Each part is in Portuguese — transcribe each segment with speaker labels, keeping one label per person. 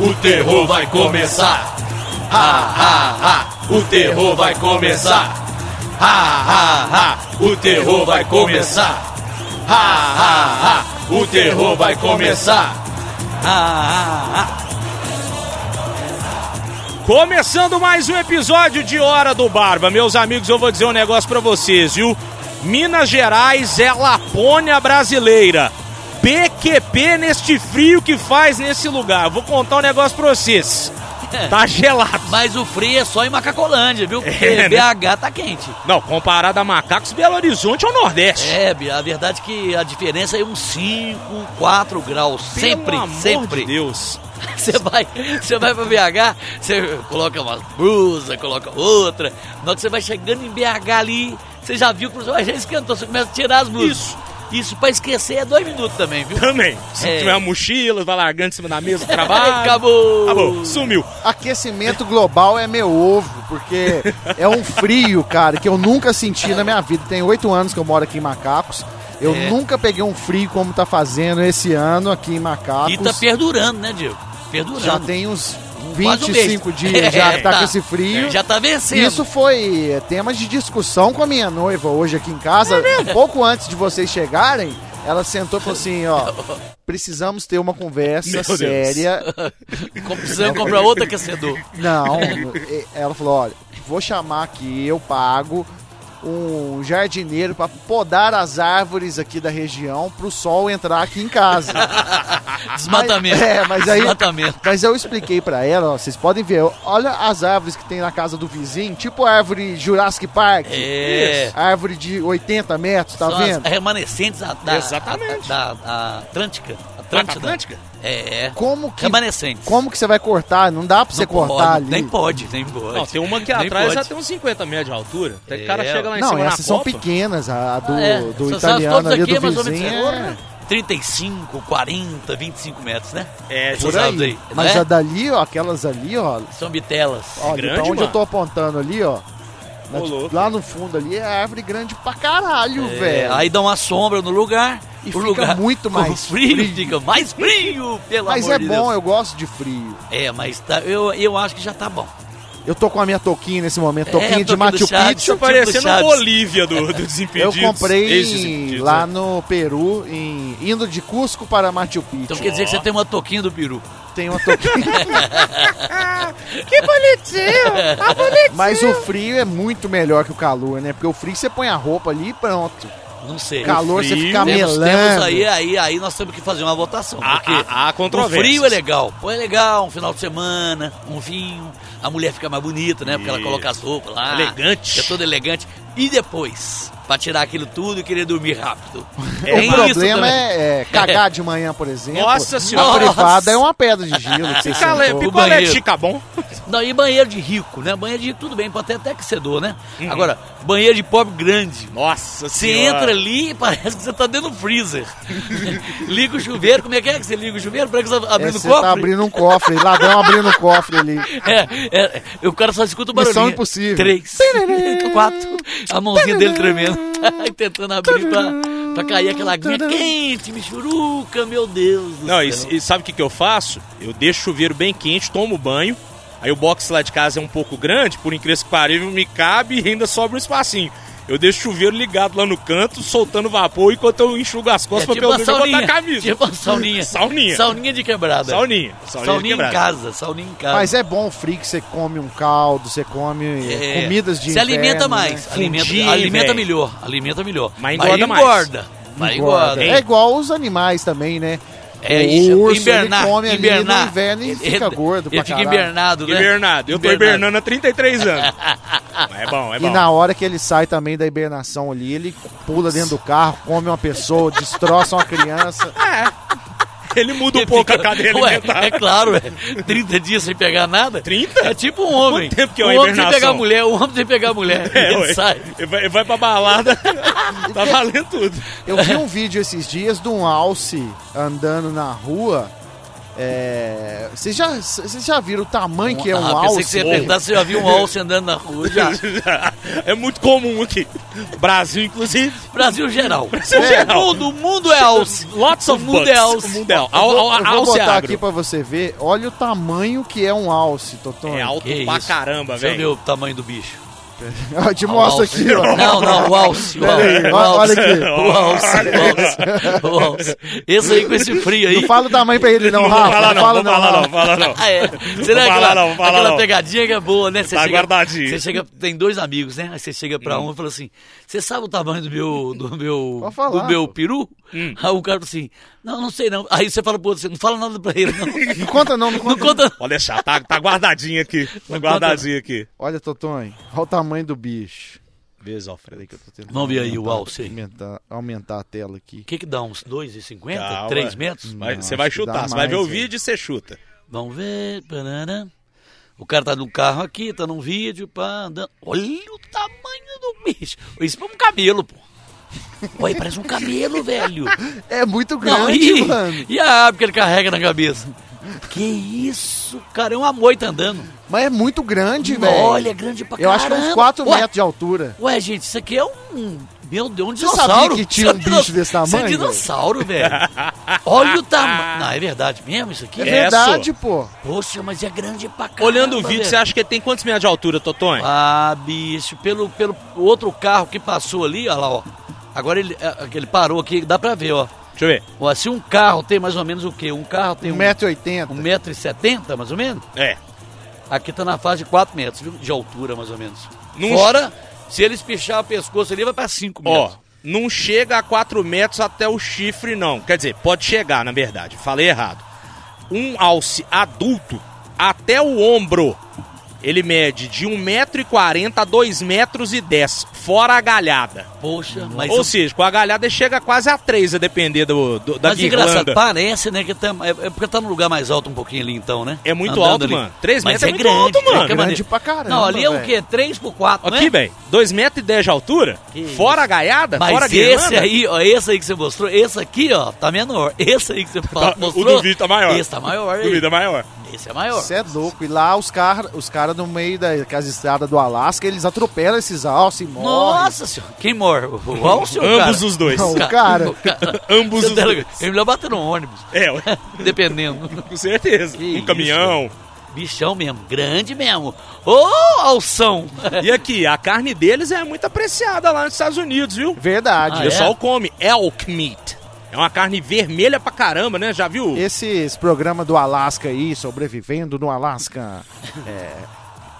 Speaker 1: o terror vai começar. Ha, ha, ha, o terror vai começar. Ha, ha, ha, o terror vai começar. Ha, ha, ha, o terror vai começar. Ha, ha, ha.
Speaker 2: Começando mais um episódio de Hora do Barba. Meus amigos, eu vou dizer um negócio para vocês, viu? Minas Gerais é Lapônia brasileira. PQP neste frio que faz nesse lugar. Vou contar um negócio pra vocês. Tá gelado.
Speaker 3: Mas o frio é só em Macacolândia, viu? Porque é, BH né? tá quente.
Speaker 2: Não, comparado a Macacos, Belo Horizonte é o Nordeste.
Speaker 3: É, a verdade é que a diferença é uns 5, 4 graus. Pelo sempre, amor sempre.
Speaker 2: De Deus.
Speaker 3: Você vai, você vai pra BH, você coloca uma blusa, coloca outra. Na hora que você vai chegando em BH ali, você já viu que já esquentou, você começa a tirar as blusas.
Speaker 2: Isso.
Speaker 3: Isso pra esquecer é dois minutos também, viu?
Speaker 2: Também. Se é. tiver uma mochila, vai largando em cima da mesa, trabalho.
Speaker 3: Acabou.
Speaker 2: Acabou. Sumiu.
Speaker 4: Aquecimento global é meu ovo, porque é um frio, cara, que eu nunca senti na minha vida. Tem oito anos que eu moro aqui em Macacos. Eu é. nunca peguei um frio como tá fazendo esse ano aqui em Macacos.
Speaker 3: E tá perdurando, né, Diego? Perdurando.
Speaker 4: Já tem uns 25 um dias já
Speaker 3: É,
Speaker 4: que tá, tá, com esse frio.
Speaker 3: Já tá vencendo.
Speaker 4: Isso foi tema de discussão com a minha noiva hoje aqui em casa. É um pouco antes de vocês chegarem, ela sentou e falou assim, ó, precisamos ter uma conversa Meu séria.
Speaker 3: precisamos comprar outro aquecedor.
Speaker 4: Não, ela falou, olha, vou chamar aqui, eu pago um jardineiro para podar as árvores aqui da região para o sol entrar aqui em casa.
Speaker 3: Desmatamento.
Speaker 4: Mas, é, mas aí,
Speaker 3: Desmatamento.
Speaker 4: Mas eu expliquei para ela, ó, vocês podem ver, olha as árvores que tem na casa do vizinho, tipo a árvore Jurassic Park.
Speaker 3: É.
Speaker 4: Árvore de 80 metros, tá São vendo?
Speaker 3: remanescentes da, da,
Speaker 2: Exatamente.
Speaker 3: da, da Atlântica. Atlântida.
Speaker 2: Atlântica?
Speaker 3: É.
Speaker 4: Como que,
Speaker 3: Remanescentes.
Speaker 4: Como que você vai cortar? Não dá pra você não cortar pode, ali.
Speaker 3: Nem pode, nem pode. Não,
Speaker 2: tem uma que atrás pode. já tem uns 50 metros de altura. Até é. que o cara chega lá em
Speaker 4: não,
Speaker 2: cima
Speaker 4: Não, essas são
Speaker 2: copa.
Speaker 4: pequenas. A do, ah, é. do italiano ali, do é vizinho. É...
Speaker 3: 35, 40, 25 metros, né?
Speaker 2: É,
Speaker 4: por aí. aí. Mas é? a dali, ó, aquelas ali, ó...
Speaker 3: São bitelas.
Speaker 4: Ó,
Speaker 3: Grande,
Speaker 4: pra onde mano. eu tô apontando ali, ó... Na, lá no fundo ali é árvore grande pra caralho, é, velho.
Speaker 3: Aí dá uma sombra no lugar
Speaker 4: e
Speaker 3: o
Speaker 4: fica
Speaker 3: lugar
Speaker 4: muito mais
Speaker 3: frio, frio, Fica mais frio, pelo
Speaker 4: mas
Speaker 3: amor
Speaker 4: é
Speaker 3: de
Speaker 4: bom,
Speaker 3: Deus.
Speaker 4: eu gosto de frio.
Speaker 3: É, mas tá, eu, eu acho que já tá bom.
Speaker 4: Eu tô com a minha toquinha nesse momento, toquinha
Speaker 3: é,
Speaker 4: de Machu Picchu.
Speaker 2: Tá
Speaker 3: Tipo
Speaker 2: parecendo a Bolívia do, do Desimpedidos.
Speaker 4: Eu comprei
Speaker 3: né?
Speaker 4: lá no Peru, em, indo de Cusco para Machu Picchu.
Speaker 3: Então quer dizer que você tem uma toquinha do Peru.
Speaker 4: Tem uma toquinha.
Speaker 5: que bonitinho! Tá bonitinho!
Speaker 4: Mas o frio é muito melhor que o calor, né? Porque o frio você põe a roupa ali e pronto.
Speaker 3: Não sei.
Speaker 4: Calor frio, você fica
Speaker 3: temos,
Speaker 4: melando.
Speaker 3: é- Temos aí, aí, aí nós temos que fazer uma votação.
Speaker 2: Há,
Speaker 3: porque
Speaker 2: há, há
Speaker 3: o frio é legal. Pô, é legal, um final de semana, um vinho, a mulher fica mais bonita, né? Porque ela coloca as roupas lá.
Speaker 2: Elegante.
Speaker 3: Fica toda elegante. E depois, pra tirar aquilo tudo e querer dormir rápido.
Speaker 4: É, o problema é, é, cagar de manhã, por exemplo.
Speaker 2: Nossa senhora.
Speaker 4: A privada é uma pedra de gelo.
Speaker 2: Picolé, picolé de chica bom.
Speaker 3: Não, e banheiro de rico, né? Banheiro de rico, tudo bem, pode ter até aquecedor, né? Uhum. Agora, banheiro de pobre grande.
Speaker 2: Nossa
Speaker 3: Você entra ali e parece que você tá dentro do freezer. liga o chuveiro, como é que é que você liga o chuveiro? Parece que você tá abrindo é,
Speaker 4: você
Speaker 3: um cofre.
Speaker 4: tá abrindo um cofre, ladrão abrindo um cofre ali.
Speaker 3: É, é, o cara só escuta o barulho.
Speaker 4: Missão impossível.
Speaker 3: Três, quatro, a mãozinha dele tremendo, tentando abrir pra, pra cair aquela aguinha quente, michuruca, meu Deus do
Speaker 2: Não,
Speaker 3: céu.
Speaker 2: E, e sabe o que, que eu faço? Eu deixo o chuveiro bem quente, tomo banho, aí o box lá de casa é um pouco grande, por incrível que pareça, me cabe e ainda sobra um espacinho. Eu deixo o chuveiro ligado lá no canto, soltando vapor, enquanto eu enxugo as costas é,
Speaker 3: tipo
Speaker 2: pra pelo menos botar a camisa.
Speaker 3: Tipo uma sauninha.
Speaker 2: sauninha.
Speaker 3: Sauninha de quebrada.
Speaker 2: Sauninha. Sauninha,
Speaker 3: sauninha
Speaker 2: de
Speaker 3: em casa, sauninha em casa.
Speaker 4: Mas é bom o frio que você come um caldo, você come é. comidas de
Speaker 3: Se
Speaker 4: inverno,
Speaker 3: alimenta mais.
Speaker 4: Né?
Speaker 3: Alimenta,
Speaker 2: Fundir,
Speaker 3: alimenta
Speaker 2: véi.
Speaker 3: melhor. Alimenta melhor.
Speaker 2: Mas engorda mais.
Speaker 3: engorda. Mas engorda.
Speaker 4: É igual os animais também, né?
Speaker 3: Tá É
Speaker 4: o
Speaker 3: isso,
Speaker 4: urso,
Speaker 3: invernar,
Speaker 4: ele come ali
Speaker 3: invernar.
Speaker 4: no inverno e fica
Speaker 3: Ele-
Speaker 4: gordo
Speaker 3: Ele
Speaker 4: pra
Speaker 3: fica
Speaker 4: caralho.
Speaker 3: invernado, né?
Speaker 2: Hibernado. Eu tô hibernando há 33 anos. Mas é bom, é bom.
Speaker 4: E na hora que ele sai também da hibernação ali, ele pula dentro do carro, come uma pessoa, destroça uma criança.
Speaker 2: Ele muda um
Speaker 3: Ele
Speaker 2: pouco a
Speaker 3: fica-
Speaker 2: cadeia
Speaker 3: Ué,
Speaker 2: alimentar.
Speaker 3: É claro, é. 30 dias sem pegar nada.
Speaker 2: 30?
Speaker 3: É tipo um homem.
Speaker 2: Quanto tempo que é
Speaker 3: um
Speaker 2: uma
Speaker 3: homem sem
Speaker 2: hibernação?
Speaker 3: pegar mulher, um homem sem pegar mulher.
Speaker 2: É,
Speaker 3: ele
Speaker 2: ué.
Speaker 3: sai.
Speaker 2: Ele vai, ele vai pra balada, tá valendo tudo.
Speaker 4: Eu vi um vídeo esses dias de um alce andando na rua. É, vocês, já, vocês já viram o tamanho que é um
Speaker 3: ah, pensei que você
Speaker 4: alce?
Speaker 3: ia perguntar se eu já viu um alce andando na rua. Já.
Speaker 2: é muito comum aqui. Brasil, inclusive.
Speaker 3: Brasil geral.
Speaker 2: Brasil geral.
Speaker 3: Todo mundo é alce.
Speaker 2: Lots of
Speaker 3: O mundo
Speaker 2: bugs.
Speaker 3: é alce.
Speaker 2: O mundo é alce.
Speaker 4: Eu
Speaker 2: Al-
Speaker 4: vou, eu
Speaker 2: al-
Speaker 4: vou
Speaker 2: alce
Speaker 4: botar
Speaker 2: agro.
Speaker 4: aqui pra você ver. Olha o tamanho que é um alce, Totônio.
Speaker 2: É alto
Speaker 3: Que
Speaker 2: pra
Speaker 3: isso.
Speaker 2: caramba,
Speaker 3: Deixa eu ver
Speaker 2: velho.
Speaker 3: o tamanho do bicho.
Speaker 4: Eu te mostro
Speaker 3: alce.
Speaker 4: aqui, ó.
Speaker 3: Não, não, o alce. O
Speaker 4: Pera
Speaker 3: alce,
Speaker 4: aí,
Speaker 3: o
Speaker 4: ó-
Speaker 3: alce.
Speaker 4: olha aqui.
Speaker 3: O alce, o alce, o alce. Esse aí com esse frio aí.
Speaker 4: Não fala o tamanho pra ele, não,
Speaker 2: Não
Speaker 4: Rafa.
Speaker 2: vou falar não,
Speaker 4: fala
Speaker 2: vou falar
Speaker 4: Rafa.
Speaker 2: não, fala não.
Speaker 3: Ah, é. Será
Speaker 2: Não
Speaker 3: que
Speaker 2: fala
Speaker 3: aquela,
Speaker 2: não, fala
Speaker 3: aquela
Speaker 2: não.
Speaker 3: pegadinha que é boa, né? Você
Speaker 2: Tá guardadinho. Hum.
Speaker 3: Você chega, tem dois amigos, né? Aí você chega pra um e fala assim: Você sabe o tamanho do meu, do meu,
Speaker 4: Pode falar,
Speaker 3: do meu
Speaker 4: pô.
Speaker 3: peru?
Speaker 2: Hum.
Speaker 3: Aí o cara fala assim: Não, não sei não. Aí você fala pro outro: assim, Não fala nada pra ele, não.
Speaker 4: Não conta não, não conta.
Speaker 3: não conta.
Speaker 2: Pode deixar, tá, tá guardadinho aqui. Tá guardadinho aqui.
Speaker 4: Olha, Totonho, olha o tamanho do bicho.
Speaker 2: Beleza, Alfredo.
Speaker 4: Tô tentando
Speaker 3: Vamos ver aí o
Speaker 4: aumentar-
Speaker 3: alce aí.
Speaker 4: Aumentar, aumentar a tela aqui.
Speaker 3: O que que dá? Uns 2,50?
Speaker 2: Calma.
Speaker 3: 3 metros?
Speaker 2: Vai-
Speaker 4: Não,
Speaker 2: Você vai
Speaker 4: acho que dá
Speaker 2: chutar, você vai ver o
Speaker 4: mais, velho.
Speaker 2: vídeo e você chuta.
Speaker 3: Vamos ver. Parará. O cara tá no carro aqui, tá num vídeo, pá, andando. Olha o tamanho do bicho. Isso é um camelo, pô. Olha, parece um camelo, velho.
Speaker 4: É muito
Speaker 3: Não,
Speaker 4: grande,
Speaker 3: e,
Speaker 4: mano.
Speaker 3: e a árvore que ele carrega na cabeça? Que isso, cara, é uma moita andando.
Speaker 4: Mas é muito grande, velho.
Speaker 3: Olha, é grande pra
Speaker 4: Eu
Speaker 3: caramba.
Speaker 4: acho que uns 4
Speaker 3: Ué,
Speaker 4: metros de altura.
Speaker 3: Ué, gente, isso aqui é um... Meu Deus, um
Speaker 4: Você sabia
Speaker 3: dinossauro.
Speaker 4: que tinha um
Speaker 3: Isso é dino-
Speaker 4: bicho desse tamanho,
Speaker 3: Isso é
Speaker 4: velho?
Speaker 3: dinossauro, velho. Olha o tamanho. Não, é verdade mesmo isso aqui?
Speaker 4: É
Speaker 2: É,
Speaker 4: verdade, pô.
Speaker 3: Poxa, mas é grande pra caramba.
Speaker 2: Olhando o vídeo,
Speaker 3: velho.
Speaker 2: você acha que ele tem quantos metros de altura, Totonho?
Speaker 3: Ah, bicho, pelo, pelo outro carro que passou ali, olha lá, ó. Agora ele, é, ele parou aqui, dá pra ver, ó.
Speaker 2: Deixa eu ver.
Speaker 3: ó. Se um carro tem mais ou menos o quê? Um carro tem um,
Speaker 4: 1,80m.
Speaker 3: um metro e setenta, mais ou menos?
Speaker 2: É.
Speaker 3: Aqui tá na fase de 4 metros, viu? De altura, mais ou menos.
Speaker 2: Num-
Speaker 3: Fora, se eles pichar o pescoço ali, vai pra 5
Speaker 2: Ó,
Speaker 3: metros.
Speaker 2: não chega a 4 metros até o chifre, não. Quer dizer, pode chegar, na verdade. Falei errado. Um alce adulto até o ombro. Ele mede de 1,40m a 2,10m, fora a galhada.
Speaker 3: Poxa, mas...
Speaker 2: Ou seja, com a galhada ele chega quase a 3, a depender do, do- da
Speaker 3: mas engraçado,
Speaker 2: guirlanda.
Speaker 3: parece, né, que tá, é, é porque tá num lugar mais alto um pouquinho ali, então, né?
Speaker 2: É muito
Speaker 3: Andando
Speaker 2: alto,
Speaker 3: ali.
Speaker 2: mano. 3
Speaker 3: Mas
Speaker 2: metros é, muito alto,
Speaker 3: de
Speaker 2: mano.
Speaker 3: qualquer maneira.
Speaker 4: Grande pra caramba,
Speaker 3: Não, ali é o
Speaker 4: velho.
Speaker 3: quê? 3 por 4, né?
Speaker 2: Aqui, velho, 2,10 metros e dez de altura,
Speaker 3: Que
Speaker 2: fora a gaiada, É, fora a
Speaker 3: Mas
Speaker 2: guirlanda.
Speaker 3: esse aí, ó, esse aí que você mostrou, esse aqui, ó, tá menor. Esse aí que você
Speaker 2: Tá,
Speaker 3: fala-
Speaker 2: o
Speaker 3: mostrou.
Speaker 2: do vídeo tá maior.
Speaker 3: Esse tá maior,
Speaker 2: O do vídeo é
Speaker 3: aí.
Speaker 2: maior.
Speaker 3: Esse é maior.
Speaker 4: Você é louco. E lá os caras os cara no meio da- das estradas do Alasca, eles atropelam esses alces e morrem.
Speaker 3: Nossa senhora, quem morre? O o Alce ou o cara?
Speaker 2: Ambos os dois.
Speaker 4: Não. o cara.
Speaker 3: O cara.
Speaker 2: Ambos
Speaker 3: Você
Speaker 2: os
Speaker 3: tá
Speaker 2: dois.
Speaker 3: ligado? É melhor bater no ônibus,
Speaker 2: É, ué.
Speaker 3: dependendo.
Speaker 2: Com certeza.
Speaker 3: Que
Speaker 2: um
Speaker 3: isso,
Speaker 2: caminhão.
Speaker 3: Bichão mesmo, grande mesmo. Ô, alção!
Speaker 2: E aqui, a carne deles é muito apreciada lá nos Estados Unidos, viu?
Speaker 4: Verdade.
Speaker 2: O
Speaker 3: Ah, é?
Speaker 2: pessoal come elk meat. É uma carne vermelha pra caramba, né? Já viu?
Speaker 4: Esse, esse programa do Alasca aí, sobrevivendo no Alasca. é,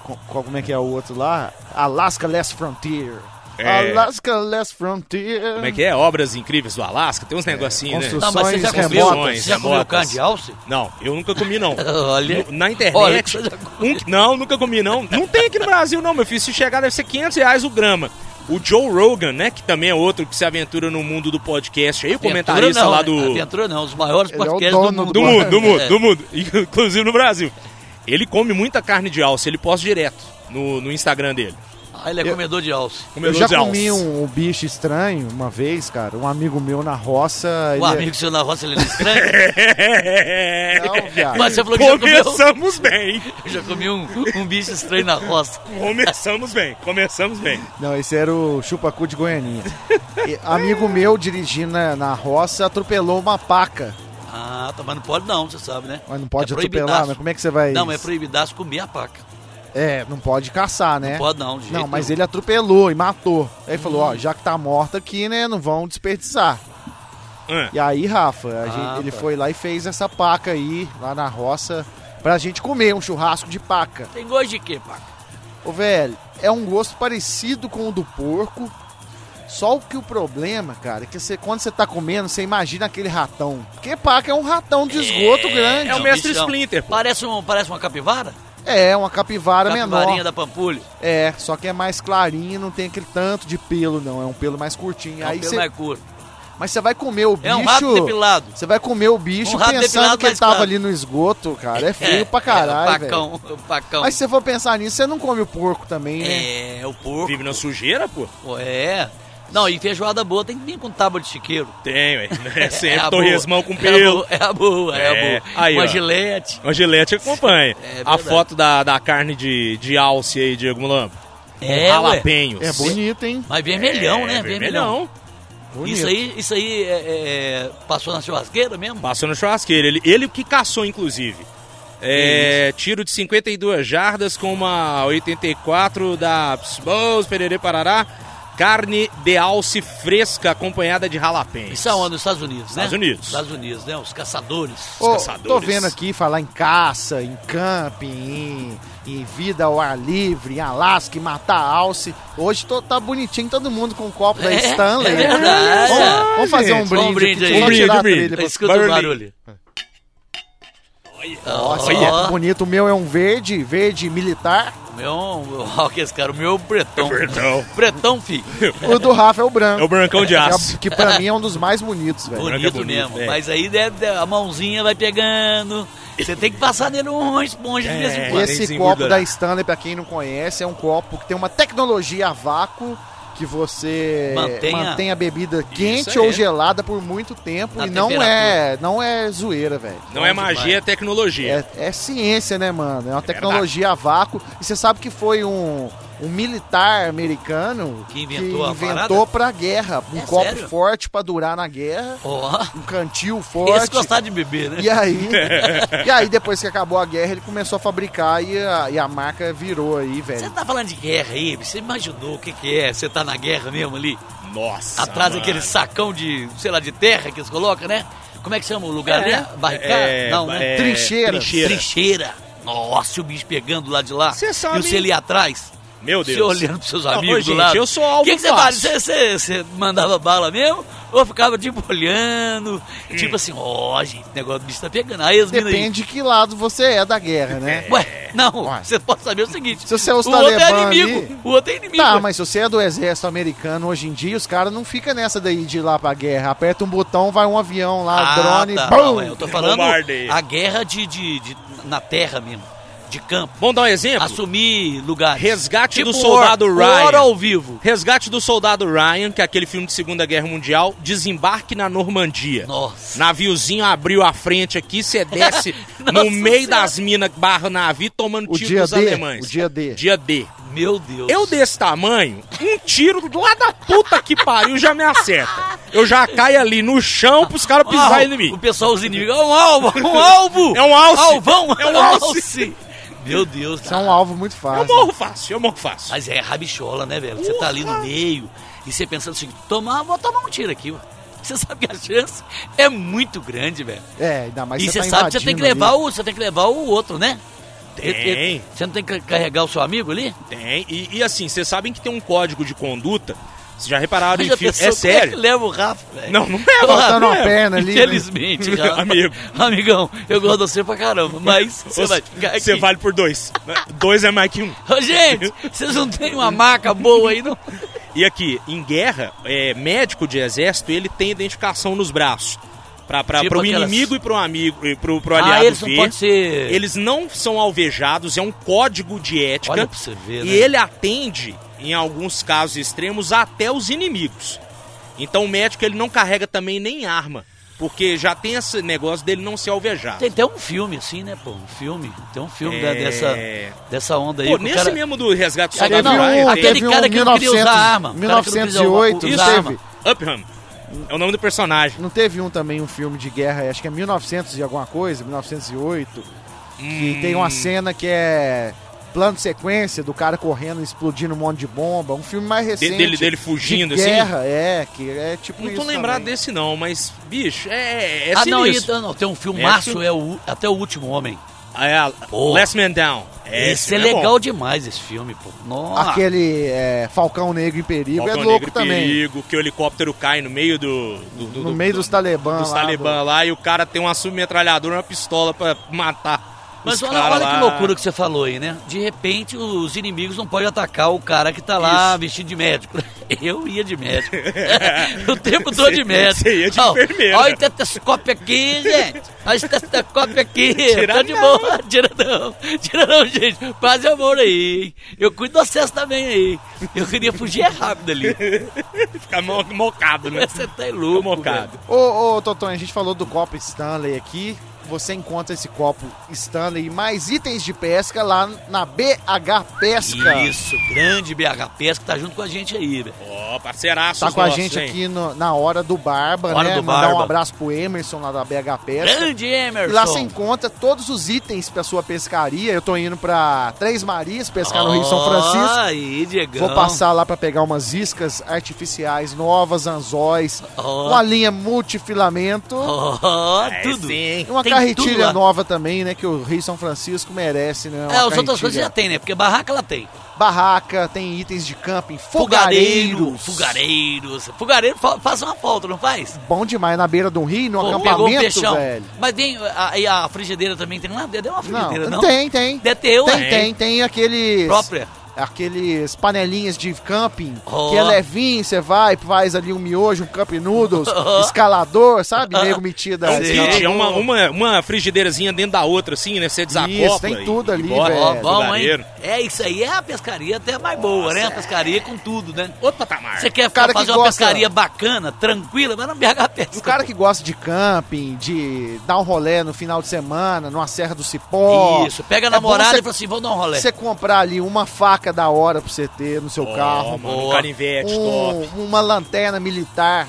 Speaker 4: co- co- como é que é o outro lá? Alaska Less Frontier.
Speaker 2: É.
Speaker 4: Alaska Less Frontier.
Speaker 2: Como é que é? Obras incríveis do Alasca. Tem uns
Speaker 3: É,
Speaker 2: negocinhos, né?
Speaker 4: construção.
Speaker 3: Não, mas você já
Speaker 4: Construções
Speaker 3: comeu,
Speaker 2: remotas,
Speaker 3: você já comeu
Speaker 2: remotas.
Speaker 3: carne de alce?
Speaker 2: Não, eu nunca comi, não.
Speaker 3: Olha.
Speaker 2: No- Na internet.
Speaker 3: Olha que você já comeu.
Speaker 2: um que- não, nunca comi, não. Não tem aqui no Brasil, não, meu filho. Se chegar, deve ser 500 reais o grama. O Joe Rogan, né? Que também é outro que se aventura no mundo do podcast aí, o comentarista
Speaker 3: Aventura não,
Speaker 2: lá
Speaker 3: né?
Speaker 2: do.
Speaker 3: Aventura não, os maiores
Speaker 4: Ele é o
Speaker 3: podcasts do
Speaker 4: dono
Speaker 3: mundo.
Speaker 2: Do mundo, do mundo,
Speaker 3: É.
Speaker 2: do mundo. Inclusive no Brasil. Ele come muita carne de alce, ele posta direto no, no Instagram dele.
Speaker 3: Ah, ele é comedor de alce.
Speaker 4: Eu
Speaker 2: Comedor
Speaker 4: já
Speaker 2: de alce.
Speaker 4: comi um, um bicho estranho uma vez, cara. Um amigo meu na roça.
Speaker 3: O amigo seu na roça, ele é estranho.
Speaker 4: Não, é- viado.
Speaker 3: Mas você falou que já comeu...
Speaker 2: Começamos bem,
Speaker 3: Eu já comi um, um bicho estranho na roça.
Speaker 2: começamos bem, começamos bem.
Speaker 4: Não, esse era o chupacu de Goianinha. E amigo meu dirigindo na, na roça atropelou uma paca.
Speaker 3: Ah, tá, mas não pode não, você sabe, né?
Speaker 4: Mas não pode
Speaker 3: É
Speaker 4: atropelar,
Speaker 3: proibidaço.
Speaker 4: mas como é que você vai.
Speaker 3: Não, é proibidaço comer a paca.
Speaker 4: É, não pode caçar, né?
Speaker 3: Pode não, de jeito
Speaker 4: Não, mas
Speaker 3: nenhum.
Speaker 4: ele atropelou e matou. Aí falou, ó, já que tá morta aqui, né, não vão desperdiçar.
Speaker 2: Ah,
Speaker 4: E aí, Rafa, a
Speaker 3: Ah,
Speaker 4: gente- ele
Speaker 3: tá.
Speaker 4: foi lá e fez essa paca aí, lá na roça, pra gente comer um churrasco de paca.
Speaker 3: Tem gosto de quê, paca?
Speaker 4: Ô, velho, é um gosto parecido com o do porco, só o que o problema, cara, é que você, quando você tá comendo, você imagina aquele ratão. Porque paca é um ratão de esgoto grande.
Speaker 2: é o
Speaker 3: Não,
Speaker 2: mestre
Speaker 3: bichão.
Speaker 2: Splinter, pô.
Speaker 3: Parece, um, parece uma capivara?
Speaker 4: É, uma capivara
Speaker 3: Capivarinha
Speaker 4: menor.
Speaker 3: da Pampulha.
Speaker 4: É, só que é mais clarinho, não tem aquele tanto de pelo, não. É um pelo mais curtinho.
Speaker 3: É um
Speaker 4: aí
Speaker 3: pelo
Speaker 4: você
Speaker 3: mais curto.
Speaker 4: Mas você vai comer o bicho.
Speaker 3: É um rato depilado.
Speaker 4: Você vai comer o bicho
Speaker 3: Um rato
Speaker 4: pensando
Speaker 3: depilado
Speaker 4: que ele
Speaker 3: mais
Speaker 4: tava
Speaker 3: claro.
Speaker 4: ali no esgoto, cara. É feio pra
Speaker 3: É,
Speaker 4: caralho.
Speaker 3: o
Speaker 4: velho.
Speaker 3: pacão, o pacão.
Speaker 4: Mas se você for pensar nisso, você não come o porco também, né?
Speaker 3: É, o porco.
Speaker 2: Vive na sujeira, pô.
Speaker 3: pô, É. Não, e feijoada boa tem que vir com tábua de chiqueiro.
Speaker 2: Tem, ué. É sempre
Speaker 3: a boa.
Speaker 2: torresmão com
Speaker 3: É a
Speaker 2: pelo.
Speaker 3: boa, É a boa, é,
Speaker 2: É.
Speaker 3: a boa.
Speaker 2: Aí,
Speaker 3: Uma
Speaker 2: ó.
Speaker 3: gilete.
Speaker 2: A Gillette acompanha.
Speaker 3: É
Speaker 2: a
Speaker 3: verdade.
Speaker 2: foto da, da carne de, de alce aí, Diego Mulambo.
Speaker 3: É, ué.
Speaker 2: Jalapenhos.
Speaker 4: É bonito, hein?
Speaker 3: Mas vermelhão,
Speaker 2: É,
Speaker 3: né?
Speaker 2: Vermelhão.
Speaker 3: Vermelhão. Isso aí, isso aí é- é, passou na churrasqueira mesmo?
Speaker 2: Passou no churrasqueiro. Ele, ele que caçou, inclusive. É, tiro de 52 jardas com uma 84 da Psbos, Pererê Parará. Carne de alce fresca acompanhada de jalapenhos.
Speaker 3: Isso aonde? Nos Estados Unidos, né?
Speaker 2: Estados Unidos.
Speaker 3: Estados Unidos, né? Os caçadores.
Speaker 4: Ô,
Speaker 2: caçadores.
Speaker 4: tô vendo aqui falar em caça, em camping, em, em vida ao ar livre, em Alasca, em matar alce. Hoje tô- tá bonitinho todo mundo com o copo da
Speaker 3: É,
Speaker 4: Stanley.
Speaker 3: é verdade.
Speaker 4: Vamos, vamos fazer um
Speaker 2: Vamos
Speaker 4: brinde,
Speaker 3: um brinde
Speaker 4: aqui,
Speaker 3: aí.
Speaker 4: só
Speaker 3: Um brinde,
Speaker 4: tirar a
Speaker 2: um brinde.
Speaker 4: trilha pra-
Speaker 3: Escuta
Speaker 2: Barulho.
Speaker 3: o barulho.
Speaker 4: Nossa,
Speaker 3: Olha.
Speaker 4: ó, que bonito. O meu é um verde, verde militar.
Speaker 3: O meu, olha que esse cara, o meu é o pretão.
Speaker 2: Pretão.
Speaker 3: pretão, filho.
Speaker 4: O do Rafa é o branco.
Speaker 2: É o brancão de
Speaker 4: Que é-
Speaker 2: aço.
Speaker 4: Que pra mim é um dos mais bonitos, velho.
Speaker 2: branco é
Speaker 3: Bonito,
Speaker 2: bonito,
Speaker 3: mesmo.
Speaker 2: é.
Speaker 3: Mas aí deve- a mãozinha vai pegando. Você tem que passar nele uma esponja de vez
Speaker 2: É.
Speaker 3: em quando.
Speaker 4: Esse
Speaker 2: Parabéns,
Speaker 4: copo
Speaker 2: engordar.
Speaker 4: da Stanley, pra quem não conhece, é um copo que tem uma tecnologia a vácuo que você
Speaker 3: Mantenha- é.
Speaker 4: mantém a bebida quente
Speaker 2: aí.
Speaker 4: ou gelada por muito tempo
Speaker 3: Na
Speaker 4: e não é, não é zoeira, velho.
Speaker 2: Não é magia, é tecnologia.
Speaker 4: É, é ciência, né, mano? É uma tecnologia a vácuo. E você sabe que foi um, um militar americano
Speaker 3: Que inventou a
Speaker 4: inventou pra guerra. Um
Speaker 3: É
Speaker 4: copo
Speaker 3: sério?
Speaker 4: forte pra durar na guerra,
Speaker 3: Ó,
Speaker 4: um cantil
Speaker 3: esse
Speaker 4: forte.
Speaker 3: gostar de beber, né?
Speaker 4: E aí, e aí, depois que acabou a guerra, ele começou a fabricar e a, e a marca virou aí,
Speaker 3: Você
Speaker 4: velho.
Speaker 3: tá falando de guerra aí? Você imaginou o que que é? Você tá na guerra mesmo ali?
Speaker 4: É.
Speaker 2: Nossa.
Speaker 3: Atrás
Speaker 2: mano.
Speaker 3: daquele sacão de, sei lá, de terra que eles colocam, né? Como é que chama o lugar,
Speaker 2: É.
Speaker 3: né? Barricada?
Speaker 2: É,
Speaker 3: Não, né?
Speaker 2: é,
Speaker 4: Trincheira.
Speaker 2: trincheira.
Speaker 3: Trincheira. Nossa, e o bicho pegando lá de lá.
Speaker 2: Cê
Speaker 3: E
Speaker 2: sabe-
Speaker 3: você ali atrás.
Speaker 2: Meu Deus.
Speaker 3: Você olhando pros seus
Speaker 2: Não,
Speaker 3: amigos
Speaker 2: ô, gente,
Speaker 3: do lado.
Speaker 2: eu sou alvo
Speaker 3: O que, que você
Speaker 2: fácil.
Speaker 3: faz? Você, você- você mandava bala mesmo? Ou ficava tipo olhando?
Speaker 2: Hum.
Speaker 3: Tipo assim, ó, gente, o negócio do bicho tá pegando. Aí as minas aí.
Speaker 4: Depende de que lado você é da guerra, né?
Speaker 2: É,
Speaker 3: Ué, não,
Speaker 4: Ué.
Speaker 3: você pode saber o seguinte.
Speaker 4: Se você é os
Speaker 3: o outro é
Speaker 4: talibã
Speaker 3: inimigo.
Speaker 4: ali-
Speaker 3: O outro é inimigo.
Speaker 4: Tá, mas se você é do exército americano hoje em dia, os caras não ficam nessa daí de ir lá pra guerra. Aperta um botão, vai um avião lá, drone,
Speaker 3: tá.
Speaker 4: bum!
Speaker 3: Não, eu tô falando
Speaker 2: Bombardeia.
Speaker 3: a guerra de, de, de- na terra mesmo, de campo.
Speaker 2: Vamos dar um exemplo?
Speaker 3: Assumir lugares.
Speaker 2: Resgate do soldado
Speaker 3: War-
Speaker 2: Ryan.
Speaker 3: War ao vivo.
Speaker 2: Resgate do Soldado Ryan, que é aquele filme de Segunda Guerra Mundial, desembarque na Normandia.
Speaker 3: Nossa.
Speaker 2: Naviozinho abriu a frente aqui, você desce no
Speaker 3: Nossa
Speaker 2: meio
Speaker 3: Senhora.
Speaker 2: das minas que barra navio tomando
Speaker 4: O
Speaker 2: tiro
Speaker 4: dia
Speaker 2: dos
Speaker 4: D,
Speaker 2: alemães.
Speaker 4: o dia D.
Speaker 2: Dia D.
Speaker 3: Meu Deus.
Speaker 2: Eu desse tamanho, um tiro lá da puta que pariu já me acerta. Eu já caio ali no chão pros caras
Speaker 3: Ó,
Speaker 2: pisarem em
Speaker 3: O
Speaker 2: mim.
Speaker 3: pessoal, os inimigos. É um alvo, um alvo.
Speaker 2: É um alce.
Speaker 3: Alvão.
Speaker 2: É um alce.
Speaker 3: Meu Deus.
Speaker 4: Isso é um alvo muito
Speaker 2: Eu
Speaker 4: fácil.
Speaker 2: morro fácil, eu morro fácil.
Speaker 3: Mas é rabichola, né, velho? Você tá ali no meio e você pensando assim, tomar, vou tomar um tiro aqui, ué. Você sabe que a chance é muito grande, velho.
Speaker 4: É, ainda mais
Speaker 3: e
Speaker 4: você
Speaker 3: você
Speaker 4: tá
Speaker 3: sabe que você tem que levar
Speaker 4: invadindo
Speaker 3: o, você tem que levar o outro, né?
Speaker 2: Tem.
Speaker 3: E- e- Você não tem que carregar o seu amigo ali?
Speaker 2: Tem. E, e assim, vocês sabem que tem um código de conduta. Vocês já repararam em
Speaker 3: Já
Speaker 2: filme.
Speaker 3: pensou
Speaker 2: É
Speaker 3: como que
Speaker 2: sério.
Speaker 3: leva o Rafa, velho.
Speaker 2: Não, não é, mano.
Speaker 3: Ô,
Speaker 4: Faltando
Speaker 3: Rafa,
Speaker 4: uma perna ali, né?
Speaker 3: Infelizmente,
Speaker 2: Meu
Speaker 3: Rafa.
Speaker 2: amigo.
Speaker 3: Amigão, eu gosto de você pra caramba, mas você vai ficar aqui.
Speaker 2: Você vale por dois. Dois é mais que um.
Speaker 3: Ô, gente, vocês não têm uma maca boa aí, não?
Speaker 2: E aqui, em guerra, é, médico de exército, ele tem identificação nos braços. Pra, pra,
Speaker 3: Tipo
Speaker 2: pro
Speaker 3: aquelas-
Speaker 2: inimigo e pro amigo, e pro, pro aliado
Speaker 3: Ah, eles não
Speaker 2: ver.
Speaker 3: podem ser...
Speaker 2: Eles não são alvejados, é um código de ética.
Speaker 3: Olha pra você ver,
Speaker 2: E
Speaker 3: né?
Speaker 2: ele atende, em alguns casos extremos, até os inimigos. Então o médico ele não carrega também nem arma. Porque já tem esse negócio dele não ser alvejado.
Speaker 3: Tem até um filme assim, né, pô? Um filme. Tem um filme da-
Speaker 2: É.
Speaker 3: dessa, dessa onda aí.
Speaker 2: Pô,
Speaker 3: que o
Speaker 2: nesse
Speaker 3: cara-
Speaker 2: mesmo do resgate do
Speaker 3: Teve
Speaker 2: soldado
Speaker 3: um-
Speaker 2: Ryan, tem-
Speaker 3: aquele cara que não queria usar arma. O cara que não queria usar
Speaker 4: 1908,
Speaker 3: arma.
Speaker 4: não
Speaker 3: Usar
Speaker 4: teve,
Speaker 3: arma.
Speaker 2: Upham. É o nome do personagem.
Speaker 4: não teve um também, um filme de guerra, acho que é 1900 e alguma coisa, 1908, que tem uma cena que é plano de sequência do cara correndo, explodindo um monte de bomba, um filme mais
Speaker 2: De-
Speaker 4: recente.
Speaker 2: dele, dele
Speaker 4: de
Speaker 2: fugindo, assim.
Speaker 4: guerra, é, que é tipo
Speaker 2: Não
Speaker 4: isso
Speaker 2: tô lembrado
Speaker 4: também.
Speaker 2: desse não, mas, bicho, é, é
Speaker 3: ah, não,
Speaker 2: sinistro.
Speaker 3: então, não, tem um filmaço,
Speaker 2: Esse-
Speaker 3: é o, até o último homem.
Speaker 2: Ah, é,
Speaker 3: Pô.
Speaker 2: Last Man Down. É,
Speaker 3: Esse é
Speaker 2: filme
Speaker 3: legal
Speaker 2: bom.
Speaker 3: demais, esse filme, pô. Nossa.
Speaker 4: Aquele é, Falcão Negro em Perigo
Speaker 2: Falcão
Speaker 4: é louco
Speaker 2: Negro e
Speaker 4: também.
Speaker 2: Perigo, que o helicóptero cai no meio do... do- do-
Speaker 4: No
Speaker 2: do-
Speaker 4: meio dos talibãs
Speaker 2: dos
Speaker 4: lá,
Speaker 2: talibã lá e o cara tem uma submetralhadora e uma pistola pra matar. os
Speaker 3: Mas olha,
Speaker 2: cara
Speaker 3: olha que
Speaker 2: lá.
Speaker 3: loucura que você falou aí, né? De repente, os inimigos não podem atacar o cara que tá lá
Speaker 2: Isso.
Speaker 3: vestido de médico. Eu ia de médico. o tempo todo
Speaker 2: Você-
Speaker 3: de médico.
Speaker 2: você ia de
Speaker 3: Ó,
Speaker 2: enfermeira.
Speaker 3: Olha o tetoscópio aqui, gente. a estetoscópio aqui.
Speaker 2: Tira
Speaker 3: tá de
Speaker 2: não.
Speaker 3: boa. Tira não. Tira não, gente. Paz e amor aí. hein? Eu cuido do acesso também aí. Eu queria fugir é rápido ali.
Speaker 2: Fica mo- mocado, né?
Speaker 3: Você tá
Speaker 2: Tô
Speaker 3: louco.
Speaker 2: mocado.
Speaker 4: Ô, ô, Totonho, a gente falou do copo Stanley aqui. Você encontra esse copo Stanley e mais itens de pesca lá na BH Pesca.
Speaker 3: Isso, grande BH Pesca tá junto com a gente aí, velho.
Speaker 2: Ó, parceiraço
Speaker 4: Tá com a gente aqui no- na hora do Barba,
Speaker 3: Hora
Speaker 4: né?
Speaker 3: do
Speaker 4: Mandar um
Speaker 3: Barba.
Speaker 4: abraço pro Emerson lá da BH Pesca.
Speaker 3: Grande Emerson.
Speaker 4: E lá você encontra todos os itens pra sua pescaria. Eu tô indo pra Três Marias pescar no Rio São Francisco.
Speaker 3: Aí, Diegão.
Speaker 4: Vou passar lá pra pegar umas iscas artificiais novas, anzóis,
Speaker 3: Ó.
Speaker 4: uma linha multifilamento.
Speaker 3: Ó,
Speaker 2: É,
Speaker 3: tudo.
Speaker 2: sim.
Speaker 4: E Uma
Speaker 3: Tem tudo
Speaker 4: carretilha
Speaker 3: lá.
Speaker 4: nova também, né? Que o Rio São Francisco merece, né? Uma
Speaker 3: É, as outras
Speaker 4: carretilha.
Speaker 3: coisas já tem, né? Porque barraca ela tem.
Speaker 4: Barraca, tem itens de camping,
Speaker 3: Fogareiro,
Speaker 4: fogareiros.
Speaker 3: fogareiros. Fogareiro fa- faz uma falta, não faz?
Speaker 4: Bom demais, na beira de um rio, no
Speaker 3: Pô, pegou um
Speaker 4: acampamento,
Speaker 3: peixão.
Speaker 4: velho.
Speaker 3: Mas tem a, e a frigideira também tem lá dentro. Deu uma
Speaker 4: Não,
Speaker 3: frigideira, não?
Speaker 4: tem, tem.
Speaker 3: Deve ter uma,
Speaker 4: Tem,
Speaker 3: hein?
Speaker 4: tem, tem aqueles...
Speaker 3: Própria.
Speaker 4: Aqueles panelinhas de camping,
Speaker 3: Ó.
Speaker 4: que é levinho, você vai, faz ali um miojo, um cup noodles, escalador, sabe? Nego metida.
Speaker 2: É um
Speaker 3: Sim.
Speaker 2: kit, é uma, uma, uma frigideirazinha dentro da outra, assim, né? Você desacopla.
Speaker 4: tem
Speaker 2: e-
Speaker 4: tudo
Speaker 2: e
Speaker 4: ali,
Speaker 2: bora.
Speaker 4: velho.
Speaker 3: Ó,
Speaker 4: É,
Speaker 3: bom, hein?
Speaker 2: fogareiro.
Speaker 3: É, isso aí é a pescaria até mais boa, né? A pescaria com tudo, né?
Speaker 2: Outro patamar.
Speaker 3: Você quer
Speaker 4: cara
Speaker 3: ficar
Speaker 4: que
Speaker 3: fazer uma
Speaker 4: gosta-
Speaker 3: pescaria bacana, tranquila, mas não BH
Speaker 4: O
Speaker 3: pesca.
Speaker 4: cara que gosta de camping, de dar um rolê no final de semana, numa Serra do Cipó.
Speaker 3: Isso, pega a
Speaker 4: É bom
Speaker 3: namorada
Speaker 4: você-
Speaker 3: e fala assim, vou dar um rolê.
Speaker 4: Você comprar ali uma faca da hora pra você ter no seu
Speaker 2: Ó,
Speaker 4: carro.
Speaker 2: mano, um
Speaker 3: boa.
Speaker 2: canivete
Speaker 4: um-
Speaker 2: top.
Speaker 4: uma lanterna militar,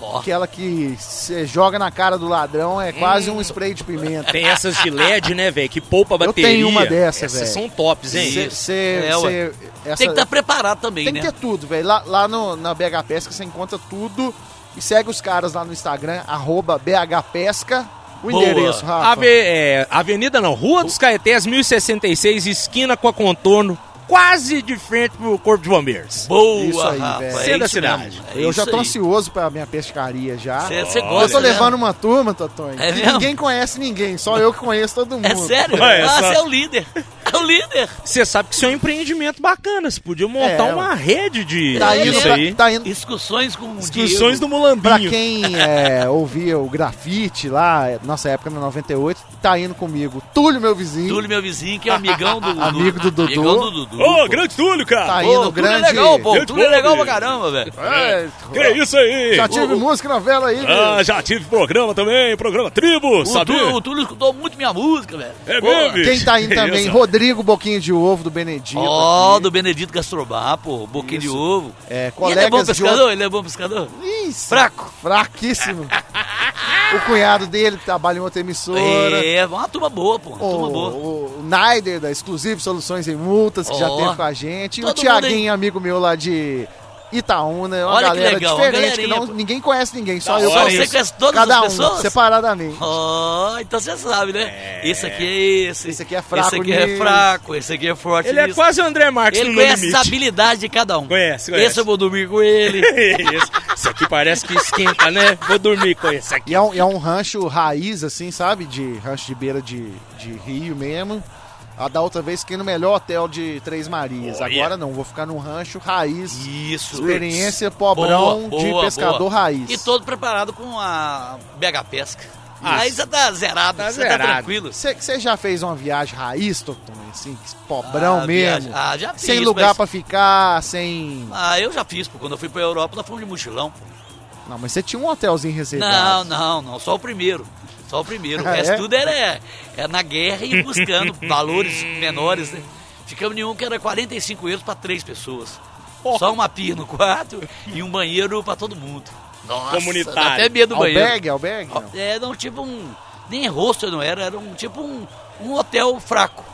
Speaker 3: Ó,
Speaker 4: aquela que você joga na cara do ladrão, é quase
Speaker 3: Hum.
Speaker 4: um spray de pimenta.
Speaker 2: Tem essas de LED, né, velho? Que poupa
Speaker 4: tenho
Speaker 2: bateria.
Speaker 4: uma dessa,
Speaker 2: Essas
Speaker 4: velho.
Speaker 2: são tops, hein?
Speaker 3: Sim.
Speaker 4: Cê- cê-
Speaker 3: É, ué.
Speaker 4: cê- essa-
Speaker 3: Tem que estar preparado também,
Speaker 4: tem que
Speaker 3: né?
Speaker 4: ter tudo, velho. Lá, lá no, na BH Pesca você encontra tudo. E segue os caras lá no Instagram, arroba BH Pesca. O
Speaker 3: Boa.
Speaker 4: endereço, Rafa.
Speaker 2: Ave- é, avenida não, Rua dos Caetés, 1066, esquina com a contorno, quase de frente pro Corpo de Bombeiros.
Speaker 3: Boa,
Speaker 4: Isso aí,
Speaker 3: Rafa,
Speaker 4: velho.
Speaker 3: é
Speaker 2: Sendo a
Speaker 3: isso
Speaker 2: cidade.
Speaker 3: mesmo, é
Speaker 4: Eu já
Speaker 3: isso
Speaker 4: tô
Speaker 3: aí.
Speaker 4: ansioso pra minha pescaria já.
Speaker 3: Cê- cê
Speaker 4: Eu
Speaker 3: gosta,
Speaker 4: tô
Speaker 3: né?
Speaker 4: levando uma turma, Totonho,
Speaker 3: É
Speaker 4: que
Speaker 3: mesmo?
Speaker 4: ninguém conhece ninguém, só eu que conheço todo mundo.
Speaker 3: É sério?
Speaker 2: Ué,
Speaker 3: ah,
Speaker 2: só-
Speaker 3: você é o líder. É o líder.
Speaker 2: Você sabe que isso é um empreendimento bacana, você podia montar
Speaker 4: É,
Speaker 2: uma rede de
Speaker 4: Tá indo,
Speaker 2: isso
Speaker 4: pra-
Speaker 2: aí.
Speaker 4: tá indo
Speaker 3: Discussões com o
Speaker 2: Discussões
Speaker 3: Diego.
Speaker 2: do
Speaker 4: Pra
Speaker 2: Mulambinho.
Speaker 4: quem é, ouvia o grafite lá, é, nossa época na 98, tá indo comigo. Túlio, meu vizinho,
Speaker 3: Túlio, meu vizinho, que é amigão do
Speaker 4: Amigo do Dudu.
Speaker 3: Amigão do Dudu.
Speaker 2: Ô,
Speaker 3: pô.
Speaker 2: grande Túlio,
Speaker 4: tá
Speaker 2: cara!
Speaker 3: Pô,
Speaker 4: indo
Speaker 3: Túlio
Speaker 4: grande.
Speaker 3: é legal, pô.
Speaker 2: Grande
Speaker 3: Túlio é legal pra
Speaker 2: homem.
Speaker 3: caramba, velho.
Speaker 4: É,
Speaker 2: que é isso aí?
Speaker 4: já tive música na vela aí,
Speaker 2: Ah,
Speaker 4: viu?
Speaker 2: já tive programa também, programa Tribo,
Speaker 3: O
Speaker 2: sabe?
Speaker 3: Túlio, o Túlio escutou muito minha música, velho.
Speaker 2: É
Speaker 3: Pô.
Speaker 2: mesmo, bicho?
Speaker 4: Quem tá indo também,
Speaker 2: Beleza.
Speaker 4: Rodrigo Boquinho de Ovo, do Benedito.
Speaker 3: Ó,
Speaker 4: aqui.
Speaker 3: do Benedito Gastrobá, pô. Boquinho de
Speaker 4: Isso.
Speaker 3: ovo.
Speaker 4: É,
Speaker 3: E ele é bom
Speaker 4: colegas de
Speaker 3: pescador? Ele é bom pescador?
Speaker 4: Isso,
Speaker 3: Fraco.
Speaker 4: fraquíssimo. o cunhado dele, que trabalha em outra emissora.
Speaker 3: É, uma turma boa, pô. Uma turma boa.
Speaker 4: O, o Naider, da Exclusive Soluções em Multas, que já
Speaker 3: Ó.
Speaker 4: teve com a gente. E o
Speaker 3: Todo mundo
Speaker 4: Tiaguinho, amigo meu lá de Itaúna. É Uma
Speaker 3: Olha que
Speaker 4: galera
Speaker 3: legal, uma
Speaker 4: diferente, que
Speaker 3: galerinha,
Speaker 4: não,
Speaker 3: pô.
Speaker 4: ninguém conhece ninguém, só
Speaker 3: Tá,
Speaker 4: eu
Speaker 3: só
Speaker 4: conheço.
Speaker 3: você conhece todas
Speaker 4: Cada
Speaker 3: as
Speaker 4: um,
Speaker 3: pessoas?
Speaker 4: separadamente.
Speaker 3: Ó, então você sabe, né? Esse aqui é esse.
Speaker 4: Esse aqui é fraco
Speaker 3: Esse aqui é
Speaker 4: nisso.
Speaker 3: fraco. Esse aqui é forte
Speaker 2: Ele é
Speaker 3: nisso.
Speaker 2: quase o André Marques
Speaker 3: Ele
Speaker 2: no No
Speaker 3: conhece
Speaker 2: Limite.
Speaker 3: a habilidade de cada um.
Speaker 2: Conhece, conhece.
Speaker 3: Esse eu vou dormir com ele.
Speaker 2: É Isso. Isso aqui parece que esquenta, né? Vou dormir com esse aqui.
Speaker 4: E é, um, e é um rancho raiz, assim, sabe? De rancho de beira de, de rio mesmo. A da outra vez fiquei no melhor hotel de Três Marias.
Speaker 2: Olha.
Speaker 4: Agora não, vou ficar num rancho raiz.
Speaker 3: Isso.
Speaker 4: Experiência pobrão
Speaker 3: Boa,
Speaker 4: de
Speaker 3: boa,
Speaker 4: pescador
Speaker 3: boa.
Speaker 4: raiz.
Speaker 3: E todo preparado com a BH Pesca.
Speaker 2: Ah,
Speaker 3: Aí você tá zerado,
Speaker 2: tá
Speaker 3: você
Speaker 2: zerado.
Speaker 3: tá tranquilo.
Speaker 4: Você já fez uma viagem raiz, Totonho? Assim, pobrão
Speaker 3: Ah,
Speaker 4: mesmo?
Speaker 3: viagem- Ah, já fiz.
Speaker 4: sem lugar
Speaker 3: mas-
Speaker 4: pra ficar, sem...
Speaker 3: Ah, eu já fiz, pô. Quando eu fui pra Europa, nós fomos de mochilão. pô.
Speaker 4: Não, mas você tinha um hotelzinho
Speaker 3: Não,
Speaker 4: reservado.
Speaker 3: não, não. Só o primeiro. Só o primeiro. O
Speaker 4: Ah,
Speaker 3: resto
Speaker 4: é?
Speaker 3: tudo era é, na guerra e buscando valores menores, né? Ficamos em um que era 45 euros pra três pessoas. Só uma pia no quarto e um banheiro pra todo mundo. Nossa,
Speaker 2: Comunitário.
Speaker 3: dá até medo do banheiro.
Speaker 4: Albergue, albergue? não.
Speaker 3: É, não, tipo um. Nem rosto não era, era um tipo um, um hotel fraco.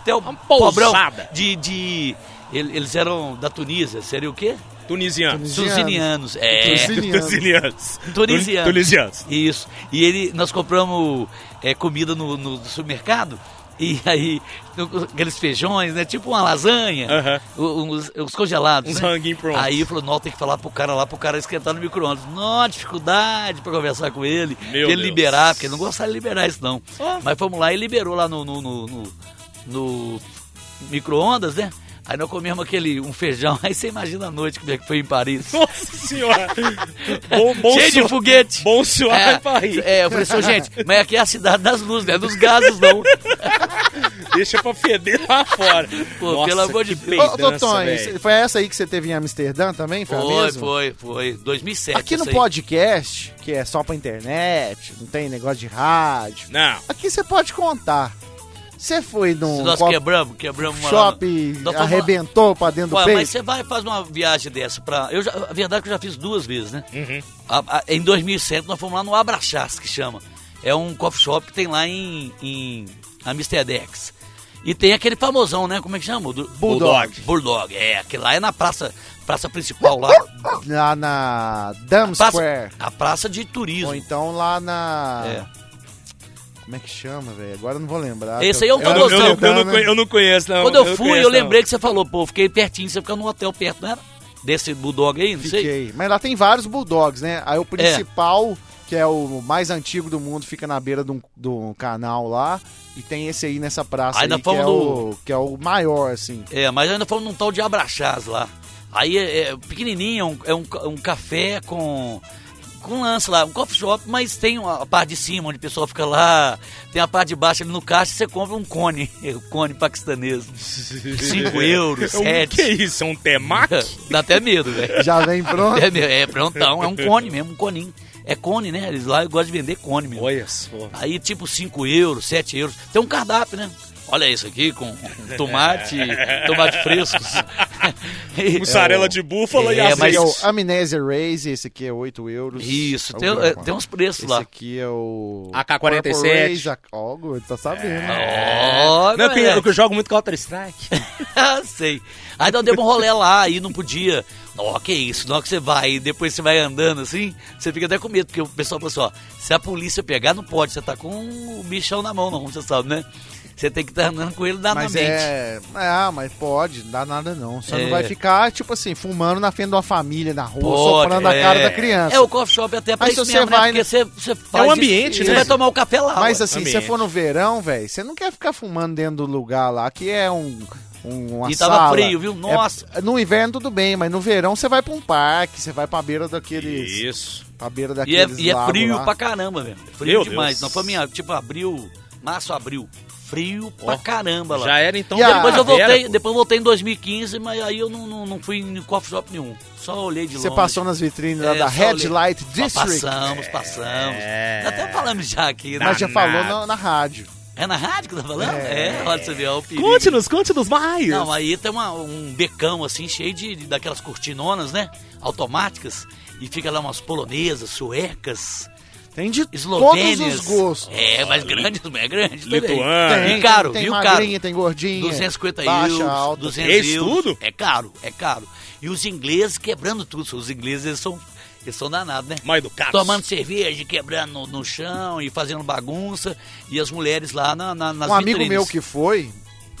Speaker 3: Hotel
Speaker 2: Uma
Speaker 3: pobrão.
Speaker 2: pousada.
Speaker 3: De. de ele- eles eram da Tunísia, seria o quê?
Speaker 2: Tunisiano.
Speaker 3: Tunisianos. É,
Speaker 4: Tunisianos.
Speaker 2: Tunisianos.
Speaker 3: Tunisianos.
Speaker 2: Tunisianos.
Speaker 3: isso. E ele, nós compramos é, comida no, no- no supermercado. E aí, no- aqueles feijões, né? Tipo uma lasanha, u- uns, uns congelados.
Speaker 2: Uns
Speaker 3: né?
Speaker 2: ranguinho pronto.
Speaker 3: Aí falou, não, tem que falar pro cara lá, pro cara esquentar no micro-ondas. Nó, dificuldade pra conversar com ele, pra
Speaker 2: Meu
Speaker 3: ele
Speaker 2: Deus.
Speaker 3: liberar, porque ele não gostava de liberar isso, não.
Speaker 2: Ah.
Speaker 3: Mas fomos lá e liberou lá no, no, no, no- no micro-ondas, né? Aí nós comemos aquele, um feijão. Aí você imagina a noite como é que foi em Paris.
Speaker 2: Nossa senhora. Bom, bom
Speaker 3: Cheio de
Speaker 2: suor-
Speaker 3: foguete.
Speaker 2: Bom suor
Speaker 3: é,
Speaker 2: em Paris.
Speaker 3: é, eu falei assim, "Ô, gente, mas aqui é a cidade das luzes, não é dos gases, não.
Speaker 2: Deixa pra feder lá fora.
Speaker 3: Pô, pelo amor de
Speaker 2: que
Speaker 4: Ô,
Speaker 3: Deus.
Speaker 4: ô,
Speaker 2: peidança,
Speaker 4: Totonho,
Speaker 2: velho.
Speaker 4: foi essa aí que você teve em Amsterdã também? Foi, a
Speaker 3: Foi,
Speaker 4: mesma?
Speaker 3: foi, foi. 2007.
Speaker 4: Aqui
Speaker 3: É,
Speaker 4: no
Speaker 3: essa aí.
Speaker 4: podcast, que é só pra internet, não tem negócio de rádio.
Speaker 2: Não.
Speaker 4: Aqui você pode contar. Você foi num
Speaker 3: Nós
Speaker 4: coffee
Speaker 3: quebramos, quebramos uma... Então,
Speaker 4: shop,
Speaker 3: Nós fomos-
Speaker 4: arrebentou pra dentro do
Speaker 3: Ué, mas
Speaker 4: peito?
Speaker 3: você vai e faz uma viagem dessa pra. Eu já, a verdade é que eu já fiz duas vezes, né?
Speaker 4: Uhum.
Speaker 3: A- a- em 2007 nós fomos lá no Abrachás, que chama. É um coffee shop que tem lá em, em Amsterdex. E tem aquele famosão, né? Como é que chama? Do-
Speaker 4: Bulldog.
Speaker 3: Bulldog, é. Aquele lá é na praça, praça principal lá.
Speaker 4: Lá na Dam
Speaker 3: Praça,
Speaker 4: Square.
Speaker 3: a praça de
Speaker 4: Ou
Speaker 3: turismo.
Speaker 4: então lá na...
Speaker 3: É.
Speaker 4: Como é que chama, velho? Agora eu não vou lembrar.
Speaker 3: Esse
Speaker 4: Eu-
Speaker 3: aí é um
Speaker 2: Eu,
Speaker 4: eu-
Speaker 2: eu- eu- eu- eu não
Speaker 4: né?
Speaker 2: conhe- eu não conheço, não.
Speaker 3: Quando eu fui,
Speaker 2: conheço,
Speaker 3: eu
Speaker 2: não.
Speaker 3: lembrei que você falou, pô, fiquei pertinho, você ficou num hotel perto, não era? Desse Bulldog aí, não sei. É.
Speaker 4: Fiquei. Mas lá tem vários Bulldogs, né? Aí o principal, que é o mais antigo do mundo, fica na beira de um, de um canal lá. E tem esse aí nessa praça
Speaker 3: Aí
Speaker 4: aí,
Speaker 3: nós
Speaker 4: que, é
Speaker 3: fomos no-
Speaker 4: o, que é o maior, assim.
Speaker 3: É, mas ainda fomos num tal de Abraxás lá. Aí é, é pequenininho, é um, é um ca- um café com, com lance lá, um coffee shop, mas tem uma- a parte de cima onde o pessoal fica lá, tem a parte de baixo ali no caixa, você compra um cone, um cone paquistanês. 5 euros,
Speaker 2: É um- Que
Speaker 3: 7.
Speaker 2: isso? É um temac?
Speaker 3: Dá até medo, velho.
Speaker 4: Já vem pronto.
Speaker 3: É, meu, é prontão, é um cone mesmo, um coninho. É cone, né? Eles lá gostam de vender cone mesmo.
Speaker 2: Olha só.
Speaker 3: Aí tipo 5 euros, 7 euros. Tem um cardápio, né? Olha isso aqui com tomate, tomate frescos.
Speaker 2: Mussarela de búfala e
Speaker 3: É,
Speaker 2: azeite.
Speaker 4: Esse
Speaker 3: mas-
Speaker 4: aqui é o Amnesia Race, esse aqui é 8 euros.
Speaker 3: Isso,
Speaker 4: É o
Speaker 3: tem,
Speaker 4: Dragon.
Speaker 3: é, tem uns preços
Speaker 4: Esse
Speaker 3: lá.
Speaker 4: aqui é o...
Speaker 2: AK-47.
Speaker 4: Purple Race, a- Ó, gordo, tá sabendo.
Speaker 3: É,
Speaker 4: é-
Speaker 3: Ó,
Speaker 2: Não, que,
Speaker 3: moleque.
Speaker 2: eu que jogo muito Counter Strike.
Speaker 3: Sei. Aí nós demos um rolê lá, aí não podia. Ó, que isso, na hora que você vai, e depois você vai andando assim, você fica até com medo, porque o pessoal falou assim, ó, se a polícia pegar, não pode, você tá com o bichão na mão, não, você sabe, né? Você tem que estar andando com ele
Speaker 4: Mas
Speaker 3: danamente.
Speaker 4: é... Ah, mas pode, não dá nada não. Você
Speaker 3: É.
Speaker 4: não vai ficar, tipo assim, fumando na frente de uma família na rua,
Speaker 3: Pode,
Speaker 4: soprando a cara
Speaker 3: é.
Speaker 4: da criança.
Speaker 3: É, o coffee shop é até pra
Speaker 4: Mas
Speaker 3: isso
Speaker 4: se
Speaker 3: mesmo,
Speaker 4: você
Speaker 3: né?
Speaker 4: vai,
Speaker 3: Porque
Speaker 4: né?
Speaker 3: você, você faz
Speaker 2: um
Speaker 3: isso-
Speaker 2: ambiente,
Speaker 3: Você
Speaker 2: né?
Speaker 3: vai tomar o café lá.
Speaker 4: Mas
Speaker 3: Ah, ué.
Speaker 4: assim, se
Speaker 2: ambiente.
Speaker 4: você for no verão, velho, você não quer ficar fumando dentro do lugar lá, que é um, um uma
Speaker 3: E tava
Speaker 4: sala.
Speaker 3: frio, viu?
Speaker 4: É-
Speaker 3: Nossa.
Speaker 4: no inverno tudo bem, mas no verão você vai pra um parque, você vai pra beira daqueles...
Speaker 2: Isso.
Speaker 4: Pra beira
Speaker 3: E é,
Speaker 4: daqueles
Speaker 3: e é
Speaker 4: lagos
Speaker 3: frio
Speaker 4: lá.
Speaker 3: pra caramba, velho. Frio
Speaker 2: Meu
Speaker 3: demais.
Speaker 2: Deus.
Speaker 3: Não foi minha, tipo, abril, março, abril. Frio pra caramba lá.
Speaker 2: Já era então.
Speaker 4: E a-
Speaker 3: Depois eu
Speaker 2: primavera,
Speaker 3: voltei,
Speaker 2: pô.
Speaker 3: depois eu voltei em 2015, mas aí eu não, não, não fui em coffee shop nenhum. Só olhei de longe.
Speaker 4: Você passou nas vitrines lá
Speaker 3: É,
Speaker 4: da
Speaker 3: só
Speaker 4: Red
Speaker 3: olhei.
Speaker 4: Light
Speaker 3: Mas
Speaker 4: District.
Speaker 3: Passamos, passamos.
Speaker 2: É.
Speaker 3: Até falamos já aqui, né?
Speaker 4: Mas já
Speaker 2: Danado.
Speaker 4: falou na, na rádio.
Speaker 3: É na rádio que tá falando? É, olha você ver, é o perigo.
Speaker 2: Conte-nos, conte-nos mais.
Speaker 3: Não, aí tem uma- um becão assim, cheio de, de- daquelas cortinonas, né? Automáticas. E fica lá umas polonesas, suecas,
Speaker 4: Tem de
Speaker 3: eslovênias.
Speaker 4: todos os gostos.
Speaker 3: É, mas grande, é grande. também.
Speaker 2: Lituânia.
Speaker 3: E caro,
Speaker 4: tem
Speaker 3: viu, caro?
Speaker 4: magrinha, tem gordinha.
Speaker 3: 250
Speaker 4: baixa,
Speaker 3: euros,
Speaker 4: alta.
Speaker 3: 200
Speaker 2: Esse
Speaker 3: euros.
Speaker 2: tudo?
Speaker 3: É caro, é caro. E os ingleses quebrando tudo. Os ingleses, eles são, eles são danados, né?
Speaker 2: Mal educados.
Speaker 3: Tomando cerveja, quebrando no, no chão e fazendo bagunça. E as mulheres lá na, na, nas
Speaker 4: Um amigo
Speaker 3: vitrines.
Speaker 4: meu que foi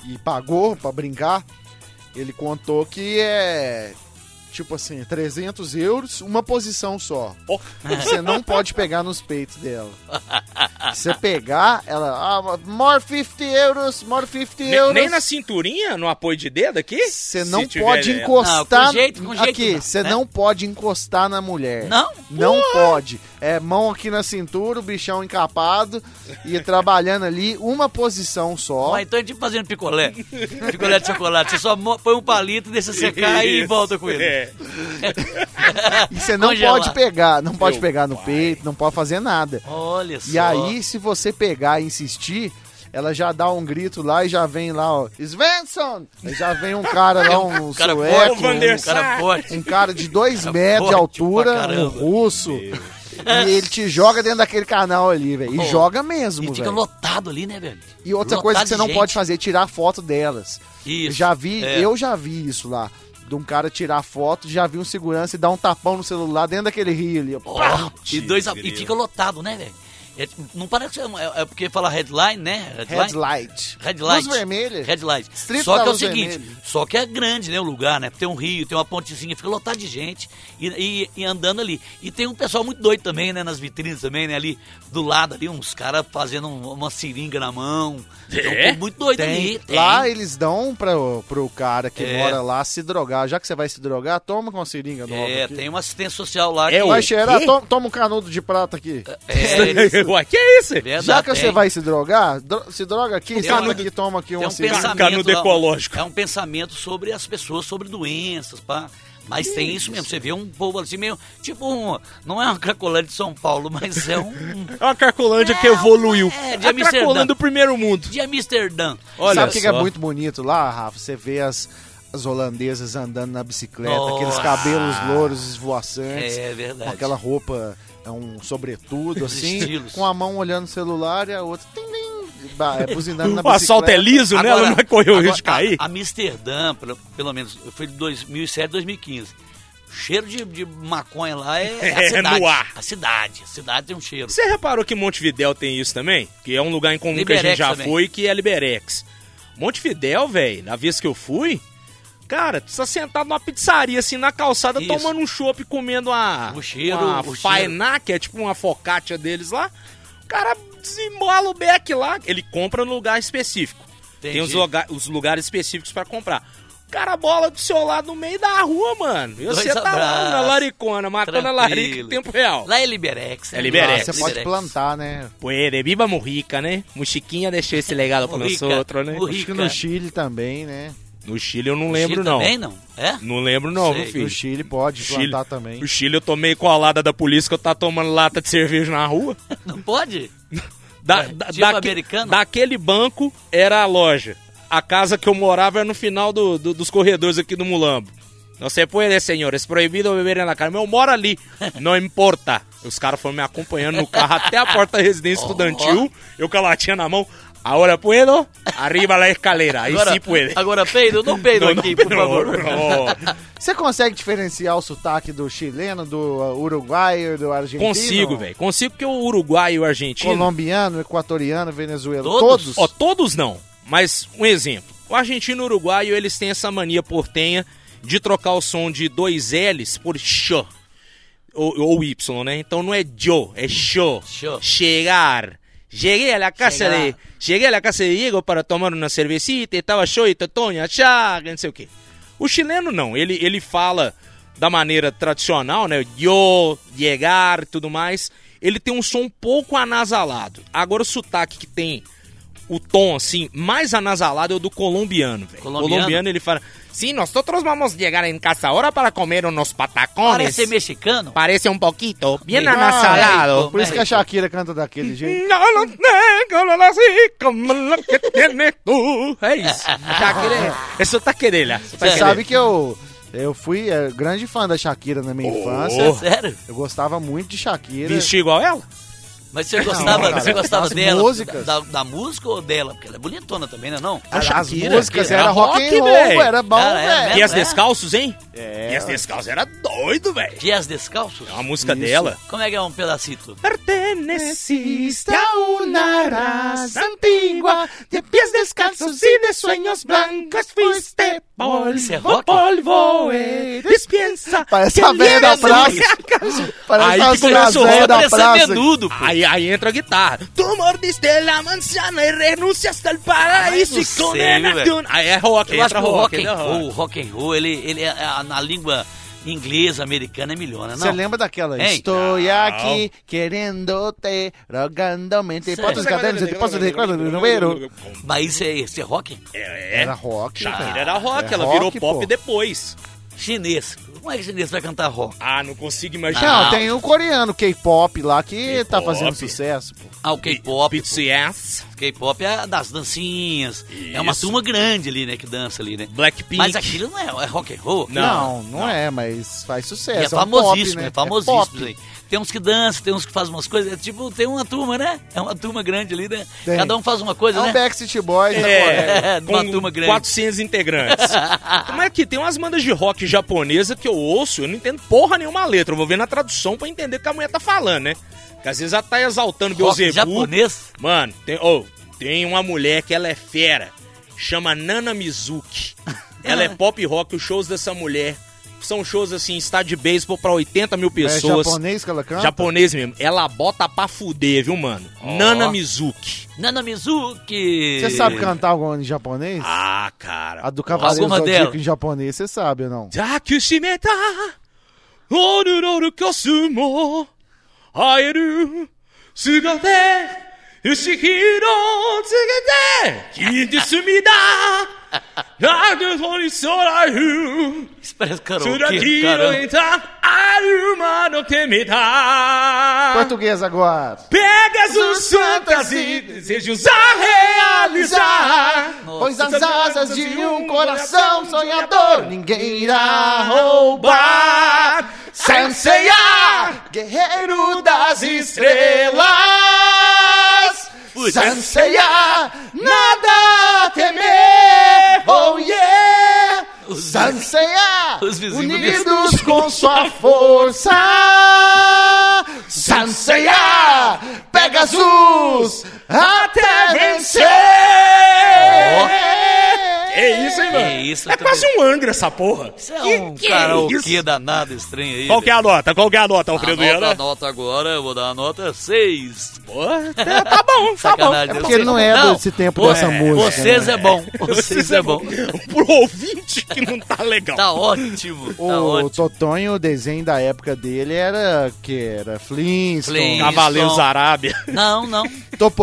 Speaker 4: e pagou pra brincar, ele contou que é tipo assim, 300 euros, uma posição só.
Speaker 2: Ó.
Speaker 4: Você não pode pegar nos peitos dela. Se você pegar, ela, ah, more 50 euros, more 50
Speaker 2: Ne-
Speaker 4: euros.
Speaker 2: Nem na cinturinha, no apoio de dedo aqui?
Speaker 4: Você
Speaker 2: Se
Speaker 4: não
Speaker 2: tiver- é.
Speaker 4: pode encostar.
Speaker 3: Não, com jeito- com jeito
Speaker 4: aqui,
Speaker 3: não,
Speaker 4: você
Speaker 3: né?
Speaker 4: não pode encostar na mulher.
Speaker 3: Não?
Speaker 4: Não pode. É mão aqui na cintura, o bichão encapado e trabalhando ali, uma posição só.
Speaker 3: Mas então é tipo fazendo picolé. picolé de chocolate. Você só mo- põe um palito, deixa secar e
Speaker 2: Isso.
Speaker 3: volta com
Speaker 2: É.
Speaker 3: ele.
Speaker 4: E você não
Speaker 3: Congelar.
Speaker 4: pode pegar, não pode
Speaker 2: Meu
Speaker 4: pegar no
Speaker 2: pai.
Speaker 4: peito, não pode fazer nada.
Speaker 3: Olha só.
Speaker 4: E aí, se você pegar e insistir, ela já dá um grito lá e já vem lá, ó, Svensson! Aí já vem um cara lá, um,
Speaker 3: O É cara
Speaker 4: sueco,
Speaker 3: forte, né?
Speaker 2: Van der
Speaker 3: o cara
Speaker 2: Sar.
Speaker 3: forte.
Speaker 4: um cara de dois
Speaker 3: Cara
Speaker 4: metros de
Speaker 3: forte pra
Speaker 4: altura, um
Speaker 3: caramba.
Speaker 4: russo. E ele te joga dentro daquele canal ali, velho. E
Speaker 3: Pô,
Speaker 4: joga
Speaker 3: E
Speaker 4: mesmo,
Speaker 3: fica
Speaker 4: velho.
Speaker 3: lotado ali, né, velho?
Speaker 4: E outra
Speaker 3: Lotado
Speaker 4: coisa que você
Speaker 3: de
Speaker 4: não
Speaker 3: gente.
Speaker 4: pode fazer é tirar foto delas.
Speaker 3: Isso.
Speaker 4: Já vi,
Speaker 3: É.
Speaker 4: eu já vi isso lá. De um cara tirar foto, já vi um segurança e dar um tapão no celular dentro daquele rio ali. ó.
Speaker 3: Ó,
Speaker 4: Pá!
Speaker 3: e, dois, a-
Speaker 2: grilo.
Speaker 3: e fica lotado, né, velho? É, não parece que chama, é, é porque fala headline, né?
Speaker 4: Red light.
Speaker 3: Red light.
Speaker 4: Luz vermelha.
Speaker 3: Red light.
Speaker 4: Distrito
Speaker 3: só
Speaker 4: da
Speaker 3: que é o
Speaker 4: Luz
Speaker 3: seguinte,
Speaker 4: Vermelha.
Speaker 3: só que é grande, né, o lugar, né? Tem um rio, tem uma pontezinha, fica lotado de gente e, e- e andando ali. E tem um pessoal muito doido também, né, nas vitrines também, né, ali do lado ali, uns caras fazendo um- uma seringa na mão. Tem um
Speaker 2: É?
Speaker 3: povo muito doido ali.
Speaker 4: Tem.
Speaker 3: Tem.
Speaker 4: Lá eles dão pra, pro cara que
Speaker 3: É.
Speaker 4: mora lá se drogar. Já que você vai se drogar, toma com uma seringa nova.
Speaker 3: é,
Speaker 4: aqui.
Speaker 3: tem uma assistência social lá.
Speaker 2: É
Speaker 3: que-
Speaker 2: o-
Speaker 4: Vai cheirar,
Speaker 2: quê?
Speaker 4: toma, toma um canudo de prata aqui.
Speaker 3: É,
Speaker 2: Ué, que é isso?
Speaker 3: verdade,
Speaker 4: Já que você
Speaker 3: tem.
Speaker 4: vai se drogar, dro- se droga aqui,
Speaker 3: Tem um-
Speaker 4: toma aqui, toma aqui
Speaker 3: É
Speaker 4: uma
Speaker 3: um
Speaker 4: seringa.
Speaker 3: pensamento.
Speaker 2: Canudo
Speaker 3: é um-
Speaker 2: ecológico.
Speaker 3: É um pensamento sobre as pessoas, sobre doenças, pá. Mas tem isso mesmo. Você vê um povo assim meio. Tipo, um, não é uma cracolândia de São Paulo, mas é um.
Speaker 2: É uma Carcolândia que evoluiu.
Speaker 3: É, de
Speaker 2: a
Speaker 3: Amsterdã.
Speaker 2: Carcolândia do primeiro mundo.
Speaker 3: de Amsterdã.
Speaker 2: Olha
Speaker 4: Sabe o que que é
Speaker 2: só.
Speaker 4: muito bonito lá, Rafa? Você vê as, as holandesas andando na bicicleta,
Speaker 3: Nossa.
Speaker 4: aqueles cabelos louros esvoaçantes,
Speaker 3: É verdade.
Speaker 4: com aquela roupa, é um sobretudo,
Speaker 3: Os
Speaker 4: assim,
Speaker 3: estilos.
Speaker 4: com a mão olhando o celular e a outra tim, tim, ba- é, buzinando na
Speaker 2: O assalto é
Speaker 4: bicicleta.
Speaker 2: liso, né? Ela não vai correr o risco de
Speaker 3: agora,
Speaker 2: cair.
Speaker 3: a- Amsterdã, pelo, pelo menos, foi de 2007, 2015. O cheiro de, de maconha lá é, é
Speaker 2: É,
Speaker 3: a cidade.
Speaker 2: no ar.
Speaker 3: A cidade. A cidade tem um cheiro.
Speaker 2: Você reparou que Montevidéu tem isso também? Que é um lugar em comum que a gente
Speaker 3: Liberex
Speaker 2: já
Speaker 3: também.
Speaker 2: foi, que é Liberex. Montevidéu, velho, na vez que eu fui, cara, tu tá sentado numa pizzaria, assim, na calçada,
Speaker 3: Isso.
Speaker 2: tomando um chopp, comendo uma...
Speaker 3: O cheiro,
Speaker 2: Uma
Speaker 3: o cheiro.
Speaker 2: fainá, que é tipo uma focaccia deles lá. O cara desembola o beck lá. Ele compra no lugar específico. Tem os,
Speaker 3: Entendi.
Speaker 2: loga- os lugares específicos pra comprar. O cara bola do seu lado no meio da rua, mano. E
Speaker 3: Dois
Speaker 2: você tá lá
Speaker 3: abraços.
Speaker 2: na laricona, matando a larica em
Speaker 3: Tranquilo.
Speaker 2: tempo real.
Speaker 3: Lá é Liberex.
Speaker 2: É Liberex.
Speaker 4: Ah, você pode plantar, né?
Speaker 2: Puede, viva Mujica, né? Mujiquinha deixou esse legado pra nós
Speaker 3: Mujica,
Speaker 2: outros, né?
Speaker 3: Mujica.
Speaker 4: Acho que no Chile também, né?
Speaker 2: No Chile eu não
Speaker 3: Chile
Speaker 2: lembro, não.
Speaker 3: Também não? É?
Speaker 2: Não lembro, não,
Speaker 3: Sei.
Speaker 2: viu, filho?
Speaker 4: No Chile pode
Speaker 2: Chile.
Speaker 4: plantar também.
Speaker 2: O Chile eu tomei colada da polícia que eu tava tomando lata de cerveja na rua.
Speaker 3: Não pode?
Speaker 2: Da,
Speaker 3: É,
Speaker 2: da-
Speaker 3: tipo
Speaker 2: daque-
Speaker 3: americano?
Speaker 2: Daquele banco era a loja. A casa que eu morava era no final do- do- dos corredores aqui do Mulambo. Não se puede, senhor. É proibido beber na casa. Eu moro ali. Não importa. Os caras foram me acompanhando no carro até a porta da residência
Speaker 3: Oh.
Speaker 2: estudantil. Eu com a latinha na mão. Agora puedo? Arriba la escalera. Aí sim puede.
Speaker 3: agora peido? Não peido
Speaker 2: Não, não,
Speaker 3: aqui, por
Speaker 2: não,
Speaker 3: favor.
Speaker 2: não.
Speaker 4: Você consegue diferenciar o sotaque do chileno, do uh, uruguaio, do argentino?
Speaker 2: Consigo, velho. Consigo porque o Uruguai e o argentino...
Speaker 4: Colombiano, equatoriano, venezuelano.
Speaker 3: Todos?
Speaker 4: Todos?
Speaker 2: Ó, todos não, mas um exemplo. O argentino e o uruguaio, eles têm essa mania portenha de trocar o som de dois L's por xô. Ou, ou Y, né? Então não é yo, é xô.
Speaker 3: Xô.
Speaker 2: Chegar. Cheguei à casa
Speaker 3: Chegar.
Speaker 2: de... Cheguei à casa de Diego para tomar uma cervecita, estava show e Totonha, chá, não sei o quê. O chileno não, ele, ele fala da maneira tradicional, né? Yo, llegar e tudo mais. Ele tem um som um pouco anasalado. Agora o sotaque que tem o tom, assim, mais anasalado é o do colombiano, velho.
Speaker 3: Colombiano?
Speaker 2: ele fala... Sim, nosotros vamos llegar en casa ahora para comer unos patacones.
Speaker 3: Parece mexicano?
Speaker 2: Parece um pouquinho bien
Speaker 3: Ah,
Speaker 2: anasalado.
Speaker 4: Por isso que a Shakira canta daquele jeito.
Speaker 2: Não, não tenho, não nasci como lo que tienes tu. É isso.
Speaker 5: Tá
Speaker 2: Taquerela. É sotaque dela.
Speaker 4: Você sabe que eu, eu fui é, grande fã da Shakira na minha infância.
Speaker 3: É sério?
Speaker 4: Eu gostava muito de Shakira.
Speaker 2: Vestir igual ela?
Speaker 3: Mas você gostava,
Speaker 4: cara,
Speaker 3: você gostava
Speaker 4: as
Speaker 3: dela?
Speaker 4: músicas.
Speaker 3: Da, da música ou dela? Porque ela é bonitona também, né? Não?
Speaker 4: A- as
Speaker 2: Shakira,
Speaker 4: músicas
Speaker 2: era
Speaker 4: era rock and
Speaker 2: rock,
Speaker 4: roll,
Speaker 2: velho. Ah, né?
Speaker 4: era bom,
Speaker 3: Cara, era
Speaker 4: velho.
Speaker 2: E as
Speaker 3: é?
Speaker 2: descalços, hein?
Speaker 4: É.
Speaker 2: E as descalços era doido, velho.
Speaker 3: Dias Descalços?
Speaker 2: É uma música
Speaker 4: Isso.
Speaker 2: dela.
Speaker 3: Como é que é um pedacito?
Speaker 2: Perteneciste
Speaker 5: a una raza antigua, de pies descalzos y de sueños blancos fuiste
Speaker 3: Isso é
Speaker 5: polvo,
Speaker 3: rock?
Speaker 5: polvo eres, piensa
Speaker 4: Parece
Speaker 5: que
Speaker 4: a velha da
Speaker 5: vienes
Speaker 4: praça.
Speaker 5: de casa.
Speaker 2: Aí
Speaker 4: Parece
Speaker 2: que começa o
Speaker 4: as velhas
Speaker 2: rock,
Speaker 4: da
Speaker 3: Parece
Speaker 4: praça.
Speaker 3: é menudo, pô.
Speaker 2: Aí, aí entra a guitarra. Tu mordiste la manzana e renunciaste al paraíso
Speaker 3: Ai,
Speaker 2: e
Speaker 3: não
Speaker 2: condenaste
Speaker 3: sei,
Speaker 2: un- Aí é rock,
Speaker 3: Eu acho
Speaker 2: entra
Speaker 3: que o
Speaker 2: rock. né?
Speaker 3: rock and
Speaker 2: entra rock.
Speaker 3: roll, o rock and roll, ele, ele é, é- na língua inglesa, americana, é milhona, não?
Speaker 4: Você lembra daquela?
Speaker 3: Hein?
Speaker 4: Estou aqui querendo te, rogando mente.
Speaker 3: Sim.
Speaker 4: Podes cadernos, te posso recordar o número.
Speaker 3: Mas isso é, isso é rock
Speaker 2: É,
Speaker 4: Era rock,
Speaker 2: Shakira
Speaker 4: velho.
Speaker 2: era rock,
Speaker 4: É
Speaker 2: ela
Speaker 4: rock,
Speaker 2: virou pop
Speaker 4: pô.
Speaker 2: depois.
Speaker 3: chinês. Como é que chinês vai cantar rock?
Speaker 2: Ah, não consigo
Speaker 4: Não,
Speaker 2: imaginar.
Speaker 4: tem o coreano K-pop lá que tá
Speaker 2: Ah. K-pop.
Speaker 4: fazendo sucesso, pô.
Speaker 3: Ah, o K-pop. pô.
Speaker 2: BTS,
Speaker 3: K-pop é das dancinhas. É uma
Speaker 2: Isso.
Speaker 3: turma grande ali, né, que dança ali, né?
Speaker 2: Blackpink.
Speaker 3: Mas aquilo não é, é rock and roll.
Speaker 2: Não,
Speaker 4: Não, não,
Speaker 2: não.
Speaker 4: é, mas faz
Speaker 3: E
Speaker 4: sucesso.
Speaker 3: é
Speaker 4: um pop,
Speaker 3: famosíssimo,
Speaker 4: né?
Speaker 3: é famosíssimo.
Speaker 4: pop.
Speaker 3: isso aí. Tem uns que dançam, tem uns que fazem umas coisas. É tipo, tem uma turma, né? É uma turma grande ali, né?
Speaker 4: Tem.
Speaker 3: Cada um faz uma coisa,
Speaker 4: É um
Speaker 3: né?
Speaker 4: Backstreet Boys da Coreia.
Speaker 3: É,
Speaker 2: É,
Speaker 3: numa
Speaker 2: com
Speaker 3: turma grande.
Speaker 2: 400 integrantes. Como é que tem umas bandas de rock japonesa que eu ouço, eu não entendo porra nenhuma letra. Eu vou ver na tradução pra entender o que a mulher tá falando, né? Porque às vezes ela tá exaltando
Speaker 3: Rock
Speaker 2: Beuzebu.
Speaker 3: japonês?
Speaker 2: Mano, tem, oh, tem uma mulher que ela é fera, chama Nana Mizuki. Ela é pop rock, os shows dessa mulher são shows assim, estádio de beisebol pra 80 mil
Speaker 4: É
Speaker 2: pessoas.
Speaker 4: japonês que ela canta?
Speaker 2: Japonês mesmo. Ela bota pra fuder, viu, mano? Nana Mizuki.
Speaker 3: Nanamizuki!
Speaker 4: Você sabe cantar alguma em japonês?
Speaker 2: Ah, cara.
Speaker 4: A do Cavaleiro
Speaker 3: Alguma
Speaker 4: Zodíaco
Speaker 3: dela.
Speaker 4: em japonês, você sabe ou não?
Speaker 2: Dakushimeta, orururu kosumo, aeru, sugade, yoshihiro, sugade, kidesumida, nagusori soraru,
Speaker 3: Isso parece karaokê,
Speaker 2: surakiro
Speaker 3: caramba.
Speaker 2: eta, aruma no
Speaker 3: Ah.
Speaker 2: temeta.
Speaker 4: Português agora.
Speaker 2: Pegas os santas e desejos a realizar.
Speaker 4: Pois as asas de um coração sonhador ninguém irá roubar. Sanseia, guerreiro das estrelas.
Speaker 3: Putz.
Speaker 4: Sanseia, nada a temer. Oh yeah.
Speaker 3: Os-
Speaker 4: Sanseia,
Speaker 3: Os vizinhos
Speaker 4: unidos com sua força. Sanseia, Pegasus, até vencer.
Speaker 2: É isso, hein, mano?
Speaker 3: É isso, eu
Speaker 2: é
Speaker 3: também.
Speaker 2: quase um Angra essa porra.
Speaker 3: Isso é um karaokê danado estranho aí.
Speaker 2: Qual que é a nota? Qual que é a nota, Alfredo
Speaker 3: Anota
Speaker 2: Viana?
Speaker 3: a nota agora, eu vou dar a nota 6.
Speaker 2: Porra, Tá, tá bom, tá bom.
Speaker 3: Sacanagem. né?
Speaker 4: porque ele não é desse tempo dessa música,
Speaker 3: Vocês
Speaker 4: né?
Speaker 3: é bom, vocês é bom.
Speaker 2: Pro ouvinte que não tá legal.
Speaker 3: Tá ótimo, tá
Speaker 4: O
Speaker 3: ótimo.
Speaker 4: Totonho, o desenho da época dele era que era Flintstone,
Speaker 3: Flintstone.
Speaker 2: Cavaleiros
Speaker 3: Isso.
Speaker 2: Tá Arábia.
Speaker 3: Não, não.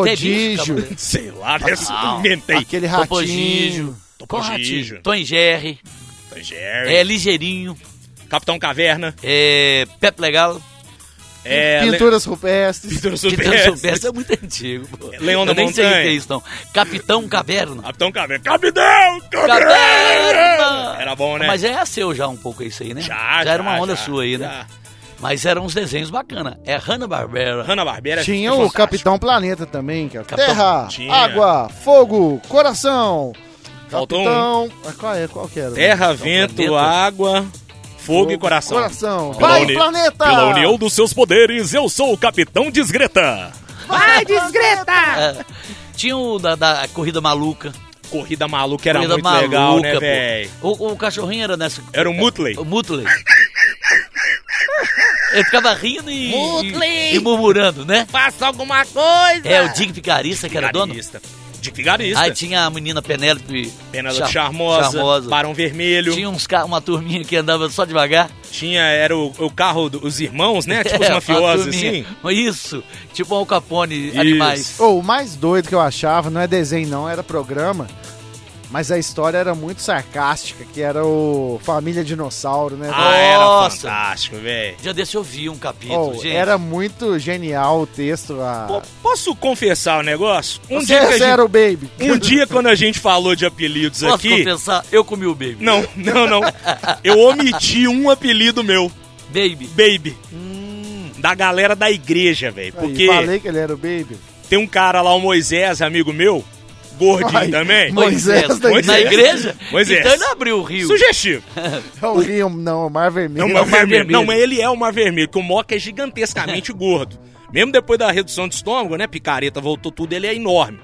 Speaker 4: Topodígio,
Speaker 3: Teve isso,
Speaker 2: Sei lá, né? Isso
Speaker 3: Ah,
Speaker 2: eu inventei.
Speaker 4: aquele
Speaker 3: Topogígio.
Speaker 4: ratinho.
Speaker 3: Com
Speaker 2: Topogígio.
Speaker 3: ratinho. Tom e Jerry.
Speaker 2: Jerry.
Speaker 3: É ligeirinho.
Speaker 2: Capitão Caverna.
Speaker 3: É Pepe Legal.
Speaker 2: É, Le-
Speaker 4: Pinturas rupestres.
Speaker 2: Pintura
Speaker 3: Que
Speaker 2: Super
Speaker 3: Deus
Speaker 2: S.
Speaker 3: soubesse é muito antigo, pô.
Speaker 2: Leão da
Speaker 3: Eu nem sei o que
Speaker 2: Montanha.
Speaker 3: é isso, não. Capitão Caverna.
Speaker 2: Capitão Caverna. Capitão Caverna!
Speaker 3: Caverna!
Speaker 2: Era bom, né?
Speaker 3: Mas é seu já um pouco isso aí, né?
Speaker 2: Já,
Speaker 3: era uma
Speaker 2: já,
Speaker 3: onda
Speaker 2: já,
Speaker 3: sua aí, né?
Speaker 2: já.
Speaker 3: Mas eram uns desenhos bacanas. É Hanna-Barbera.
Speaker 2: Hanna-Barbera.
Speaker 4: Tinha
Speaker 2: é
Speaker 4: o
Speaker 2: fantástico.
Speaker 4: Capitão Planeta também, que era
Speaker 3: Capitão-
Speaker 4: Terra,
Speaker 2: Tinha.
Speaker 4: Água, Fogo, Coração.
Speaker 2: Faltou um.
Speaker 4: Capitão. Ah, Qual, é, qual que era?
Speaker 2: Terra, vento,
Speaker 3: planeta.
Speaker 2: água, fogo, e coração.
Speaker 4: Coração.
Speaker 2: Pela
Speaker 4: Vai,
Speaker 2: uni-
Speaker 4: planeta!
Speaker 2: Pela união dos seus poderes, eu sou o Capitão Desgreta.
Speaker 5: Vai,
Speaker 2: Ah!
Speaker 5: desgreta!
Speaker 3: É. Tinha o da, da Corrida Maluca.
Speaker 2: Corrida maluca era
Speaker 3: Corrida
Speaker 2: muito
Speaker 3: Maluca,
Speaker 2: legal, né,
Speaker 3: pô.
Speaker 2: velho?
Speaker 3: O, o cachorrinho era nessa...
Speaker 2: Era o Mutley.
Speaker 3: O Mutley. Ele ficava rindo e,
Speaker 2: Mutley!
Speaker 3: e, e murmurando, né?
Speaker 2: Faça alguma coisa!
Speaker 3: É, o Dick Picarista, que era dono.
Speaker 2: Vigarista. De vigarista.
Speaker 3: Aí tinha a menina Penélope.
Speaker 2: Penélope
Speaker 3: Char-
Speaker 2: Charmosa, Barão Vermelho. Tinha,
Speaker 3: Tinha uns ca- uma turminha que andava só devagar.
Speaker 2: era o, o carro dos irmãos, né? Tipo os
Speaker 3: É, uma
Speaker 2: mafiosos, assim.
Speaker 3: turminha. Isso, tipo um Al Capone, animais.
Speaker 4: Ô, o mais doido que eu achava, não é desenho não, era programa. Mas a história era muito sarcástica, que era o Família Dinossauro, né?
Speaker 2: Ah, era
Speaker 3: Nossa.
Speaker 2: fantástico, velho.
Speaker 3: Já desse eu vi um capítulo,
Speaker 4: Oh,
Speaker 3: gente.
Speaker 4: era muito genial o texto. A...
Speaker 2: Pô, Posso confessar o negócio? Um
Speaker 4: Você
Speaker 3: é
Speaker 2: dia, que a
Speaker 4: era o baby.
Speaker 2: gente- um dia quando a gente falou de apelidos
Speaker 3: Posso
Speaker 2: aqui...
Speaker 3: compensar? Eu comi o Baby.
Speaker 2: Não, não, não. Eu omiti um apelido meu,
Speaker 3: Baby.
Speaker 2: Baby.
Speaker 3: Hum.
Speaker 2: Da galera da igreja, velho.
Speaker 4: Aí,
Speaker 2: Porque
Speaker 4: Falei que ele era o baby.
Speaker 2: tem um cara lá, o Moisés, amigo meu, gordinho
Speaker 4: Ai,
Speaker 2: também.
Speaker 4: Mo- Moisés tá da
Speaker 3: Na
Speaker 2: igreja.
Speaker 3: igreja?
Speaker 2: Moisés.
Speaker 3: Então ele abriu o rio.
Speaker 2: Sugestivo.
Speaker 4: É o Rio, não, o Mar
Speaker 2: Não,
Speaker 4: Vermelho.
Speaker 2: mas,
Speaker 3: Mar
Speaker 2: vermelho.
Speaker 3: Vermelho.
Speaker 2: Não, mas ele é o mar vermelho, que o Moca é gigantescamente gordo. Mesmo depois da redução de estômago, né? Picareta voltou tudo, ele é enorme.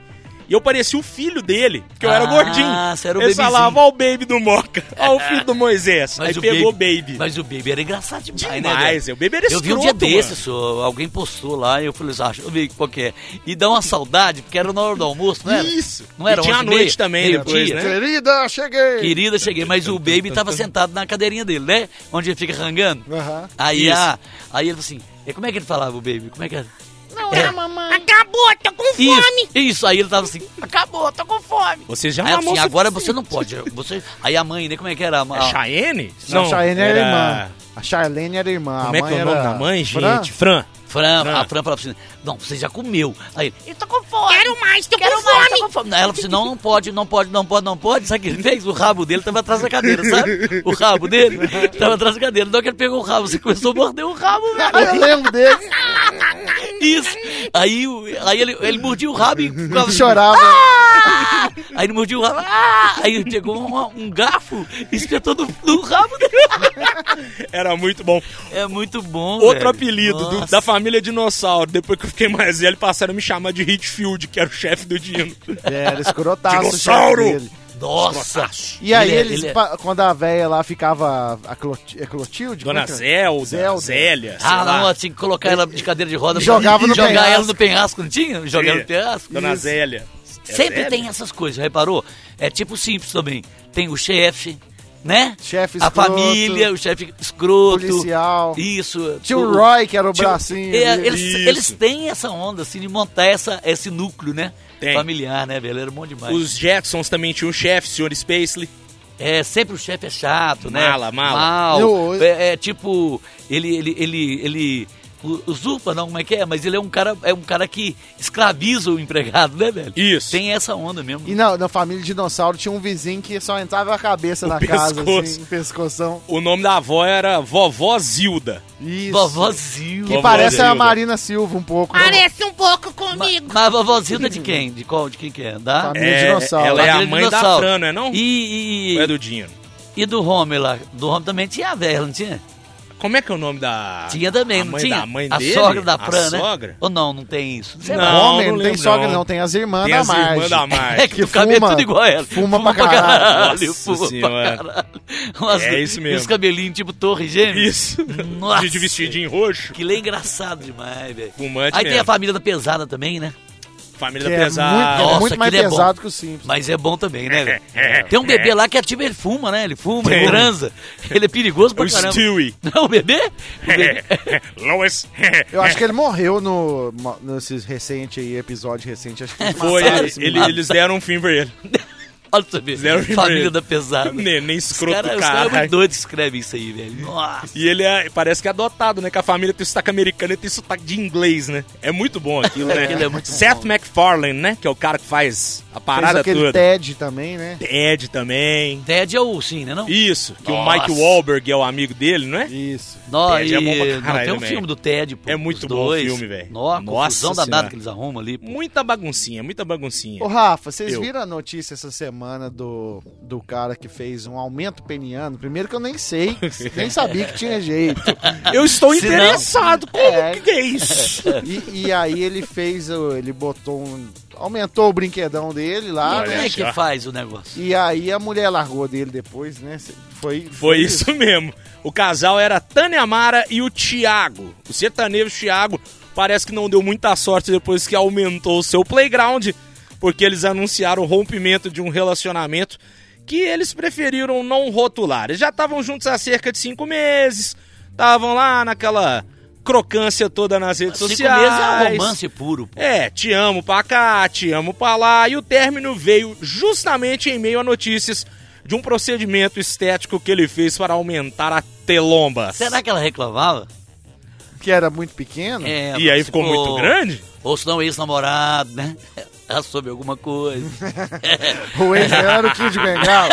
Speaker 2: E eu parecia o filho dele, porque eu era
Speaker 3: Ah,
Speaker 2: gordinho.
Speaker 3: você era o
Speaker 2: Ele
Speaker 3: bebezinho.
Speaker 2: falava, ó o baby do Moca, ó o filho do Moisés.
Speaker 3: Mas
Speaker 2: Aí
Speaker 3: o
Speaker 2: pegou o baby.
Speaker 3: Mas o Baby era engraçado demais, né?
Speaker 2: Demais,
Speaker 3: velho?
Speaker 2: o Baby era
Speaker 3: Eu vi um dia
Speaker 2: escroto,
Speaker 3: desses,
Speaker 2: mano.
Speaker 3: só, alguém postou lá e eu falei assim, ah, deixa eu ver qual que é. E dá uma saudade, porque era na hora do almoço, não era?
Speaker 2: Isso.
Speaker 3: Não era
Speaker 2: E tinha
Speaker 3: 11
Speaker 2: à
Speaker 3: e meia?
Speaker 2: noite também depois,
Speaker 3: Meio-dia?
Speaker 2: né?
Speaker 4: Querida, cheguei!
Speaker 3: Querida, cheguei, mas o Baby tava sentado na cadeirinha dele, né? Onde ele fica rangando.
Speaker 4: Aham.
Speaker 3: Aí,
Speaker 2: Isso.
Speaker 3: a, aí ele falou assim, e como é que ele falava o Baby? Como é que era?
Speaker 5: Não
Speaker 3: É.
Speaker 5: é, mamãe. Acabou, tô com
Speaker 3: Isso, isso, aí ele tava assim,
Speaker 5: Acabou, tô com fome.
Speaker 2: Você já
Speaker 3: Aí ela
Speaker 2: mamou
Speaker 3: assim, agora você
Speaker 2: suficiente.
Speaker 3: não pode. Você... Aí a mãe, né? Como é que era? A,
Speaker 2: É Cheyenne?
Speaker 4: Não, a Chayenne
Speaker 3: é
Speaker 4: era, irmã. A Charlene era irmã.
Speaker 2: Como
Speaker 4: a
Speaker 2: é
Speaker 4: mãe
Speaker 2: que é o nome
Speaker 4: era...
Speaker 2: da mãe,
Speaker 4: Fran?
Speaker 2: gente? Fran.
Speaker 3: Fran,
Speaker 2: Fran.
Speaker 3: A Fran falava assim: Não, você já comeu. Aí ele,
Speaker 5: Eu tô com fome. Quero mais, tô
Speaker 3: Quero
Speaker 5: com
Speaker 3: mais,
Speaker 5: fome.
Speaker 3: tô com fome. Ela falou assim: Não, não pode, não pode, não pode, não pode. Sabe o que ele fez? O rabo dele tava atrás da cadeira, sabe? O rabo dele tava atrás da cadeira. Então que ele pegou o rabo, você começou a morder o rabo, velho.
Speaker 4: Ah, Eu lembro dele.
Speaker 3: Isso. Aí, o- aí ele, ele mordia o rabo e ficava. assim, "Ah!"
Speaker 4: Chorava.
Speaker 3: Aí ele mordiu o rabo. Ah! Aí chegou uma- um garfo e espetou no, no rabo dele.
Speaker 2: Era muito bom.
Speaker 3: É muito bom.
Speaker 2: Outro
Speaker 3: velho.
Speaker 2: apelido do-
Speaker 3: Nossa.
Speaker 2: da família Dinossauro, depois que eu fiquei mais velho, passaram a me chamar de Hitfield, que era o chefe do Dino.
Speaker 4: É, era escrotaço. o chefe
Speaker 2: Dinossauro!
Speaker 4: dele.
Speaker 3: Nossa!
Speaker 4: E aí,
Speaker 3: Ele é-
Speaker 4: eles,
Speaker 3: ele é-
Speaker 4: pa- quando a véia lá ficava. A Cloti- é Clotilde?
Speaker 2: Dona
Speaker 4: Como é que
Speaker 2: Zelda,
Speaker 4: Zelda.
Speaker 2: Zélia, sei
Speaker 3: Ah,
Speaker 2: lá.
Speaker 3: não, assim, colocar ela de cadeira de roda
Speaker 4: Jogava no
Speaker 3: jogar
Speaker 4: penhasco.
Speaker 3: ela no penhasco, não tinha? Jogar
Speaker 2: Sim.
Speaker 3: no penhasco.
Speaker 2: É. Dona
Speaker 3: Isso.
Speaker 2: Zélia. É
Speaker 3: Sempre
Speaker 2: Zélia?
Speaker 3: tem essas coisas, já reparou? É tipo simples também. Tem o chefe, né?
Speaker 4: Chefe
Speaker 3: A
Speaker 4: escroto.
Speaker 3: família, o chefe escroto.
Speaker 4: Policial.
Speaker 3: Isso.
Speaker 4: Tio
Speaker 3: O-
Speaker 4: Roy, que era o
Speaker 3: Tio-
Speaker 4: bracinho.
Speaker 3: É,
Speaker 4: dele.
Speaker 3: eles,
Speaker 2: Isso.
Speaker 3: eles têm essa onda, assim, de montar essa, esse núcleo, né?
Speaker 2: Tem.
Speaker 3: Familiar, né, velho? Era bom demais.
Speaker 2: Os Jetsons também tinham um chefe, Sr. Spacely.
Speaker 3: É, sempre o chefe é chato, né?
Speaker 2: Mala, mala.
Speaker 3: Mal.
Speaker 4: Eu-
Speaker 3: É, é tipo, ele, ele, ele, ele u- usurpa, não, como é que é? Mas ele é um cara, é um cara que escraviza o empregado, né, velho?
Speaker 2: Isso.
Speaker 3: Tem essa onda mesmo.
Speaker 4: E na, na família de dinossauro tinha um vizinho que só entrava a cabeça
Speaker 2: O
Speaker 4: na casa,
Speaker 2: pescoço.
Speaker 4: assim, pescoção.
Speaker 2: O nome da avó era Vovó Zilda.
Speaker 4: Isso.
Speaker 3: Vovozinho.
Speaker 4: Que
Speaker 2: Vovó
Speaker 4: parece a
Speaker 2: Zilda.
Speaker 4: Marina Silva um pouco. né?
Speaker 5: Parece um pouco
Speaker 3: Ma-
Speaker 5: comigo.
Speaker 3: Mas a vovozinha é de quem? De qual? De quem que é? Da?
Speaker 4: Família dinossauro.
Speaker 2: Ela é a
Speaker 3: Família
Speaker 2: mãe da
Speaker 3: dinossauro.
Speaker 2: Fran, não é não?
Speaker 3: E,
Speaker 2: Ou
Speaker 3: e,
Speaker 2: é do Dino?
Speaker 3: e do Homer lá? Do Homer também tinha a velha, não tinha?
Speaker 2: Como é que é o nome da...
Speaker 3: Tinha também,
Speaker 2: a
Speaker 3: não
Speaker 2: mãe
Speaker 3: tinha?
Speaker 2: Da mãe
Speaker 3: a
Speaker 2: dele?
Speaker 3: sogra da Fran,
Speaker 2: a
Speaker 3: né?
Speaker 2: sogra?
Speaker 3: Ou não, não tem isso? Sei
Speaker 2: Não,
Speaker 3: lá.
Speaker 4: Homem,
Speaker 2: não
Speaker 4: não, tem
Speaker 2: lembro,
Speaker 4: sogra,
Speaker 2: não.
Speaker 4: não. Tem as irmãs
Speaker 2: Tem
Speaker 4: da
Speaker 2: as irmãs
Speaker 4: Marge.
Speaker 2: da
Speaker 3: É
Speaker 2: Marge.
Speaker 3: que,
Speaker 4: que
Speaker 3: o cabelo é
Speaker 4: fuma-
Speaker 3: tudo igual a ela.
Speaker 4: fuma pra caralho.
Speaker 2: Nossa
Speaker 3: fuma
Speaker 2: senhora.
Speaker 3: pra caralho. Umas-
Speaker 2: É isso mesmo.
Speaker 3: e Os cabelinhos tipo torre gêmea.
Speaker 2: Isso.
Speaker 3: Nossa.
Speaker 2: De, de vestidinho roxo.
Speaker 3: Que lê engraçado demais, velho.
Speaker 2: Fumante
Speaker 3: Aí tem
Speaker 2: mesmo.
Speaker 3: a família da pesada também, né?
Speaker 2: Família
Speaker 4: Que
Speaker 2: da
Speaker 4: é
Speaker 2: pesada.
Speaker 4: muito, é
Speaker 3: Nossa,
Speaker 4: muito mais
Speaker 3: aquilo é bom.
Speaker 4: pesado que o Simpsons.
Speaker 3: Mas é bom também, né, velho? Tem um bebê lá que é tipo, ele fuma, né? Ele fuma, ele
Speaker 2: Tem.
Speaker 3: transa. Ele é perigoso pra
Speaker 2: O É.
Speaker 3: caramba.
Speaker 2: Stewie.
Speaker 3: Não, o bebê? O bebê.
Speaker 2: Lois.
Speaker 4: Eu
Speaker 2: É.
Speaker 4: acho que ele morreu no, mo- nesses recente aí, episódio recente. Acho que eles
Speaker 2: Foi,
Speaker 4: mataram
Speaker 2: ele-
Speaker 4: esse
Speaker 2: ele-
Speaker 4: menino.
Speaker 2: eles deram um fim pra ele.
Speaker 3: Olha pra você ver.
Speaker 2: Zero vermelho.
Speaker 3: Família da pesada.
Speaker 2: Neném
Speaker 3: Os
Speaker 2: escroto,
Speaker 3: caras
Speaker 2: cara,
Speaker 3: cara é
Speaker 2: caralho.
Speaker 3: muito doidos que escrevem isso aí, velho. Nossa.
Speaker 2: E ele é- parece que é adotado, né? Que a família tem sotaque americano e tem sotaque de inglês, né? É muito bom aquilo, né?
Speaker 3: Aquilo é muito
Speaker 2: Seth
Speaker 3: bom.
Speaker 2: McFarlane, né? Que é o cara que faz a
Speaker 4: Fez
Speaker 2: parada
Speaker 4: aquele
Speaker 2: toda.
Speaker 4: Ted também, né?
Speaker 2: Ted também.
Speaker 3: Ted é o sim, né? Não?
Speaker 2: Isso, que o
Speaker 3: Nossa.
Speaker 2: Mike Wahlberg é o amigo dele, não é?
Speaker 4: Isso.
Speaker 3: Nó,
Speaker 2: Ted é bom pra
Speaker 3: e- não,
Speaker 2: caralho
Speaker 3: tem um
Speaker 2: também.
Speaker 3: filme do Ted, pô.
Speaker 2: É muito
Speaker 3: os
Speaker 2: bom o
Speaker 3: dois.
Speaker 2: filme, velho.
Speaker 3: Nó,
Speaker 2: Nossa
Speaker 3: confusão danada
Speaker 2: Senhora.
Speaker 3: que eles arrumam ali, pô.
Speaker 2: Muita baguncinha, muita baguncinha.
Speaker 4: Ô, Rafa, vocês
Speaker 2: Eu.
Speaker 4: viram a notícia essa semana do, do cara que fez um aumento peniano? Primeiro que eu nem sei, nem sabia que tinha jeito.
Speaker 2: Eu estou
Speaker 3: Se não-
Speaker 2: interessado. Como
Speaker 4: É.
Speaker 2: que é isso?
Speaker 4: E, e aí ele fez, o- ele botou um. Aumentou o brinquedão dele lá.
Speaker 2: Olha
Speaker 4: né?
Speaker 3: Como é
Speaker 2: só.
Speaker 3: que faz o negócio?
Speaker 4: E aí a mulher largou dele depois, né? Foi,
Speaker 2: Foi isso mesmo. O casal era a Tânia Mara e o Thiago. O sertanejo Thiago parece que não deu muita sorte depois que aumentou o seu playground, porque eles anunciaram o rompimento de um relacionamento que eles preferiram não rotular. Eles já estavam juntos há cerca de cinco meses, estavam lá naquela crocância toda nas redes
Speaker 3: Cinco meses
Speaker 2: sociais.
Speaker 3: é um romance puro, pô.
Speaker 2: É, te amo pra cá, te amo pra lá. E o término veio justamente em meio a notícias de um procedimento estético que ele fez para aumentar a telomba.
Speaker 3: Será que ela reclamava?
Speaker 4: Que era muito pequeno.
Speaker 3: É,
Speaker 2: Hum. E aí
Speaker 3: se
Speaker 2: ficou
Speaker 3: for-
Speaker 2: muito grande?
Speaker 3: Ou se não, ex-namorado, né? Ela soube alguma coisa.
Speaker 4: O ex era o Kid Bengala.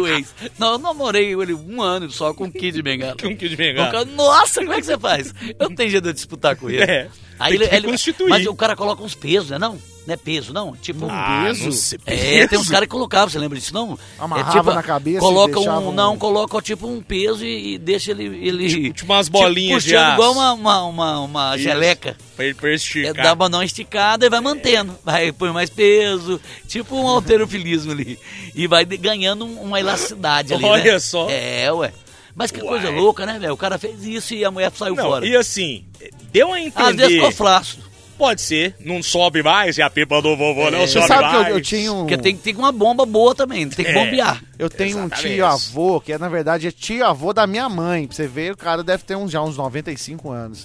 Speaker 3: o ex. Não, eu namorei ele um ano só com o Kid Bengala.
Speaker 2: Com um que de
Speaker 3: O cara, Nossa, como é que você faz? Eu não tenho jeito de eu disputar com ele.
Speaker 2: É, tem que reconstituir.
Speaker 3: Mas o cara coloca uns pesos, né? Não? Não é peso, não? Tipo,
Speaker 2: Ah,
Speaker 4: peso?
Speaker 2: não sei,
Speaker 3: É,
Speaker 2: peso?
Speaker 3: tem uns caras que colocavam, você lembra disso, não?
Speaker 4: Amarrava
Speaker 3: é, tipo,
Speaker 4: na cabeça e
Speaker 3: Coloca
Speaker 4: deixava
Speaker 3: um,
Speaker 4: um-
Speaker 3: Não, coloca tipo um peso e, e deixa ele... ele
Speaker 2: Tipo- tipo umas bolinhas de
Speaker 3: puxando
Speaker 2: aço.
Speaker 3: igual uma, uma, uma, uma
Speaker 2: Isso.
Speaker 3: geleca.
Speaker 2: Pra ele pra ele
Speaker 3: É,
Speaker 2: esticar.
Speaker 3: dá pra dar uma esticada e vai mantendo. Vai, põe mais peso. Tipo um alterofilismo ali. E vai de- ganhando um- uma elasticidade ali, né?
Speaker 2: Olha só.
Speaker 3: É, ué. Mas que
Speaker 2: Uai.
Speaker 3: coisa louca, né, velho? O cara fez isso e a mulher saiu
Speaker 2: Não,
Speaker 3: fora.
Speaker 2: e assim, deu a entender.
Speaker 3: Às vezes ficou flácido.
Speaker 2: Pode ser, não sobe mais, e a pipa do vovô não
Speaker 3: É.
Speaker 2: sobe
Speaker 4: Você sabe
Speaker 2: mais.
Speaker 4: que eu, eu tinha um.
Speaker 3: Porque tem que ter uma bomba boa também. Tem que
Speaker 2: É.
Speaker 3: bombear.
Speaker 4: Eu tenho um
Speaker 2: Exatamente.
Speaker 4: tio-avô, que é, na verdade é tio-avô da minha mãe. Pra você ver, o cara deve ter uns, já uns 95 anos.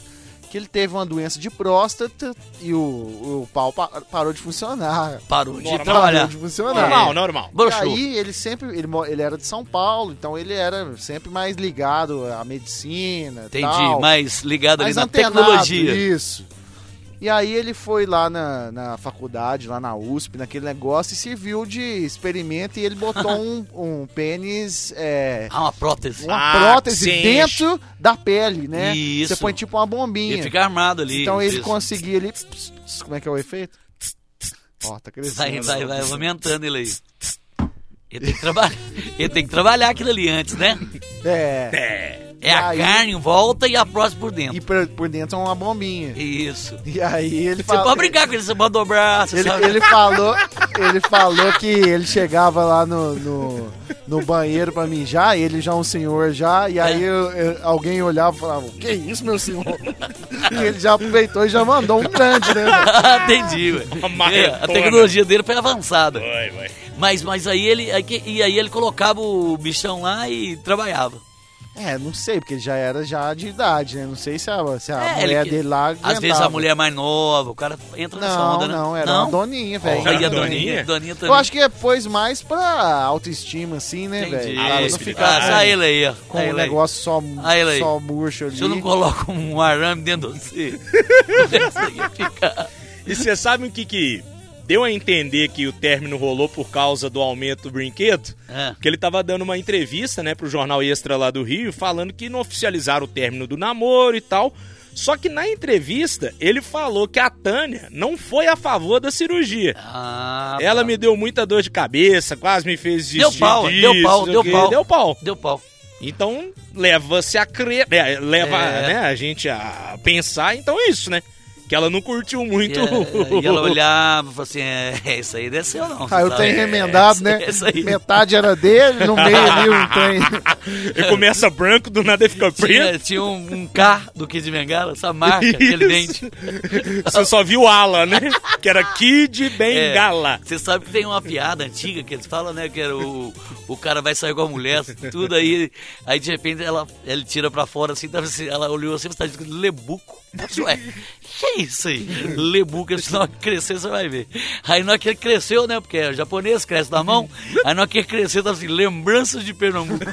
Speaker 4: Que ele teve uma doença de próstata e o, o pau pa- parou de funcionar.
Speaker 3: Parou de
Speaker 2: Normal.
Speaker 4: Parou
Speaker 3: trabalhar.
Speaker 4: de funcionar.
Speaker 2: Normal, normal.
Speaker 4: E
Speaker 3: né? Broxou.
Speaker 4: aí ele sempre, ele, mo- ele era de São Paulo, então ele era sempre mais ligado à medicina
Speaker 3: Entendi,
Speaker 4: tal.
Speaker 3: mas ligado ali
Speaker 4: mais
Speaker 3: na
Speaker 4: antenado,
Speaker 3: tecnologia.
Speaker 4: Isso. E aí ele foi lá na, na faculdade, lá na USP, naquele negócio, e se viu de experimento e ele botou um, um pênis, é,
Speaker 3: Ah, uma prótese.
Speaker 4: uma
Speaker 2: Ah,
Speaker 4: prótese
Speaker 2: sim.
Speaker 4: dentro da pele, né?
Speaker 3: Isso.
Speaker 4: Você põe tipo uma bombinha.
Speaker 3: E fica armado ali.
Speaker 4: Então ele
Speaker 3: Isso.
Speaker 4: conseguia ali... pss, pss, como é que é o efeito? Ó, tá crescendo.
Speaker 3: Vai, vai, vai aumentando ele aí. Ele tem, que trabalhar, ele tem que trabalhar aquilo ali antes, né?
Speaker 4: É.
Speaker 3: É a
Speaker 4: Aí-
Speaker 3: carne em volta e a prótese por dentro.
Speaker 4: E por, por dentro é uma bombinha.
Speaker 3: Isso.
Speaker 4: E aí ele
Speaker 3: Você
Speaker 4: fala.
Speaker 3: pode brincar com ele, você pode dobrar, você
Speaker 4: Ele,
Speaker 3: sabe?
Speaker 4: ele falou, ele falou que ele chegava lá no, no, no banheiro pra mijar, ele já é um senhor já, e aí eu- eu- alguém olhava e falava, que é isso, meu senhor? E ele já aproveitou e já mandou um grande, né? velho?
Speaker 3: Ah, Entendi, ué.
Speaker 2: Uma marretona.
Speaker 3: É, a tecnologia dele foi avançada.
Speaker 2: Vai, vai.
Speaker 3: Mas, mas aí ele aí que- e aí ele colocava o bichão lá e trabalhava.
Speaker 4: É, não sei, porque ele já era já de idade, né? Não sei se a, se a
Speaker 3: É,
Speaker 4: mulher
Speaker 3: ele-
Speaker 4: dele lá
Speaker 3: Às vezes a
Speaker 4: aguentava.
Speaker 3: mulher é mais nova, o cara entra nessa
Speaker 4: Não,
Speaker 3: onda, né?
Speaker 4: não, era uma doninha, velho.
Speaker 2: Era
Speaker 3: Aí a
Speaker 2: doninha?
Speaker 3: doninha, doninha também.
Speaker 4: Eu acho que pôs mais pra autoestima, assim, né,
Speaker 3: Entendi.
Speaker 4: velho? Pra não
Speaker 2: Ah,
Speaker 4: ficar
Speaker 2: possibilidade.
Speaker 3: Ah, ele aí, ó.
Speaker 4: com
Speaker 3: Aí
Speaker 4: um
Speaker 3: ele aí.
Speaker 4: negócio só,
Speaker 3: Ah, ele aí.
Speaker 4: só murcho ali.
Speaker 3: Se eu não coloco um arame dentro de você, você ia ficar.
Speaker 2: E você sabe o que que deu a entender que o término rolou por causa do aumento do brinquedo?
Speaker 3: É.
Speaker 2: Porque ele tava dando uma entrevista, né, pro jornal Extra lá do Rio, falando que não oficializaram o término do namoro e tal. Só que na entrevista, ele falou que a Tânia não foi a favor da cirurgia.
Speaker 3: Ah,
Speaker 2: Ela
Speaker 3: pá.
Speaker 2: me deu muita dor de cabeça, quase me fez
Speaker 3: Deu
Speaker 2: desistir
Speaker 3: pau,
Speaker 2: disso,
Speaker 3: deu pau,
Speaker 2: não sei
Speaker 3: deu
Speaker 2: o quê.
Speaker 3: pau.
Speaker 2: Deu pau.
Speaker 3: Deu pau.
Speaker 2: Então, leva-se a crer, né, leva
Speaker 3: É.
Speaker 2: né, a gente a pensar, então é isso, né? Que ela não curtiu
Speaker 3: E,
Speaker 2: muito.
Speaker 3: eh, e ela olhava e falava assim: é, isso aí deve ser ou não.
Speaker 4: Ah, eu
Speaker 3: sabe?
Speaker 4: tenho remendado,
Speaker 3: Essa-
Speaker 4: né?
Speaker 3: essa É, aí.
Speaker 4: Metade era dele, no meio ali um trem.
Speaker 2: Ele começa branco, do nada ele fica
Speaker 3: Tinha,
Speaker 2: preto.
Speaker 3: tinha um, um K do Kid Bengala, essa marca, aquele
Speaker 2: Isso.
Speaker 3: dente.
Speaker 2: Você só viu ala, né? Que era Kid Bengala.
Speaker 3: Você sabe que tem uma piada antiga que eles falam, né? Que era o, o cara vai sair com a mulher, tudo aí. Aí de repente ela, ele tira pra fora assim, tava assim, ela olhou assim, tá escrito Lebuco. Eu disse, Ué, que é isso aí? Lebuco, ele disse, na hora que crescer você vai ver. Aí na hora que ele cresceu, né? Porque é japonês, cresce na mão. Aí na hora que ele cresceu, tava assim, lembranças de Pernambuco.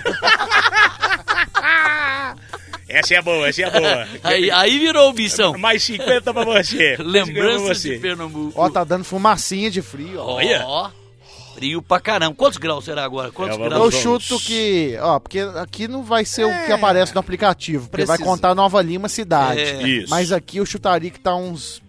Speaker 2: Essa é boa, essa é boa.
Speaker 3: Aí, aí virou o bichão.
Speaker 2: Mais 50 pra você. pra
Speaker 3: Então. Lembranças de
Speaker 2: você.
Speaker 3: Pernambuco.
Speaker 4: Ó, tá dando fumacinha de frio, ó.
Speaker 2: Olha.
Speaker 3: Ó, frio pra caramba. Quantos graus será agora? Quantos
Speaker 2: É, vamos-
Speaker 4: Eu
Speaker 3: graus?
Speaker 2: vamos-
Speaker 4: chuto que, ó, porque aqui não vai ser o que aparece no aplicativo, porque vai
Speaker 3: É. Precisa.
Speaker 4: contar Nova Lima cidade.
Speaker 3: É.
Speaker 2: Isso.
Speaker 4: Mas aqui eu chutaria que tá uns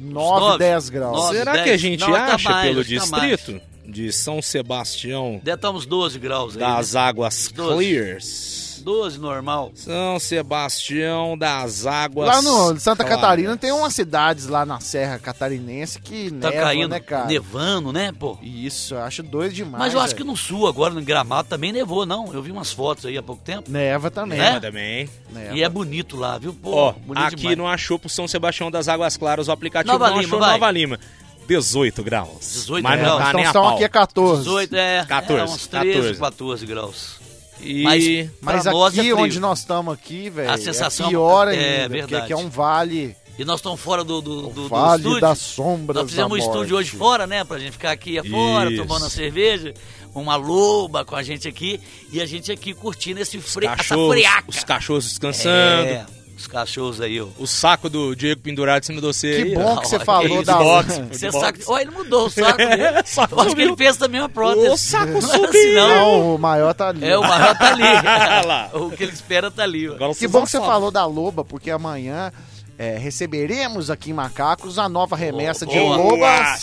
Speaker 4: 9,
Speaker 3: nove,
Speaker 4: 10 graus.
Speaker 3: nove.
Speaker 2: Será
Speaker 3: dez.
Speaker 2: que a gente
Speaker 3: Não, tá
Speaker 2: acha
Speaker 3: mais,
Speaker 2: pelo
Speaker 3: acho que tá
Speaker 2: distrito de São Sebastião
Speaker 3: Deve estar uns 12 graus aí. né?
Speaker 2: das Águas
Speaker 3: Doze.
Speaker 2: Clears?
Speaker 3: 12 normal.
Speaker 2: São Sebastião das Águas
Speaker 4: Lá no Santa
Speaker 2: Claras.
Speaker 4: Catarina tem umas cidades lá na Serra Catarinense que
Speaker 3: Tá
Speaker 4: neva,
Speaker 3: caindo,
Speaker 4: né, cara? é.
Speaker 3: nevando, né, pô?
Speaker 4: Isso, eu acho doido demais.
Speaker 3: Mas eu acho que
Speaker 4: velho.
Speaker 3: no sul agora, no Gramado, também nevou, não. Eu vi umas fotos aí há pouco tempo.
Speaker 4: Neva também.
Speaker 3: Né?
Speaker 2: Mas também.
Speaker 4: Neva.
Speaker 3: E é bonito lá, viu? Pô,
Speaker 2: Ó,
Speaker 3: bonito
Speaker 2: aqui
Speaker 3: demais.
Speaker 2: não achou pro São Sebastião das Águas Claras o aplicativo
Speaker 3: Nova
Speaker 2: não
Speaker 3: Lima,
Speaker 2: achou
Speaker 3: vai.
Speaker 2: Nova Lima. 18 graus.
Speaker 3: 18
Speaker 2: Mas não
Speaker 3: graus.
Speaker 2: tá
Speaker 4: Então
Speaker 2: nem a
Speaker 4: estão
Speaker 2: pau.
Speaker 4: aqui é 14.
Speaker 3: 18, é,
Speaker 2: 14,
Speaker 3: é, uns 13,
Speaker 2: 14.
Speaker 3: 14, graus.
Speaker 2: E...
Speaker 3: Mas
Speaker 4: Mas
Speaker 3: pra nós é
Speaker 4: aqui
Speaker 3: frio.
Speaker 4: onde nós estamos aqui, velho,
Speaker 3: A sensação
Speaker 4: é pior
Speaker 3: é
Speaker 4: ainda, porque
Speaker 3: verdade.
Speaker 4: aqui é um vale,
Speaker 3: E nós estamos fora do, do, do, do
Speaker 4: vale
Speaker 3: estúdio.
Speaker 4: das sombras
Speaker 3: Nós fizemos um
Speaker 4: da morte.
Speaker 3: estúdio hoje fora, né? Pra gente ficar aqui fora,
Speaker 2: Isso.
Speaker 3: tomando uma cerveja, uma loba com a gente aqui. E a gente aqui curtindo esse fre... essa
Speaker 2: cachorros,
Speaker 3: friaca.
Speaker 2: os cachorros descansando,
Speaker 3: É, os cachorros aí, ó.
Speaker 2: o saco do Diego pendurado em cima de você.
Speaker 4: Que
Speaker 2: aí,
Speaker 4: bom
Speaker 2: ó.
Speaker 4: que você
Speaker 3: Olha,
Speaker 4: falou
Speaker 3: isso,
Speaker 4: da...
Speaker 2: boxe.
Speaker 3: Você é
Speaker 2: De
Speaker 3: saca...
Speaker 2: boxe.
Speaker 3: Ó, ele mudou o saco dele.
Speaker 2: Saco
Speaker 3: Eu acho que
Speaker 2: subiu.
Speaker 3: ele pensa também uma prótese.
Speaker 2: O saco
Speaker 3: Não é assim,
Speaker 2: subiu.
Speaker 3: não.
Speaker 4: Não, o maior tá ali.
Speaker 3: É, o maior tá
Speaker 2: Olha
Speaker 3: ali.
Speaker 2: lá.
Speaker 3: o que ele espera tá ali, ó.
Speaker 2: Agora
Speaker 4: Que bom que você
Speaker 2: só-
Speaker 4: falou da loba, porque amanhã é, receberemos aqui em Macacos a nova remessa de
Speaker 3: Boa.
Speaker 2: Boa,
Speaker 4: lobas,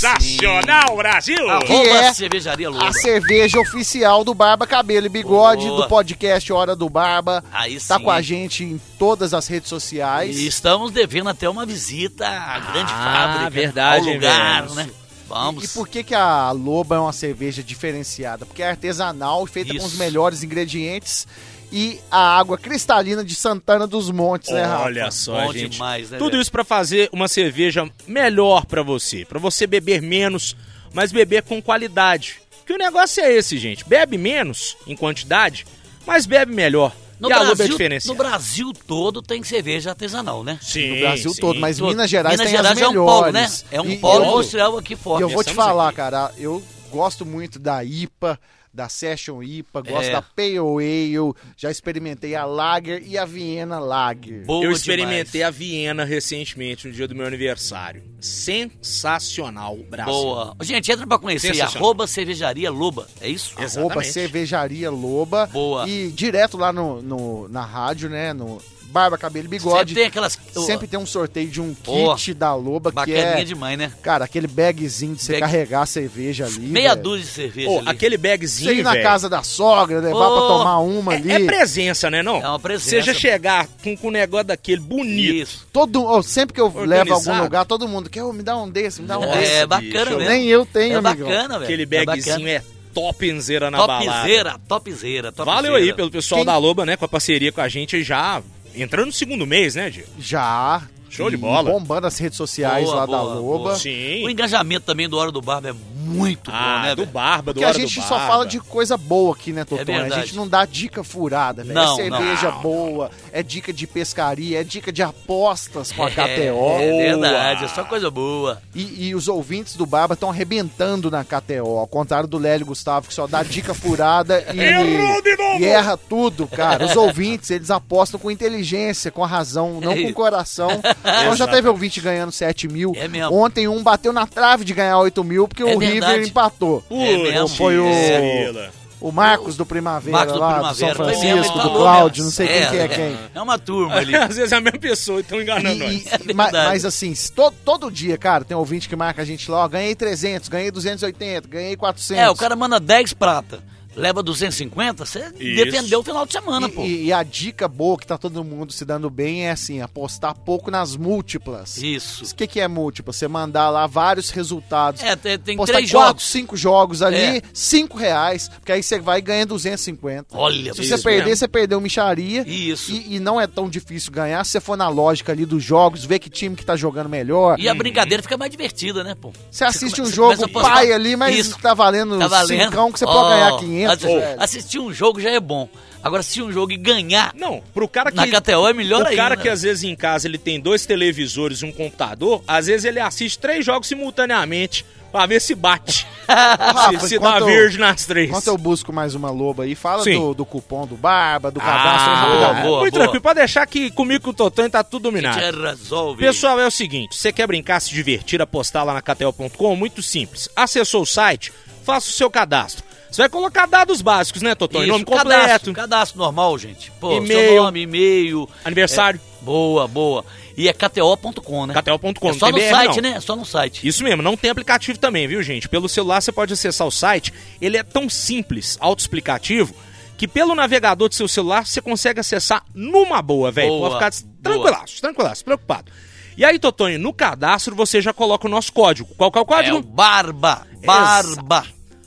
Speaker 2: sensacional, Brasil!
Speaker 3: Arroba
Speaker 4: é
Speaker 3: a cervejaria Loba.
Speaker 4: a cerveja oficial do Barba Cabelo e Bigode,
Speaker 3: Boa.
Speaker 4: do podcast Hora do Barba.
Speaker 3: Aí sim.
Speaker 4: Tá com a gente em todas as redes sociais.
Speaker 3: E estamos devendo até uma visita à grande
Speaker 2: Ah,
Speaker 3: fábrica.
Speaker 2: verdade,
Speaker 3: Ao
Speaker 2: hein,
Speaker 3: lugar,
Speaker 2: velho?
Speaker 3: né?
Speaker 4: E
Speaker 3: Vamos.
Speaker 4: por que, que a Loba é uma cerveja diferenciada? Porque é artesanal, feita com
Speaker 3: Isso.
Speaker 4: os melhores ingredientes e a água cristalina de Santana dos Montes, né, Rafa?
Speaker 2: Olha só,
Speaker 3: Bom
Speaker 2: gente.
Speaker 3: demais, né,
Speaker 2: Tudo
Speaker 3: velho?
Speaker 2: isso pra fazer uma cerveja melhor pra você, Pra você beber menos, mas beber com qualidade. Que o negócio é esse, gente. Bebe menos em quantidade, mas bebe melhor.
Speaker 3: No
Speaker 2: e a Lobo é
Speaker 3: Brasil,
Speaker 2: diferenciada.
Speaker 3: no Brasil todo tem cerveja artesanal, né?
Speaker 2: Sim,
Speaker 4: No Brasil
Speaker 2: sim.
Speaker 4: todo, mas
Speaker 3: Todo.
Speaker 4: Minas Gerais
Speaker 3: Minas
Speaker 4: tem
Speaker 3: Gerais
Speaker 4: as
Speaker 3: é um polo, né?
Speaker 4: melhores.
Speaker 3: É
Speaker 4: E
Speaker 3: um polo
Speaker 4: eu-
Speaker 3: industrial aqui
Speaker 4: E
Speaker 3: forte.
Speaker 4: eu vou te
Speaker 2: Estamos
Speaker 4: falar,
Speaker 2: aqui.
Speaker 4: cara, eu gosto muito da IPA, da Session IPA, gosto
Speaker 3: É.
Speaker 4: da Pale Ale, já experimentei a Lager e a Viena Lager.
Speaker 3: Boa
Speaker 2: Eu
Speaker 3: demais.
Speaker 2: experimentei a Viena recentemente, no dia do meu aniversário. Sensacional,
Speaker 4: Ah,
Speaker 2: Brasil.
Speaker 3: Boa. Gente, entra pra conhecer.
Speaker 2: Sensacional.
Speaker 3: Arroba cervejaria Loba. É isso?
Speaker 2: Exato.
Speaker 4: Arroba
Speaker 2: exatamente.
Speaker 4: Cervejaria Loba.
Speaker 3: Boa.
Speaker 4: E direto lá no, no- na rádio, né? No barba, cabelo e bigode.
Speaker 3: Sempre tem aquelas. o-
Speaker 4: Sempre tem um sorteio de um
Speaker 3: Boa.
Speaker 4: kit da Loba, que
Speaker 3: Bacaninha
Speaker 4: é,
Speaker 3: demais, né?
Speaker 4: cara, aquele bagzinho de você
Speaker 3: Bag-
Speaker 4: carregar a cerveja ali.
Speaker 3: Meia
Speaker 4: velho.
Speaker 3: dúzia de cerveja
Speaker 2: Ô,
Speaker 3: ali.
Speaker 2: aquele
Speaker 4: Você
Speaker 2: bagzinho,
Speaker 4: ir na
Speaker 2: velho.
Speaker 4: casa da sogra, levar
Speaker 3: Ô,
Speaker 4: pra tomar uma
Speaker 2: é,
Speaker 4: ali.
Speaker 2: é presença, né, não?
Speaker 3: É uma presença.
Speaker 2: Você já chegar com com um negócio daquele bonito.
Speaker 3: Isso.
Speaker 4: Todo, ó, sempre que eu levo a algum
Speaker 2: Organizado.
Speaker 4: lugar, todo mundo quer, ô, me dá um desse, me dá um
Speaker 2: Nossa,
Speaker 4: desse.
Speaker 3: é
Speaker 2: bicho,
Speaker 3: bacana
Speaker 2: eu
Speaker 3: mesmo.
Speaker 4: Nem um eu tenho,
Speaker 3: é
Speaker 4: amigão.
Speaker 3: bacana, velho.
Speaker 2: Aquele
Speaker 3: é
Speaker 2: bagzinho é topzera na balada.
Speaker 3: Topzera, topzera, topzera.
Speaker 2: Valeu aí pelo pessoal
Speaker 4: Quem-
Speaker 2: da Loba, né, com a parceria com a gente aí já entrando no segundo mês, né, Diego?
Speaker 4: Já.
Speaker 2: Show de
Speaker 4: E
Speaker 2: bola.
Speaker 4: Bombando as redes sociais
Speaker 3: Boa,
Speaker 4: lá da
Speaker 3: boa,
Speaker 4: Loba.
Speaker 3: boa.
Speaker 2: Sim.
Speaker 3: O engajamento também do Hora do Barba é muito
Speaker 2: ah,
Speaker 3: bom, né,
Speaker 2: do
Speaker 3: velho?
Speaker 2: Barba, do
Speaker 4: Porque a
Speaker 2: Hora do
Speaker 4: gente só
Speaker 2: Barba.
Speaker 4: fala de coisa boa aqui, né, Totô? a
Speaker 3: verdade.
Speaker 4: gente não dá dica furada, velho.
Speaker 3: Não,
Speaker 4: é cerveja boa, é dica de pescaria, é dica de apostas com a KTO.
Speaker 3: É,
Speaker 2: Boa.
Speaker 3: verdade, é só coisa boa.
Speaker 4: E, e os ouvintes do Barba estão arrebentando na KTO, ao contrário do Lélio Gustavo, que só dá dica furada e,
Speaker 2: Errou de novo!
Speaker 4: e erra tudo, cara. Os ouvintes, eles apostam com inteligência, com a razão, não
Speaker 3: É
Speaker 4: com
Speaker 3: isso.
Speaker 4: o coração. Então já
Speaker 2: Exato.
Speaker 4: teve ouvinte ganhando 7 mil.
Speaker 3: É mesmo.
Speaker 4: Ontem um bateu na trave de ganhar 8 mil, porque
Speaker 3: É
Speaker 4: o River
Speaker 3: verdade.
Speaker 4: empatou.
Speaker 2: Putz,
Speaker 3: É mesmo. É
Speaker 4: Foi o-
Speaker 2: Cirila.
Speaker 4: O Marcos do Primavera
Speaker 3: Marcos do
Speaker 4: lá,
Speaker 3: Primavera. é
Speaker 4: do
Speaker 3: foi
Speaker 4: São
Speaker 3: mesmo,
Speaker 4: Francisco,
Speaker 3: ele
Speaker 4: do
Speaker 3: falou
Speaker 4: Cláudio,
Speaker 3: mesmo.
Speaker 4: não sei quem que é quem.
Speaker 3: né? É uma turma ali.
Speaker 2: Às vezes é a mesma pessoa, então enganando
Speaker 4: E-
Speaker 2: nós.
Speaker 4: e-
Speaker 3: É
Speaker 4: ma- mas,
Speaker 3: verdade.
Speaker 4: assim, to- todo dia, cara, tem um ouvinte que marca a gente lá, ó, ganhei 300, ganhei 280, ganhei 400.
Speaker 3: É, o cara manda 10 prata, leva 250, você defendeu o final de semana,
Speaker 4: E-
Speaker 3: pô.
Speaker 4: E, e a dica boa que tá todo mundo se dando bem é assim, apostar pouco nas múltiplas.
Speaker 3: Isso.
Speaker 4: O que, que é múltipla? Você mandar lá vários resultados.
Speaker 3: É, tem, tem
Speaker 4: apostar
Speaker 3: três
Speaker 4: quatro,
Speaker 3: jogos.
Speaker 4: cinco jogos ali,
Speaker 3: É.
Speaker 4: cinco reais, porque aí você vai e ganha 250.
Speaker 3: Olha,
Speaker 4: Se você
Speaker 3: isso
Speaker 4: perder,
Speaker 2: mesmo.
Speaker 4: você perdeu micharia.
Speaker 3: Isso.
Speaker 4: E, e não é tão difícil ganhar se você for na lógica ali dos jogos, ver que time que tá jogando melhor.
Speaker 3: E a brincadeira fica mais divertida, né, pô?
Speaker 4: Você assiste
Speaker 3: come-
Speaker 4: um
Speaker 3: você
Speaker 4: jogo
Speaker 3: começa a apostar.
Speaker 4: pai ali, mas
Speaker 3: Isso.
Speaker 4: tá valendo
Speaker 3: Tá valendo.
Speaker 4: cincão que você
Speaker 3: Ó,
Speaker 4: pode ganhar 500.
Speaker 3: assi-
Speaker 4: velho.
Speaker 3: Assistir um jogo já é bom. Agora, se um jogo e ganhar
Speaker 2: Não, pro cara que.
Speaker 3: na KTO é melhor
Speaker 2: Tá o
Speaker 3: ainda.
Speaker 2: cara que às vezes em casa ele tem dois televisores e um computador, às vezes ele assiste três jogos simultaneamente pra ver se bate.
Speaker 4: Rafa,
Speaker 2: se se dá
Speaker 4: enquanto eu-
Speaker 2: verde nas
Speaker 3: É
Speaker 2: três.
Speaker 4: Enquanto eu busco mais uma loba aí, fala
Speaker 2: Sim.
Speaker 4: do, do cupom do Barba, do cadastro.
Speaker 2: Ah,
Speaker 3: boa,
Speaker 4: rapidamente.
Speaker 3: boa,
Speaker 2: muito
Speaker 3: boa.
Speaker 2: tranquilo. Pode deixar que comigo e o Totão tá tudo
Speaker 3: A
Speaker 2: dominado.
Speaker 3: gente resolve.
Speaker 2: Pessoal, é o seguinte: você quer brincar, se divertir, apostar lá na KTO.com? Muito simples. Acessou o site, faça o seu cadastro. Você vai colocar dados básicos, né, Totão? Em
Speaker 3: Isso,
Speaker 2: nome
Speaker 3: Cadastro,
Speaker 2: completo,
Speaker 3: cadastro normal, gente. Pô,
Speaker 2: E-mail.
Speaker 3: seu nome, e-mail.
Speaker 2: aniversário,
Speaker 3: Boa, boa. E é kto.com, né?
Speaker 2: KTO.com.
Speaker 3: É
Speaker 2: não tem
Speaker 3: só no
Speaker 2: BR,
Speaker 3: site,
Speaker 2: não.
Speaker 3: né? É só no site.
Speaker 2: Isso mesmo, não tem aplicativo também, viu, gente? Pelo celular você pode acessar o site. Ele é tão simples, autoexplicativo, que pelo navegador do seu celular você consegue acessar numa boa, velho.
Speaker 3: Boa,
Speaker 2: Pode ficar
Speaker 3: boa.
Speaker 2: tranquilaço, tranquilaço, preocupado. E aí, Totonho, no cadastro você já coloca o nosso código. Qual que é o
Speaker 3: É
Speaker 2: código?
Speaker 3: o Barba. Barba.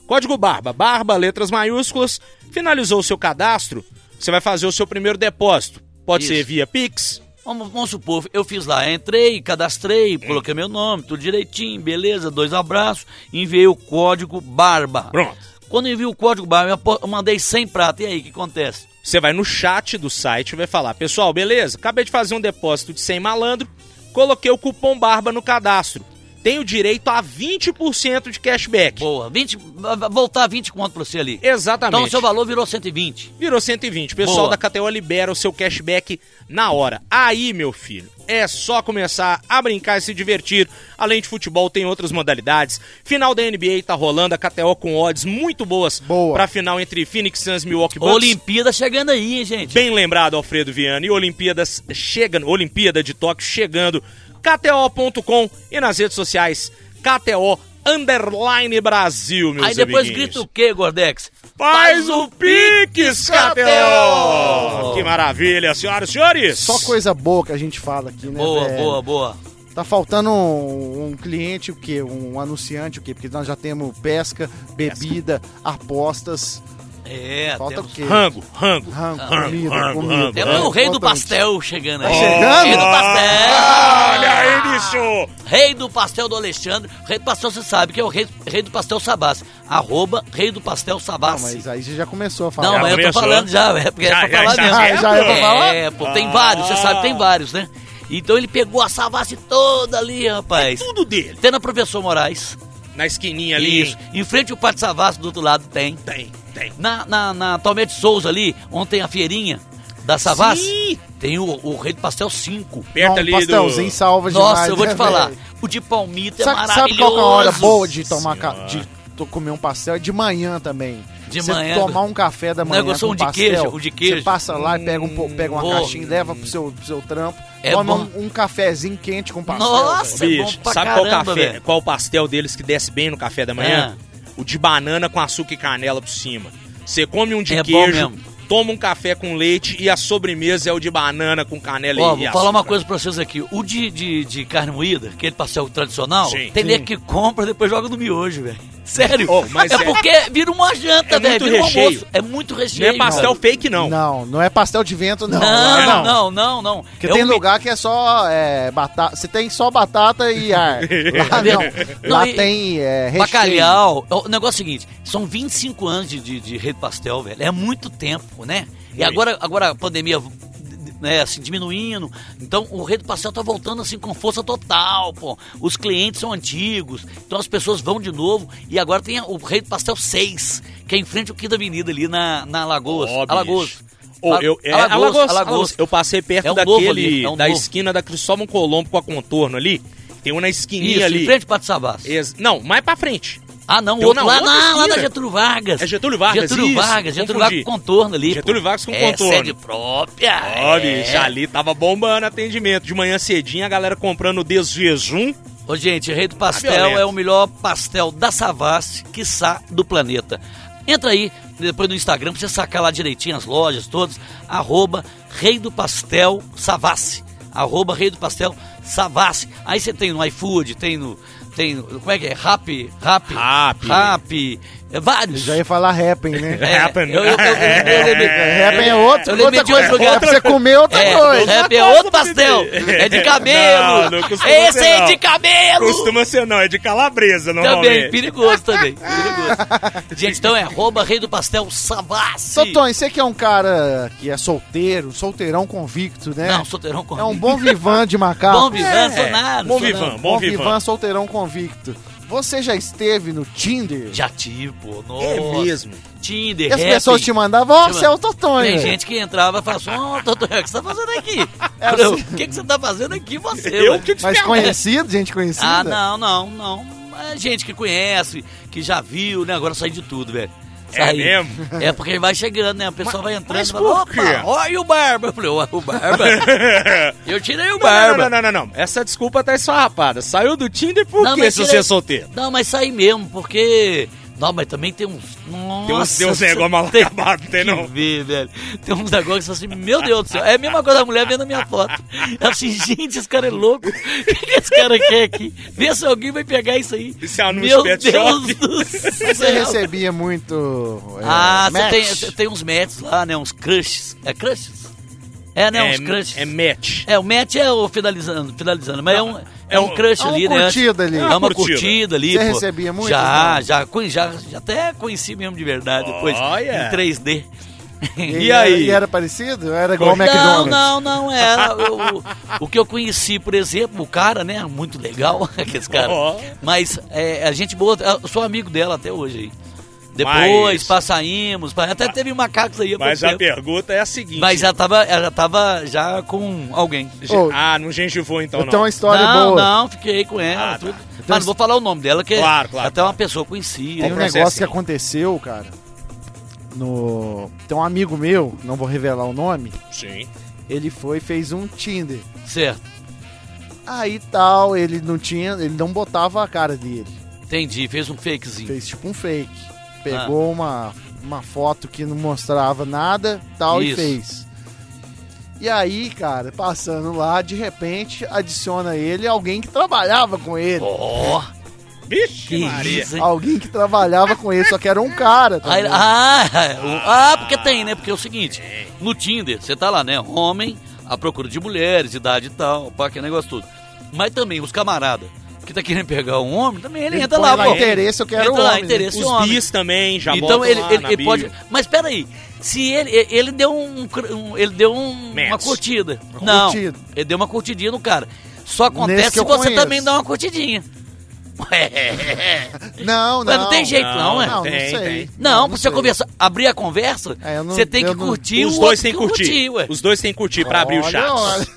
Speaker 2: Código Barba, Barba, letras maiúsculas. Finalizou o seu cadastro, você vai fazer o seu primeiro depósito. Pode
Speaker 3: Isso.
Speaker 2: ser via Pix.
Speaker 3: Vamos, vamos supor, eu fiz lá, entrei, cadastrei, coloquei meu nome, tudo direitinho, beleza, dois abraços, enviei o código Barba.
Speaker 2: Pronto.
Speaker 3: Quando eu envio o código Barba, eu apo- eu mandei 100 prata, e aí, o que acontece?
Speaker 2: Você vai no chat do site e vai falar: Pessoal, beleza? Acabei de fazer um depósito de 100 malandro, coloquei o cupom Barba no cadastro. Tenho direito a 20% de cashback.
Speaker 3: Boa, 20, va- va- voltar 20 conto pra você ali.
Speaker 2: Exatamente.
Speaker 3: Então o seu valor virou 120.
Speaker 2: Virou 120. O pessoal da
Speaker 3: Boa.
Speaker 2: KTO libera o seu cashback na hora. Aí, meu filho, é só começar a brincar e se divertir. Além de futebol, tem outras modalidades. Final da NBA tá rolando, a KTO com odds muito boas
Speaker 4: Boa.
Speaker 2: pra final entre Phoenix Suns e Milwaukee Bucks.
Speaker 3: Olimpíada chegando aí, hein, gente?
Speaker 2: Bem lembrado, Alfredo Viana. E Olimpíadas chegando, Olimpíada de Tóquio chegando. KTO.com e nas redes sociais, KTO Underline Brasil, meus
Speaker 3: aí depois
Speaker 2: amiguinhos.
Speaker 3: grita o quê, Gordex?
Speaker 2: Faz o Pix, KTO!
Speaker 3: KTO!
Speaker 2: Que maravilha, senhoras e senhores!
Speaker 4: Só coisa boa que a gente fala aqui, né?
Speaker 3: Boa,
Speaker 4: velho?
Speaker 3: boa, boa.
Speaker 4: Tá faltando um, um cliente, o quê? Um anunciante, o quê? Porque nós já temos pesca, bebida, apostas.
Speaker 3: É,
Speaker 4: Falta
Speaker 3: temos-
Speaker 4: o quê?
Speaker 2: Rango, rango.
Speaker 4: Rango,
Speaker 2: Rango,
Speaker 4: comida,
Speaker 2: rango,
Speaker 4: comida.
Speaker 2: rango,
Speaker 3: Temos
Speaker 2: rango.
Speaker 3: o um rei do
Speaker 4: Falta isso.
Speaker 3: pastel chegando aí.
Speaker 4: chegando?
Speaker 3: Rei do pastel!
Speaker 2: Olha aí, bicho!
Speaker 3: Rei do pastel do Alexandre. Rei do pastel, você sabe que é o rei, rei do pastel Sabassi. Arroba rei do pastel
Speaker 4: Não,
Speaker 3: Sabassi.
Speaker 4: mas aí você já começou a falar.
Speaker 3: assim. Não,
Speaker 2: Já
Speaker 3: mas eu tô
Speaker 2: começou?
Speaker 3: falando já, é porque
Speaker 2: Já-
Speaker 3: é pra
Speaker 2: já
Speaker 3: falar
Speaker 2: está
Speaker 3: mesmo.
Speaker 4: certo? Ah, já é pra falar?
Speaker 3: É, pô, tem
Speaker 2: Ah.
Speaker 3: vários, você sabe, tem vários, né? Então ele pegou a Savassi toda ali, rapaz.
Speaker 2: Tudo dele.
Speaker 3: Tem na Professor Moraes.
Speaker 2: Na esquininha ali.
Speaker 3: Isso. Em frente ao Parque Savassi, do outro lado, tem.
Speaker 2: Tem, tem.
Speaker 3: Na, na, na Tomé de Souza ali, ontem a feirinha da Savassi,
Speaker 2: Sim.
Speaker 3: tem o, o Rei do Pastel 5.
Speaker 2: Perto
Speaker 4: Não,
Speaker 2: ali
Speaker 4: um pastelzinho
Speaker 2: do...
Speaker 4: salva demais.
Speaker 3: Nossa, eu vou
Speaker 4: né,
Speaker 3: te falar.
Speaker 4: velho?
Speaker 3: O de palmito é
Speaker 4: Sabe,
Speaker 3: maravilhoso.
Speaker 4: sabe qual que é a hora boa de tomar ca-
Speaker 2: Senhora.
Speaker 4: de to- comer um pastel? É de manhã também.
Speaker 3: De
Speaker 4: você
Speaker 3: manhã.
Speaker 4: tomar um café da manhã
Speaker 3: Negócio,
Speaker 4: com
Speaker 3: um de
Speaker 4: pastel,
Speaker 3: queijo, um de queijo.
Speaker 4: Você passa lá e pega, um, po- pega uma
Speaker 3: Pô.
Speaker 4: caixinha e leva pro seu, pro seu trampo.
Speaker 3: É
Speaker 4: toma
Speaker 3: bom.
Speaker 4: um, um cafezinho quente com pastel.
Speaker 3: Nossa!
Speaker 4: velho.
Speaker 3: Isso é bom
Speaker 2: Bicho,
Speaker 3: pra
Speaker 2: sabe qual
Speaker 3: caramba,
Speaker 2: café?
Speaker 3: velho. Ah.
Speaker 2: Qual o pastel deles que desce bem no café da manhã? O de banana com açúcar e canela por cima. Você come um de
Speaker 3: É bom
Speaker 2: queijo,
Speaker 3: mesmo.
Speaker 2: toma um café com leite e a sobremesa é o de banana com canela
Speaker 3: Ó,
Speaker 2: e
Speaker 3: vou
Speaker 2: açúcar.
Speaker 3: falar uma coisa pra vocês aqui. O de, de, de carne moída, aquele pastel tradicional,
Speaker 2: Sim.
Speaker 3: tem nego que compra e depois joga no miojo, velho. Sério.
Speaker 2: Ô, mas
Speaker 3: é,
Speaker 2: é-
Speaker 3: porque vira uma janta,
Speaker 2: É
Speaker 3: velho.
Speaker 2: muito
Speaker 3: Vira um
Speaker 2: recheio.
Speaker 3: almoço. É muito
Speaker 2: Não
Speaker 3: recheio.
Speaker 2: é pastel
Speaker 3: velho.
Speaker 2: fake, não.
Speaker 4: Não, não é pastel de vento, não.
Speaker 3: Não,
Speaker 2: é,
Speaker 4: Lá
Speaker 3: não, não, não, não.
Speaker 4: Porque
Speaker 3: É
Speaker 4: tem
Speaker 3: um mi-
Speaker 4: lugar que é só é, batata. Você tem só batata e ar. Lá não.
Speaker 3: Não,
Speaker 4: Lá
Speaker 3: e-
Speaker 4: tem é, recheio.
Speaker 3: Bacalhau. O negócio é o seguinte: são 25 anos de, de, de rede pastel, velho. É muito tempo, né? E
Speaker 2: Muito.
Speaker 3: agora, agora a pandemia. Né, assim, diminuindo. Então, o rei do pastel tá voltando assim com força total, pô. Os clientes são antigos, então as pessoas vão de novo. E agora tem o rei do pastel 6, que é em frente ao Quinta Avenida ali na, na Alagoas.
Speaker 2: Ó, bicho.
Speaker 3: Alagoas.
Speaker 2: Ô, eu, é, Alagoas, Alagoas, Eu passei perto
Speaker 3: É um novo
Speaker 2: daquele,
Speaker 3: ali, é um
Speaker 2: da
Speaker 3: novo.
Speaker 2: esquina da Cristóvão Colombo com a contorno ali. Tem uma na esquininha
Speaker 3: Isso,
Speaker 2: ali.
Speaker 3: em frente ao Pato Sabás.
Speaker 2: Ex- não, mais pra frente.
Speaker 3: Ah, não,
Speaker 2: Então,
Speaker 3: outro
Speaker 2: não,
Speaker 3: lá,
Speaker 2: outra
Speaker 3: na, lá
Speaker 2: esquina.
Speaker 3: na Getúlio Vargas.
Speaker 2: É Getúlio Vargas,
Speaker 3: Getúlio
Speaker 2: isso,
Speaker 3: Vargas, Getúlio
Speaker 2: confundi.
Speaker 3: Vargas com contorno ali. pô.
Speaker 2: Getúlio Vargas com
Speaker 3: é,
Speaker 2: contorno.
Speaker 3: É sede própria.
Speaker 2: Ó,
Speaker 3: é.
Speaker 2: bicho, ali tava bombando atendimento. De manhã cedinho, a galera comprando desjejum.
Speaker 3: Ô, gente, Rei do
Speaker 2: A
Speaker 3: Pastel
Speaker 2: violência.
Speaker 3: é o melhor pastel da Savassi, quiçá, do planeta. Entra aí, depois no Instagram, pra você sacar lá direitinho as lojas todas. Arroba Rei do Pastel Savassi. Arroba Rei do Pastel Savassi. Aí você tem no iFood, tem no... Tem, no- como é que é? Rap? Rap?
Speaker 2: Rap.
Speaker 3: Rap. É, vários.
Speaker 4: Já ia falar rapping, né?
Speaker 3: É,
Speaker 2: Happen.
Speaker 3: eu- eu- eu- eu- eu lembrei-
Speaker 4: É, rapping é outro,
Speaker 3: Eu lembrei
Speaker 4: outra
Speaker 3: de
Speaker 4: coisa.
Speaker 3: outro lugar.
Speaker 4: É pra você comer outra
Speaker 3: É,
Speaker 4: coisa.
Speaker 3: rap é outro pastel. É de
Speaker 2: Não,
Speaker 3: cabelo.
Speaker 2: não costuma
Speaker 3: Esse
Speaker 2: ser,
Speaker 3: é
Speaker 2: não.
Speaker 3: de cabelo.
Speaker 2: Costuma ser não, é de calabresa
Speaker 3: Também,
Speaker 2: normalmente.
Speaker 3: perigoso também. Perigoso. Gente, então é arroba rei do pastel Savassi.
Speaker 4: Ô, Tony, você que é um cara que é solteiro, solteirão convicto, né?
Speaker 3: Não, solteirão com...
Speaker 4: É um bom É, vivan de macaco.
Speaker 3: Bom vivan, sou nada,
Speaker 2: bom
Speaker 3: sou
Speaker 2: vivan.
Speaker 3: nada.
Speaker 2: bom vivan.
Speaker 4: solteirão convicto. Você já esteve no Tinder?
Speaker 3: Já tipo, nossa.
Speaker 2: É mesmo.
Speaker 3: Tinder,
Speaker 4: E as
Speaker 3: rap.
Speaker 4: pessoas te mandavam, ó,
Speaker 3: Te
Speaker 4: você é o Totônio.
Speaker 3: Tem gente que entrava e falava assim, ô, Totô, o que você tá fazendo aqui?
Speaker 4: É
Speaker 3: Eu, O
Speaker 4: assim.
Speaker 3: que, que você tá fazendo aqui, você?
Speaker 2: Eu
Speaker 3: ué?"
Speaker 2: que te
Speaker 4: Mas
Speaker 2: pergunto.
Speaker 4: conhecido, gente conhecida?
Speaker 3: Ah, não, não, não. É gente que conhece, que já viu, né? Agora sai de tudo, velho.
Speaker 2: É
Speaker 3: Sai.
Speaker 2: mesmo?
Speaker 3: É porque vai chegando, né? A pessoa vai entrando
Speaker 2: mas
Speaker 3: e fala,
Speaker 2: por quê?
Speaker 3: opa, olha o Barba. Eu falei, olha o Barba. eu tirei o
Speaker 2: Não,
Speaker 3: Barba.
Speaker 2: não, não, não, não, não. Essa desculpa tá esfarrapada. Saiu do Tinder por
Speaker 3: Não,
Speaker 2: quê
Speaker 3: mas
Speaker 2: se você
Speaker 3: tirei-
Speaker 2: é solteiro?
Speaker 3: Não, mas saí mesmo, porque... Não, mas também tem uns... Nossa,
Speaker 2: Tem uns, tem uns negócios mal
Speaker 3: tem
Speaker 2: acabados, tem um-
Speaker 3: que
Speaker 2: não.
Speaker 3: ver, velho. Tem uns negócios que você fala assim, meu Deus do céu. É a mesma coisa da mulher vendo a minha foto. Ela assim, gente, esse cara é louco. O que, que esse cara quer aqui? Vê se alguém vai pegar isso aí.
Speaker 2: Esse é anúncio
Speaker 3: Meu
Speaker 2: de pet
Speaker 3: Deus
Speaker 2: shop.
Speaker 3: do
Speaker 4: Você
Speaker 3: céu.
Speaker 4: recebia muito. é,
Speaker 3: Ah, você
Speaker 4: match?
Speaker 3: tem, cê tem uns matches lá, né? Uns crushes. É crushes? É, né? uns crushes.
Speaker 2: é, é match.
Speaker 3: É, o match é o finalizando, finalizando, mas é um, é
Speaker 2: é
Speaker 3: um
Speaker 2: um-
Speaker 3: crush
Speaker 4: é uma
Speaker 3: ali, né?
Speaker 4: curtida ali.
Speaker 3: É
Speaker 2: É
Speaker 3: uma
Speaker 2: uma
Speaker 3: curtida,
Speaker 2: curtida
Speaker 3: ali,
Speaker 4: Você
Speaker 3: pô.
Speaker 4: recebia né? muitos,
Speaker 3: Já,
Speaker 4: não?
Speaker 3: já, conhe- já, já até conheci mesmo de verdade depois,
Speaker 2: Olha.
Speaker 3: em 3D.
Speaker 2: E aí?
Speaker 4: E era parecido? Era igual ao
Speaker 3: Não,
Speaker 4: McDonald's?
Speaker 3: não, não é, era. O, o- o que eu conheci, por exemplo, o cara, né? Muito legal, aqueles caras.
Speaker 2: Ó.
Speaker 3: Mas é, a gente boa, eu sou amigo dela até hoje aí. Depois,
Speaker 2: Mas-
Speaker 3: passaímos, até teve macacos aí. há pouco
Speaker 2: Mas a
Speaker 3: tempo.
Speaker 2: pergunta é a seguinte.
Speaker 3: Mas já tava, ela já tava já com alguém.
Speaker 2: Ge-
Speaker 4: Ô.
Speaker 2: Ah, não gengivou então
Speaker 4: Eu
Speaker 2: não.
Speaker 4: tenho uma história
Speaker 3: não,
Speaker 4: boa. Então
Speaker 3: não, fiquei com ela.
Speaker 2: Ah,
Speaker 3: tudo.
Speaker 2: tá.
Speaker 3: Mas não vou falar o nome dela, que
Speaker 2: Claro, claro,
Speaker 3: até uma
Speaker 2: claro.
Speaker 3: pessoa
Speaker 2: Ó,
Speaker 3: conhecida.
Speaker 4: Tem um
Speaker 2: o processo,
Speaker 4: negócio que
Speaker 2: hein?
Speaker 4: aconteceu, cara. No... Tem um amigo meu, não vou revelar o nome,
Speaker 2: Sim.
Speaker 4: ele foi e fez um Tinder.
Speaker 3: Certo,
Speaker 4: Aí tal, ele não tinha, ele não botava a cara dele.
Speaker 3: entendi. Fez um fakezinho.
Speaker 4: Fez tipo um fake.
Speaker 3: Ah.
Speaker 4: Pegou uma, uma foto que não mostrava nada, tal
Speaker 3: Isso.
Speaker 4: e fez. E aí, cara, passando lá, de repente adiciona ele alguém que trabalhava com ele.
Speaker 3: Ó,
Speaker 2: Vixe
Speaker 3: que
Speaker 2: Maria.
Speaker 3: isso, hein?
Speaker 4: Alguém que trabalhava com ele, só que era um cara. tá
Speaker 3: Aí-
Speaker 4: ligado?
Speaker 3: ah, ah, porque tem, né? Porque é o seguinte, no Tinder, você tá lá, né? Homem, à procura de mulheres, idade e tal, pá, que negócio tudo. Mas também os camarada que tá querendo pegar um homem, também ele,
Speaker 4: Ele
Speaker 3: entra
Speaker 4: põe
Speaker 3: lá,
Speaker 4: lá
Speaker 3: pô.
Speaker 4: interesse, eu quero
Speaker 3: entra lá,
Speaker 4: homem, né?
Speaker 3: interesse,
Speaker 2: Os
Speaker 3: homem.
Speaker 2: bis também já
Speaker 3: Então
Speaker 2: botam
Speaker 3: ele,
Speaker 2: lá
Speaker 3: ele,
Speaker 2: na
Speaker 3: ele
Speaker 2: bio.
Speaker 3: pode. Mas peraí, se ele, ele deu um. cr- um- ele deu um- uma
Speaker 2: Match.
Speaker 3: curtida.
Speaker 4: Uma
Speaker 3: não,
Speaker 4: curtida.
Speaker 3: ele deu uma curtidinha no cara. Só
Speaker 4: Nesse
Speaker 3: acontece
Speaker 4: que
Speaker 3: se
Speaker 4: eu
Speaker 3: você
Speaker 4: conheço.
Speaker 3: também dá uma curtidinha.
Speaker 4: Não, não.
Speaker 3: Mas não tem jeito, não, é?
Speaker 4: Não, não
Speaker 2: Tem,
Speaker 4: sei.
Speaker 2: tem.
Speaker 3: Não, pra você
Speaker 4: sei.
Speaker 3: conversa, abrir a conversa,
Speaker 4: É, eu não-
Speaker 3: você tem
Speaker 4: eu
Speaker 3: que
Speaker 4: não-
Speaker 3: curtir o
Speaker 2: Os
Speaker 3: um outro
Speaker 2: dois têm que
Speaker 3: curtir,
Speaker 2: curtir.
Speaker 3: ué.
Speaker 2: Os dois têm que curtir pra abrir o
Speaker 4: Olha,
Speaker 2: chat.
Speaker 4: olha.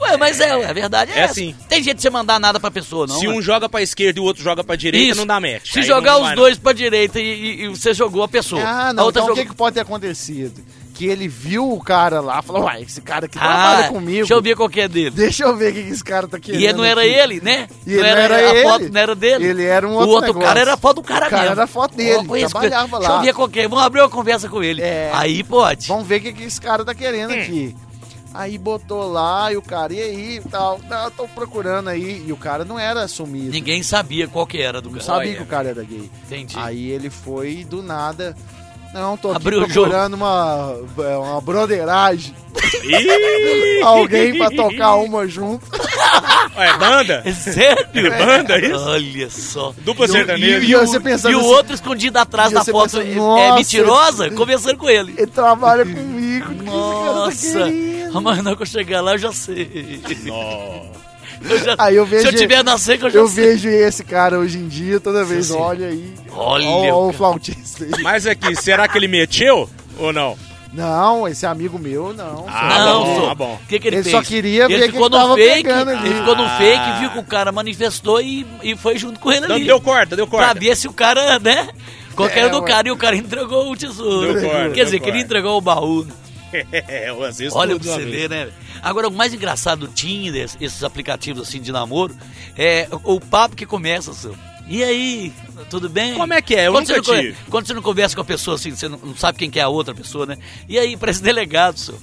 Speaker 3: Ué, mas é, ué, a verdade é,
Speaker 2: É
Speaker 3: essa.
Speaker 2: assim.
Speaker 3: Tem jeito de você mandar nada pra pessoa, não.
Speaker 2: Se
Speaker 3: ué.
Speaker 2: um joga pra esquerda e o outro joga pra direita, não dá match.
Speaker 3: Se
Speaker 2: Aí
Speaker 3: jogar
Speaker 2: não
Speaker 3: os
Speaker 2: vai, não.
Speaker 3: dois pra direita e, e- e você jogou a pessoa.
Speaker 4: Ah, não.
Speaker 3: A outra
Speaker 4: Então o que,
Speaker 3: jogou-
Speaker 4: que pode ter acontecido? Que ele viu o cara lá, falou, uai, esse cara aqui não tem
Speaker 3: Ah,
Speaker 4: nada comigo.
Speaker 3: deixa eu ver qual que é dele.
Speaker 4: Deixa eu ver o que que esse cara tá querendo.
Speaker 3: E não era
Speaker 4: aqui."
Speaker 3: ele, né?
Speaker 4: E ele não era
Speaker 3: a
Speaker 4: ele.
Speaker 3: foto não era dele.
Speaker 4: Ele era um
Speaker 3: O
Speaker 4: outro
Speaker 3: outro
Speaker 4: negócio.
Speaker 3: cara era a foto do cara,
Speaker 4: O cara
Speaker 3: mesmo.
Speaker 4: era a foto dele,
Speaker 3: Ó, conheço-
Speaker 4: trabalhava
Speaker 3: Deixa
Speaker 4: lá.
Speaker 3: eu ver qual que é. Vamos abrir uma conversa com ele.
Speaker 4: É.
Speaker 3: Aí pode.
Speaker 4: Vamos ver o que, que esse cara tá querendo
Speaker 3: Hum.
Speaker 4: aqui. Aí botou lá e o cara, e aí e tal. Não, tô procurando aí. E o cara não era sumido.
Speaker 3: Ninguém sabia qual que era do
Speaker 4: Não
Speaker 3: cara.
Speaker 4: sabia
Speaker 3: Olha,
Speaker 4: que o cara era gay.
Speaker 3: Entendi.
Speaker 4: Aí ele foi do nada. Não, tô aqui
Speaker 3: Abriu o
Speaker 4: procurando uma, é, uma broderagem.
Speaker 2: Ih!
Speaker 4: Alguém pra tocar um. uma junto.
Speaker 2: É banda?
Speaker 3: É sério?
Speaker 2: Banda, é isso?
Speaker 3: Olha só.
Speaker 2: Dupla sertaneja.
Speaker 4: E você pensando
Speaker 3: e o
Speaker 4: assim,
Speaker 3: outro escondido atrás
Speaker 4: e
Speaker 3: da
Speaker 4: você
Speaker 3: foto
Speaker 4: pensa,
Speaker 3: é- é
Speaker 4: nossa.
Speaker 3: mentirosa, conversando com ele.
Speaker 4: Ele trabalha comigo. que esse cara
Speaker 3: Nossa, Ah,
Speaker 4: tá querendo?
Speaker 3: amanhã na hora que eu chegar lá eu já sei. Eu já-
Speaker 4: Aí eu vejo-
Speaker 3: Se eu tiver na seca eu já
Speaker 4: Eu
Speaker 3: sei.
Speaker 4: vejo esse cara hoje em dia, toda vez olha aí.
Speaker 3: Olha,
Speaker 4: Ó, ó o
Speaker 3: cara.
Speaker 4: flautista aí.
Speaker 2: Mas aqui, será que ele meteu ou não?
Speaker 4: Não, esse amigo meu, não.
Speaker 2: Ah,
Speaker 3: Não,
Speaker 2: bom,
Speaker 3: sou.
Speaker 2: tá bom.
Speaker 3: O que, que ele,
Speaker 4: Ele
Speaker 3: fez?
Speaker 4: só queria ver quem
Speaker 3: ficou no
Speaker 4: tava
Speaker 3: fake,
Speaker 4: pegando ali.
Speaker 3: Ele ficou no
Speaker 2: Ah.
Speaker 3: fake, viu que o cara manifestou e, e foi junto com ele
Speaker 2: Não,
Speaker 3: ali.
Speaker 2: deu corda, deu
Speaker 3: pra
Speaker 2: corda.
Speaker 3: ver se o cara, né? Qualquer
Speaker 4: É,
Speaker 3: do
Speaker 4: ué.
Speaker 3: cara e o cara entregou o tesouro.
Speaker 2: Deu corda,
Speaker 3: Quer
Speaker 2: deu
Speaker 3: dizer, que ele
Speaker 2: corda.
Speaker 3: entregou o baú. né?
Speaker 2: É, eu assisto
Speaker 3: Olha
Speaker 2: tudo
Speaker 3: pra você
Speaker 2: uma
Speaker 3: ver,
Speaker 2: vez.
Speaker 3: né? Agora, o mais engraçado do Tinder, es- esses aplicativos assim de namoro, é o o papo que começa, seu. E aí, tudo bem?
Speaker 2: Como é que é? Eu
Speaker 3: quando,
Speaker 2: nunca
Speaker 3: você não,
Speaker 2: tive.
Speaker 3: conver- quando você não conversa com a pessoa assim, você não, não sabe quem que é a outra pessoa, né? E aí, parece delegado, seu.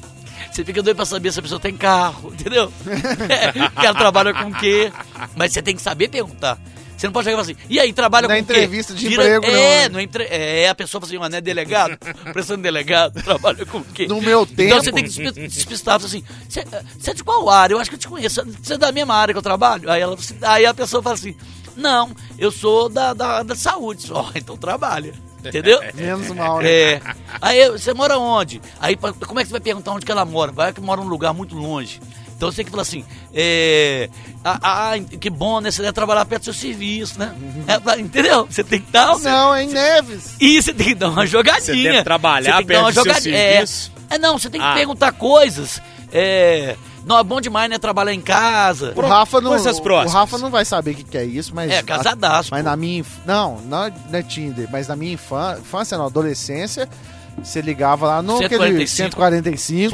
Speaker 3: Você fica doido pra saber se a pessoa tem carro, entendeu? É, o cara trabalha com o quê? Mas você tem que saber perguntar. Você não pode chegar e falar assim, e aí, trabalha
Speaker 4: Na
Speaker 3: com o quê?
Speaker 4: entrevista de emprego,
Speaker 3: é,
Speaker 4: não, né?
Speaker 3: não entre... é, a pessoa fala assim, mas não é delegado? Prestando delegado, trabalha com o quê?
Speaker 4: No meu
Speaker 3: Então
Speaker 4: tempo.
Speaker 3: você tem que despi- despistar, fala assim, você você é de qual área? Eu acho que eu te conheço, você é da mesma área que eu trabalho? Aí, ela, aí a pessoa fala assim, não, eu sou da, da, da saúde. Ó, então trabalha, entendeu?
Speaker 4: Menos mal, né?
Speaker 3: É. Aí você mora onde? Aí pra- como é que você vai perguntar onde que ela mora? Vai que mora num lugar muito longe. Então você tem que falar assim, é. Ah, ah, que bom, né? Você deve trabalhar perto do seu serviço, né? É, pra- entendeu? é, Você tem que dar.
Speaker 4: Uhum. Não, hein, Neves?
Speaker 3: E você tem que dar uma jogadinha.
Speaker 2: Você deve trabalhar
Speaker 3: Você tem que
Speaker 2: perto
Speaker 3: dar uma
Speaker 2: do seu
Speaker 3: jogadi- é.
Speaker 2: serviço.
Speaker 3: É, não, você tem que
Speaker 2: Ah.
Speaker 3: perguntar coisas. É. Não, é bom demais, né? Trabalhar em casa.
Speaker 4: O Rafa, não,
Speaker 2: coisas
Speaker 4: o
Speaker 2: próximas.
Speaker 4: Rafa não vai saber o que, que é isso, mas.
Speaker 3: É, casadaço,
Speaker 4: Mas
Speaker 3: pô.
Speaker 4: na minha. inf- Não, não é Tinder, mas na minha infância, infância não, adolescência, você ligava lá no aquele
Speaker 3: 145.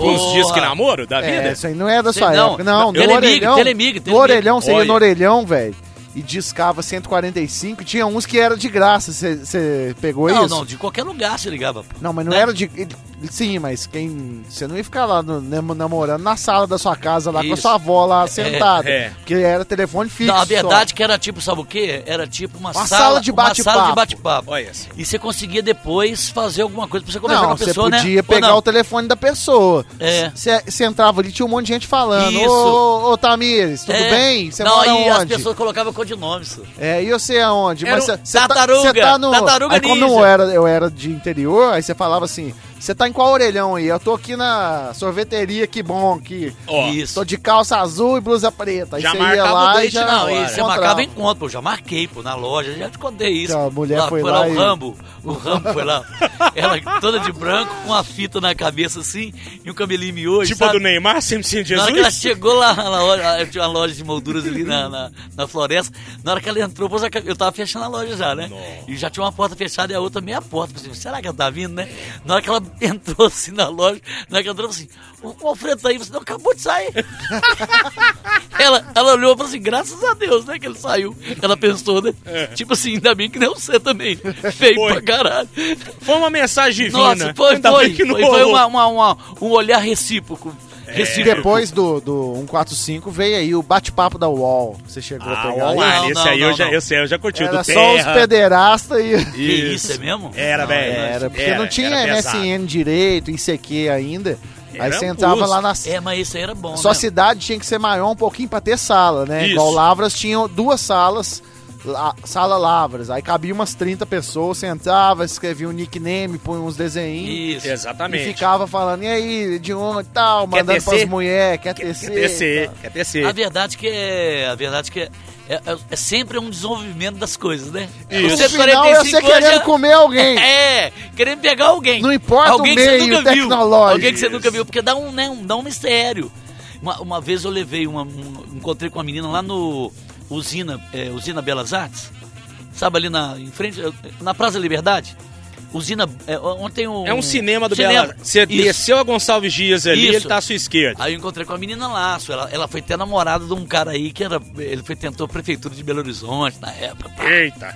Speaker 4: 145.
Speaker 2: Os dias que
Speaker 3: Porra.
Speaker 2: namoro da
Speaker 4: É,
Speaker 2: vida?
Speaker 4: isso aí não é da
Speaker 3: Não,
Speaker 4: sua
Speaker 3: é
Speaker 4: época. Não, no
Speaker 3: Telemig,
Speaker 4: orelhão.
Speaker 3: Telemig,
Speaker 4: no
Speaker 3: Telemig.
Speaker 4: orelhão, você ia
Speaker 2: Olha.
Speaker 4: no orelhão, velho. E discava 145. e Tinha uns que era de graça. Você pegou
Speaker 3: não,
Speaker 4: é isso?
Speaker 3: não, de qualquer lugar você ligava. pô.
Speaker 4: Não, mas não
Speaker 3: Né?
Speaker 4: era de. ele- Sim, mas quem. Você não ia ficar lá no- nam- namorando na sala da sua casa, lá com a
Speaker 3: Isso.
Speaker 4: sua avó lá sentada.
Speaker 2: é.
Speaker 4: Porque era telefone fixo.
Speaker 3: Não, a verdade
Speaker 4: só.
Speaker 3: que era tipo, sabe o quê? Era tipo uma, sala,
Speaker 4: Uma sala de
Speaker 3: uma sala de
Speaker 4: bate-papo.
Speaker 3: bate-papo.
Speaker 2: Olha essa.
Speaker 3: E você conseguia depois fazer alguma coisa pra você conversar
Speaker 4: Não,
Speaker 3: com a
Speaker 4: você
Speaker 3: pessoa, né?
Speaker 4: podia
Speaker 3: Ou
Speaker 4: pegar
Speaker 3: não?
Speaker 4: o telefone da pessoa.
Speaker 3: É.
Speaker 4: Você você entrava ali, tinha um monte de gente falando.
Speaker 3: Isso.
Speaker 4: Ô, ô, ô, Tamires, tudo
Speaker 3: É.
Speaker 4: bem? Você
Speaker 3: não,
Speaker 4: mora
Speaker 3: e
Speaker 4: onde?
Speaker 3: as pessoas colocavam codinome, isso.
Speaker 4: É, e você aonde?
Speaker 2: Era
Speaker 4: Mas
Speaker 2: um-
Speaker 4: cê- cê
Speaker 3: tartaruga,
Speaker 4: Tá, cê tá no...
Speaker 3: tartaruga
Speaker 4: aí, quando
Speaker 3: ninja.
Speaker 4: eu era, eu era de interior, aí você falava assim, você tá em qual orelhão aí? Eu tô aqui na sorveteria, que bom aqui.
Speaker 2: Ó,
Speaker 3: Isso.
Speaker 4: Tô de calça azul e blusa preta. Aí
Speaker 2: Já
Speaker 4: você ia
Speaker 2: marcava o
Speaker 4: lá e
Speaker 2: date
Speaker 4: já...
Speaker 2: na
Speaker 3: Não,
Speaker 2: hora.
Speaker 3: e você
Speaker 4: encontrava.
Speaker 3: marcava encontro, pô. Eu já marquei, pô, na loja, já te contei isso.
Speaker 4: Então, a mulher foi
Speaker 3: lá.
Speaker 4: lá
Speaker 3: o
Speaker 4: e-
Speaker 3: Rambo, o Rambo foi lá. Ela toda de branco, com a fita na cabeça assim, e um cabelinho miojo,
Speaker 2: Tipo a
Speaker 3: sabe?
Speaker 2: do Neymar, sempre sem
Speaker 3: Na hora que ela
Speaker 2: Jesus?
Speaker 3: chegou lá na loja, tinha uma loja de molduras ali na, na, na floresta, na hora que ela entrou, pô, já que- eu tava fechando a loja já, né? E já tinha uma porta fechada e a outra meia porta. Falei, assim, será que ela tá vindo, né? Na hora que ela entrou assim na loja, na hora que ela entrou, eu falei assim, o Alfredo tá aí, você não acabou de sair. ela, ela olhou e falou assim, graças a Deus, né, que ele saiu. Ela pensou, né? Tipo assim, ainda bem que não você também. Feio
Speaker 2: É. Foi.
Speaker 3: pra caralho.
Speaker 2: Foi uma mensagem divina.
Speaker 3: Nossa, foi,
Speaker 2: Ainda
Speaker 3: foi.
Speaker 2: bem que não
Speaker 3: Foi, foi
Speaker 2: rolou. É.
Speaker 3: uma, uma- uma- um olhar recíproco.
Speaker 4: E
Speaker 3: Recíproco.
Speaker 4: depois do, do 145 veio aí o bate-papo da UOL. Você chegou a
Speaker 2: Ah,
Speaker 4: pegar
Speaker 2: o
Speaker 4: aí.
Speaker 2: Omar,
Speaker 3: Não,
Speaker 2: esse
Speaker 3: não,
Speaker 2: aí
Speaker 3: não,
Speaker 2: eu, já,
Speaker 3: não.
Speaker 2: eu sei, eu já curti. o
Speaker 4: Era
Speaker 2: do
Speaker 4: só os
Speaker 2: Terra.
Speaker 4: pederastas e...
Speaker 3: Que isso, é mesmo?
Speaker 2: Era,
Speaker 3: Não,
Speaker 2: velho.
Speaker 4: Era, porque
Speaker 2: Era,
Speaker 4: não tinha
Speaker 2: era pesado.
Speaker 4: MSN direito, ICQ ainda. aí
Speaker 2: Era um
Speaker 4: você entrava
Speaker 2: música.
Speaker 4: lá na...
Speaker 3: É, mas isso aí era bom,
Speaker 4: Só
Speaker 3: né?
Speaker 4: a cidade tinha que ser maior um pouquinho pra ter sala, né?
Speaker 2: Isso.
Speaker 4: Igual Lavras tinha duas salas, la- sala Lavras. Aí cabia umas 30 pessoas, sentava, escrevia um nickname, punha uns desenhinhos.
Speaker 3: Isso.
Speaker 4: E
Speaker 2: Exatamente.
Speaker 4: ficava falando, e aí, de onde e tal,
Speaker 2: Quer
Speaker 4: mandando
Speaker 2: tecer?
Speaker 4: pras mulheres, quer tecer?
Speaker 2: Quer descer, quer
Speaker 3: A
Speaker 2: descer.
Speaker 3: verdade que é... A verdade que é... É, é- é sempre um desenvolvimento das coisas, né?
Speaker 2: Isso.
Speaker 4: No final, é você querendo comer alguém.
Speaker 3: É, querendo pegar alguém.
Speaker 4: Não importa o
Speaker 3: alguém que
Speaker 4: meio
Speaker 3: você nunca viu.
Speaker 4: tecnológico.
Speaker 3: Alguém que você nunca
Speaker 2: Isso.
Speaker 3: viu, porque dá um, né, um- dá um mistério. Uma, uma vez eu levei uma. um- encontrei com uma menina lá no Usina, é, Usina Belas Artes. Sabe ali na, em frente, na Praça da Liberdade? Usina. É, onde tem um.
Speaker 2: É um cinema do
Speaker 3: cinema.
Speaker 2: Bela. Você
Speaker 3: Isso.
Speaker 2: desceu a Gonçalves Dias ali,
Speaker 3: Isso.
Speaker 2: ele tá à sua esquerda.
Speaker 3: Aí eu encontrei com a menina Laço. Ela, ela foi até namorada de um cara aí que era. Ele foi, tentou a prefeitura de Belo Horizonte na época. pá.
Speaker 2: Eita.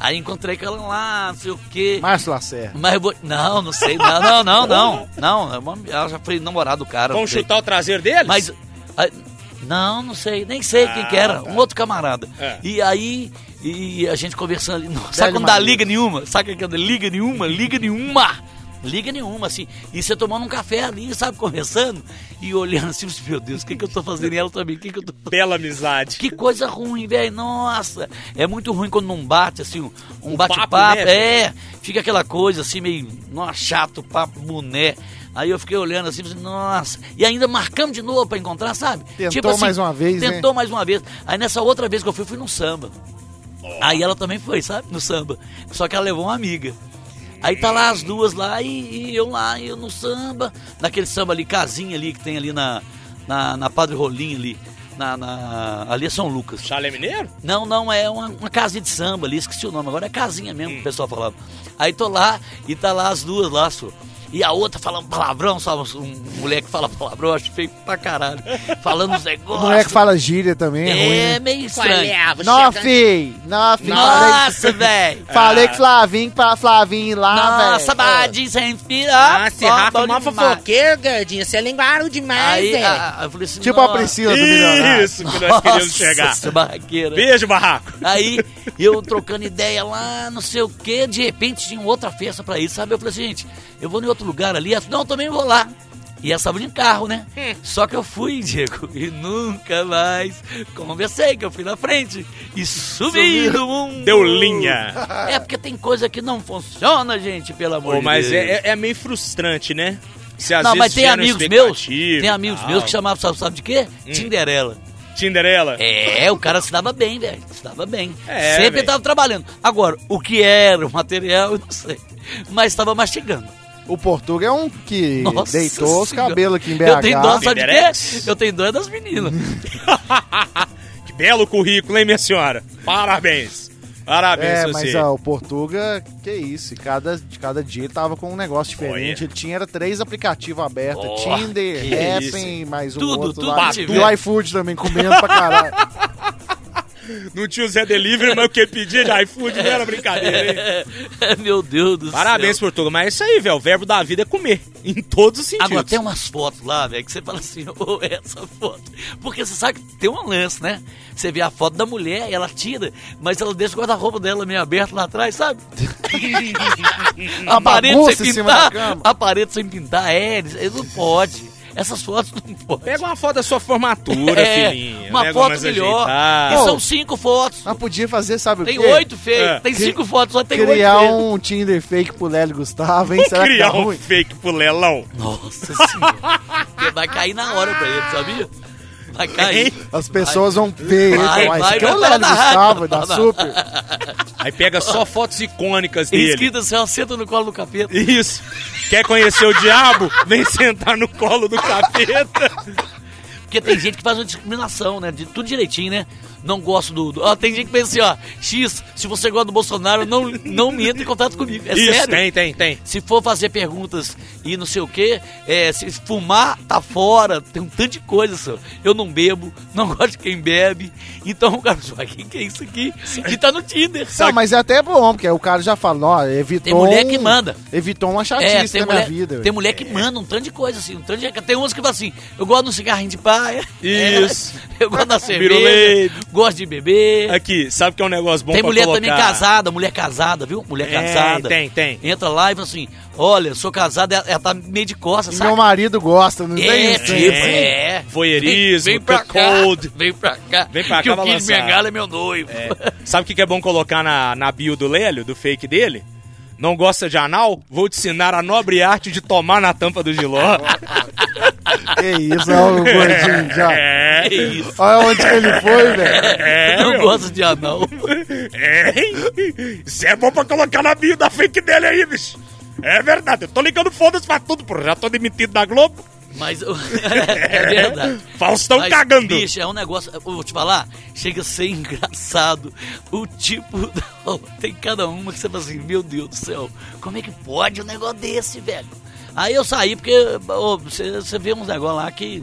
Speaker 3: Aí encontrei com ela lá, não sei o quê.
Speaker 4: Márcio Lacerda.
Speaker 3: Mas eu vou. Não, não sei. Não, não, não, não. Não, é uma- ela já foi namorada do cara.
Speaker 2: Vamos
Speaker 3: não sei.
Speaker 2: chutar o traseiro deles?
Speaker 3: Mas. ah, Não, não sei, nem sei quem que era,
Speaker 2: Ah, tá.
Speaker 3: um outro camarada.
Speaker 2: É.
Speaker 3: E aí, e a gente conversando ali. não, Sabe
Speaker 4: Velho
Speaker 3: quando dá
Speaker 4: marido.
Speaker 3: liga nenhuma? Sabe que dá liga nenhuma? Liga nenhuma! Liga nenhuma, assim. E você tomando um café ali, sabe, conversando, e olhando assim, meu Deus, o que, que eu tô fazendo? E ela também, o que, que eu tô fazendo?
Speaker 2: Bela amizade.
Speaker 3: Que coisa ruim, velho. Nossa, é muito ruim quando não bate, assim, um- um
Speaker 2: O
Speaker 3: bate-papo.
Speaker 2: papo, né?
Speaker 3: É, fica aquela coisa assim, meio nossa, chato, papo, boné. Aí eu fiquei olhando assim, falei, nossa. E ainda marcamos de novo pra encontrar, sabe? Tipo assim,
Speaker 4: Tentou mais uma vez, né?
Speaker 3: Tentou mais uma vez. Aí nessa outra vez que eu fui, fui num samba. Aí ela também foi, sabe? No samba. Só que ela levou uma amiga. Aí tá lá as duas lá e, e eu lá, e eu no samba, naquele samba ali, casinha ali que tem ali na, na, na Padre Rolim ali. Na, na- ali é São Lucas.
Speaker 2: Chalé Mineiro?
Speaker 3: Não, não, é uma, uma casinha de samba ali, esqueci o nome, agora é casinha mesmo que o pessoal falava. Aí tô lá e tá lá as duas lá, só. E a outra falando palavrão, sabe? Um moleque que fala palavrão, eu acho feio pra caralho. Falando os
Speaker 4: O
Speaker 3: negócios.
Speaker 4: moleque fala gíria também, é,
Speaker 3: É,
Speaker 4: ruim.
Speaker 3: meio
Speaker 5: é,
Speaker 3: estranho.
Speaker 4: né? Nó, fi! Nó, fi!
Speaker 3: Nossa, velho!
Speaker 4: Falei que Flavinho, pra Flavinho ir lá, velho.
Speaker 3: Nossa, badinho sem fio.
Speaker 5: Ah, se
Speaker 3: ó,
Speaker 5: Rafa
Speaker 3: bom
Speaker 5: uma
Speaker 3: demais.
Speaker 5: fofoqueira, Gardinha, você é linguarudo demais,
Speaker 3: Aí,
Speaker 5: velho.
Speaker 3: a- a- eu falei assim,
Speaker 4: Tipo a
Speaker 3: "Nossa,
Speaker 4: Priscila do Milionário.
Speaker 2: Isso que nós queríamos
Speaker 3: nossa,
Speaker 2: chegar.
Speaker 3: essa barraqueira.
Speaker 2: Beijo, barraco.
Speaker 3: Aí eu trocando ideia lá, não sei o quê, de repente tinha outra festa pra ir, sabe? Eu falei assim, gente, eu vou em outro lugar ali, Ela, não, eu também vou lá. E essa tava de carro, né? Só que eu fui, Diego, e nunca mais conversei, que eu fui na frente e subi do mundo.
Speaker 2: Deu linha.
Speaker 3: É porque tem coisa que não funciona, gente, pelo amor
Speaker 2: Pô,
Speaker 3: de
Speaker 2: mas
Speaker 3: Deus.
Speaker 2: é, é- é meio frustrante, né? Se às
Speaker 3: Não,
Speaker 2: vezes
Speaker 3: mas tem
Speaker 2: gera uma
Speaker 3: amigos meus,
Speaker 2: expectativa
Speaker 3: tem
Speaker 2: e
Speaker 3: amigos
Speaker 2: tal. Hum.
Speaker 3: meus que chamavam, sabe, sabe de quê? Tinderela.
Speaker 2: Tinderela.
Speaker 3: É, o cara se dava bem, velho. Se dava bem.
Speaker 2: É,
Speaker 3: Sempre
Speaker 2: velho.
Speaker 3: tava trabalhando. Agora, o que era o material, eu não sei. Mas tava mastigando.
Speaker 4: O Portuga é um que
Speaker 3: Nossa
Speaker 4: deitou os
Speaker 3: Senhora.
Speaker 4: cabelos aqui em BH.
Speaker 3: Eu tenho dó, sabe de quê?
Speaker 2: Tiderex?
Speaker 3: Eu tenho dó é das meninas.
Speaker 2: Que belo currículo, hein, minha senhora? Parabéns. Parabéns,
Speaker 4: É, mas
Speaker 2: você.
Speaker 4: ó, o Portuga, que isso, e cada, de cada dia ele tava com um negócio diferente.
Speaker 2: Olha.
Speaker 4: Ele tinha era três aplicativos abertos:
Speaker 3: Oh,
Speaker 4: Tinder,
Speaker 3: que
Speaker 4: Happn, mais um
Speaker 3: Tudo,
Speaker 4: outro
Speaker 3: tudo
Speaker 4: lá.
Speaker 3: que
Speaker 4: E
Speaker 3: tiver.
Speaker 4: o iFood também, comendo pra caralho.
Speaker 2: Não tinha o Zé Delivery, mas o que pedia de iFood não era brincadeira, hein?
Speaker 3: Meu Deus do
Speaker 2: Parabéns,
Speaker 3: céu.
Speaker 2: Portugal. Mas é isso aí, velho. O verbo da vida é comer. Em todos os sentidos.
Speaker 3: Agora, tem um- umas fotos lá, velho, que você fala assim, ô, essa foto. Porque você sabe que tem um lance, né? Você vê a foto da mulher, ela tira, mas ela deixa o guarda-roupa dela meio aberto lá atrás, sabe? a parede
Speaker 4: bagunça
Speaker 3: sem
Speaker 4: em cima da
Speaker 3: pintar,
Speaker 4: cama.
Speaker 3: a parede sem pintar, é, eles- eles não pode. Essas fotos não podem.
Speaker 2: Pega uma foto da sua formatura,
Speaker 3: É,
Speaker 2: filhinha.
Speaker 3: uma
Speaker 2: Pega
Speaker 3: foto
Speaker 2: mais
Speaker 3: melhor. é um
Speaker 2: ajeitada.
Speaker 3: E
Speaker 4: Pô,
Speaker 3: são cinco fotos.
Speaker 4: Mas podia fazer, sabe
Speaker 3: Tem
Speaker 4: o quê?
Speaker 3: oito feios.
Speaker 2: É.
Speaker 3: Tem cinco fotos, só tem
Speaker 4: Criar
Speaker 3: oito. feios.
Speaker 4: um Tinder fake pro Lélio Gustavo, hein? Será que
Speaker 2: Criar
Speaker 4: tá
Speaker 2: um
Speaker 4: ruim?
Speaker 2: fake pro Lelão.
Speaker 3: Nossa senhora. Porque vai cair na hora pra ele, sabia? Vai cair.
Speaker 4: As pessoas vão ver ele e
Speaker 3: Vai,
Speaker 4: falar,
Speaker 3: vai,
Speaker 4: esse aqui é o
Speaker 3: vai
Speaker 4: Lélio
Speaker 3: falar na
Speaker 4: Gustavo,
Speaker 3: rádio,
Speaker 4: da
Speaker 3: vai falar.
Speaker 4: Super.
Speaker 2: Aí pega só fotos icônicas dele.
Speaker 3: Inscrita, assim, ó, senta no colo do capeta.
Speaker 2: Isso. Quer conhecer o diabo? Vem sentar no colo do capeta.
Speaker 3: Porque tem gente que faz uma discriminação, né? De tudo direitinho, né? Não gosto do. do- Ó, tem gente que pensa assim, ó, X, se você gosta do Bolsonaro, não, não me entre em contato comigo. É
Speaker 2: Isso,
Speaker 3: sério.
Speaker 2: tem, tem, tem.
Speaker 3: Se for fazer perguntas e não sei o quê, é, se fumar, tá fora, tem um tanto de coisa, senhor. Eu não bebo, não gosto de quem bebe. Então o cara fala, quem que é isso aqui? Que tá no Tinder.
Speaker 4: Não, mas é até bom, porque o cara já fala, ó, evitou
Speaker 3: Tem mulher
Speaker 4: um-
Speaker 3: que manda.
Speaker 4: Evitou uma
Speaker 3: É,
Speaker 4: chatice
Speaker 3: tem
Speaker 4: na
Speaker 3: mulher,
Speaker 4: minha vida. É.
Speaker 3: tem mulher que manda um tanto de coisa, assim, um tanto de... Tem uns que falam assim, eu gosto de um cigarrinho de paia.
Speaker 2: Isso.
Speaker 3: É, eu gosto da cerveja.
Speaker 2: Birulei.
Speaker 3: gosto de beber.
Speaker 2: Aqui, sabe que é um negócio bom
Speaker 3: tem
Speaker 2: pra
Speaker 3: mulher
Speaker 2: colocar?
Speaker 3: também casada, mulher casada, viu? Mulher
Speaker 2: Tem,
Speaker 3: casada.
Speaker 2: tem, tem.
Speaker 3: Entra lá e fala assim, olha, sou casada, ela, ela tá meio de costas,
Speaker 4: E
Speaker 3: sabe?
Speaker 4: Meu marido gosta, não tem
Speaker 3: É,
Speaker 4: isso?
Speaker 3: tipo,
Speaker 4: hein?
Speaker 3: é.
Speaker 2: Voyeurismo,
Speaker 3: vem, vem pra
Speaker 2: The
Speaker 3: cá,
Speaker 2: Cold.
Speaker 3: Vem pra cá.
Speaker 2: Vem pra
Speaker 3: que
Speaker 2: cá,
Speaker 3: o
Speaker 2: vai
Speaker 3: Kid
Speaker 2: lançar.
Speaker 3: Bengala é meu noivo.
Speaker 2: Sabe o que que é bom colocar na, na bio do Lélio, do fake dele? Não gosta de anal? Vou te ensinar a nobre arte de tomar na tampa do giló.
Speaker 4: Que isso, ó, o gordinho já.
Speaker 2: É,
Speaker 3: Que isso.
Speaker 4: Olha onde que ele foi, velho.
Speaker 2: é,
Speaker 3: não
Speaker 2: meu.
Speaker 3: gosto de anal.
Speaker 2: É, hein? Isso é bom pra colocar na bio da fake dele aí, bicho. É verdade, eu tô ligando foda-se pra tudo, pô. Já tô demitido da Globo.
Speaker 3: Mas o- é verdade.
Speaker 2: Faustão
Speaker 3: Mas,
Speaker 2: cagando.
Speaker 3: Bicho, é um negócio. eu Vou te falar, chega a ser engraçado. O tipo. da- Tem cada uma que você fala assim: Meu Deus do céu, como é que pode um negócio desse, velho? Aí eu saí porque ô, você, você vê uns negócios lá que.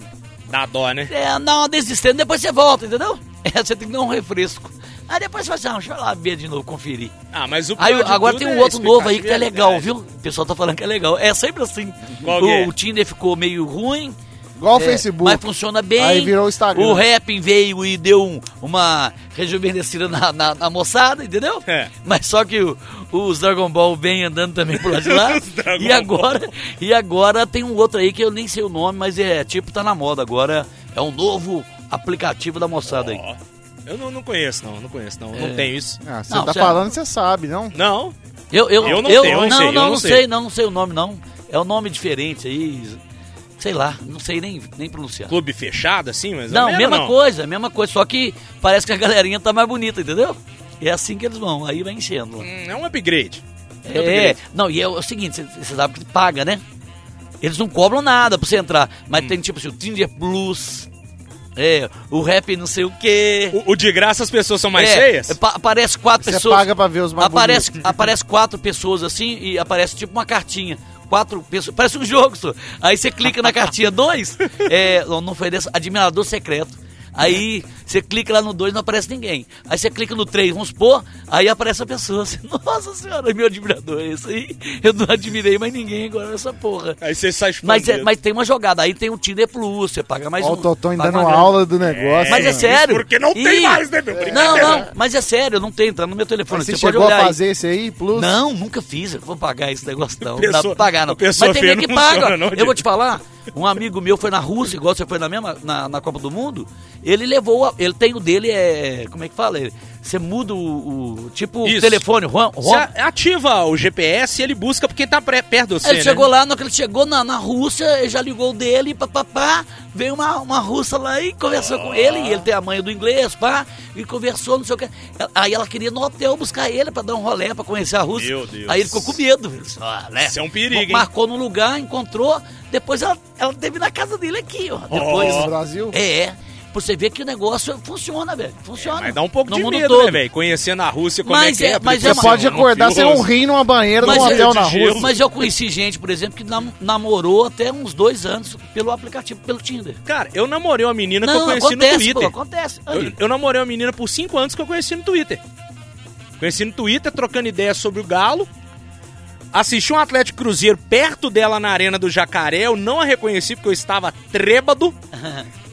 Speaker 2: Dá dó, né?
Speaker 3: É, dá uma desistência, depois você volta, entendeu? É, você tem que dar um refresco. Aí depois você fala assim: ah, Deixa eu lá ver de novo, conferir.
Speaker 2: Ah, mas o
Speaker 3: Aí,
Speaker 2: pior de
Speaker 3: agora
Speaker 2: tudo
Speaker 3: tem um
Speaker 2: é
Speaker 3: outro novo aí que tá
Speaker 2: expectativa né? e
Speaker 3: legal,
Speaker 2: realidade.
Speaker 3: viu? O pessoal tá falando que é legal. É sempre assim.
Speaker 2: Qual que é?
Speaker 3: o, o Tinder ficou meio ruim.
Speaker 4: Igual o
Speaker 3: é,
Speaker 4: Facebook.
Speaker 3: Mas funciona bem.
Speaker 4: Aí virou o Instagram.
Speaker 3: O Rapping veio e deu um- uma rejuvenescida na, na- na moçada, entendeu?
Speaker 2: É.
Speaker 3: Mas só que o- os Dragon Ball vem andando também por lá de lá.
Speaker 2: Os Dragon
Speaker 3: e, agora, e agora tem um outro aí que eu nem sei o nome, mas é tipo, tá na moda agora. É um novo aplicativo da moçada aí.
Speaker 2: Ó, eu não, não conheço, não. Não conheço, não.
Speaker 3: É.
Speaker 2: Não tenho isso.
Speaker 4: Ah, você
Speaker 3: Não,
Speaker 4: tá
Speaker 3: você-
Speaker 4: falando, você sabe, não?
Speaker 2: Não.
Speaker 3: Eu, eu,
Speaker 2: Eu não sei, eu não sei, eu
Speaker 3: não, não,
Speaker 2: não
Speaker 3: não
Speaker 2: sei.
Speaker 3: sei, não, não sei o nome, não. É um nome diferente aí. Sei lá, não sei nem, nem pronunciar.
Speaker 2: Clube fechado, assim, mas... é
Speaker 3: não,
Speaker 2: mesmo,
Speaker 3: mesma
Speaker 2: não?
Speaker 3: coisa, mesma coisa. Só que parece que a galerinha tá mais bonita, entendeu? E é assim que eles vão, aí vai enchendo. lá.
Speaker 2: Hum, É um upgrade. É um
Speaker 3: É,
Speaker 2: upgrade.
Speaker 3: não, e é o seguinte, você sabe que paga, né? Eles não cobram nada pra você entrar.
Speaker 2: Hum.
Speaker 3: Mas tem tipo assim, o Tinder Plus, é, o rap não sei o quê.
Speaker 2: O, o de graça as pessoas são mais
Speaker 3: É,
Speaker 2: cheias?
Speaker 3: pa- aparece quatro
Speaker 4: Você
Speaker 3: pessoas.
Speaker 4: paga pra ver os mais
Speaker 3: aparece, aparece quatro pessoas assim e aparece tipo uma cartinha. Quatro pessoas. Parece um jogo, só. Aí você clica na cartinha dois. é, não, não foi dessa. Admirador secreto. Aí você clica lá no dois não aparece ninguém. Aí você clica no três vamos supor, aí aparece a pessoa. Assim, Nossa senhora, meu admirador, é esse aí. Eu não admirei mais ninguém agora nessa porra.
Speaker 2: Aí você sai
Speaker 3: Mas, é-
Speaker 2: expandido.
Speaker 3: mas tem uma jogada, aí tem o Tinder Plus, você paga mais
Speaker 4: Ó,
Speaker 3: um.
Speaker 4: o Toton
Speaker 3: paga
Speaker 4: dando
Speaker 3: uma grana.
Speaker 4: aula do negócio.
Speaker 3: Mas é
Speaker 4: mano.
Speaker 3: sério.
Speaker 2: Porque não tem
Speaker 3: Ih,
Speaker 2: mais, né, meu?
Speaker 3: Não,
Speaker 2: Brincadeira.
Speaker 3: não, mas é sério, não tem, tá no meu telefone.
Speaker 4: Mas você,
Speaker 3: você pode
Speaker 4: chegou
Speaker 3: olhar
Speaker 4: a
Speaker 3: aí.
Speaker 4: fazer esse aí, plus?
Speaker 3: Não, nunca fiz. Eu Vou pagar esse negócio, não. não dá
Speaker 2: Pessoa-
Speaker 3: pra pagar, não. Mas
Speaker 2: pessoa
Speaker 3: tem
Speaker 2: feia
Speaker 3: nem que
Speaker 2: não
Speaker 3: paga.
Speaker 2: funciona, não,
Speaker 3: eu vou
Speaker 2: gente.
Speaker 3: te falar, um amigo meu foi na Rússia, igual você foi na mesma, na, na Copa do Mundo. Ele levou, a- ele tem o dele, é. Como é que fala? Ele- Você muda o. o- tipo,
Speaker 2: Isso.
Speaker 3: o telefone, Juan.
Speaker 2: Você
Speaker 3: Juan.
Speaker 2: a- ativa o GPS e ele busca porque tá pré- perto de você,
Speaker 3: Ele
Speaker 2: né?
Speaker 3: chegou lá, na hora que ele chegou na, na Rússia, ele já ligou o dele, papapá, veio uma, uma russa lá e conversou com ele, e ele tem a mãe do inglês, pá, e conversou, não sei o que. Aí ela queria ir no hotel buscar ele pra dar um rolê, pra conhecer a Rússia.
Speaker 2: Meu Deus.
Speaker 3: Aí ele ficou com medo. Ele disse, "Ah, né?"
Speaker 2: Isso é um perigo, hein?
Speaker 3: Marcou num lugar, encontrou, depois ela, ela teve na casa dele aqui, ó. Depois.
Speaker 4: No Brasil?
Speaker 3: É, é. Pra você ver que o negócio funciona, velho. Funciona.
Speaker 2: Mas dá um pouco
Speaker 3: No
Speaker 2: de
Speaker 3: mundo
Speaker 2: medo,
Speaker 3: todo.
Speaker 2: né, velho? Conhecendo a Rússia, como
Speaker 3: Mas
Speaker 2: é que é.
Speaker 3: é- mas
Speaker 4: Você
Speaker 3: é uma-
Speaker 4: pode acordar sem um rim numa banheira num
Speaker 3: Mas é-
Speaker 4: hotel na
Speaker 2: de gelo.
Speaker 4: rua.
Speaker 3: Mas eu conheci gente, por exemplo, que nam- namorou até uns dois anos pelo aplicativo, pelo Tinder.
Speaker 2: Cara, eu namorei uma menina que eu
Speaker 3: Não,
Speaker 2: conheci no
Speaker 3: acontece, pô,
Speaker 2: Twitter.
Speaker 3: acontece. Aí.
Speaker 2: eu, eu namorei uma menina por 5 anos que eu conheci no Twitter. Conheci no Twitter, trocando ideias sobre o Galo. Assisti um Atlético Cruzeiro perto dela na Arena do Jacaré. Eu não a reconheci porque eu estava trêbado.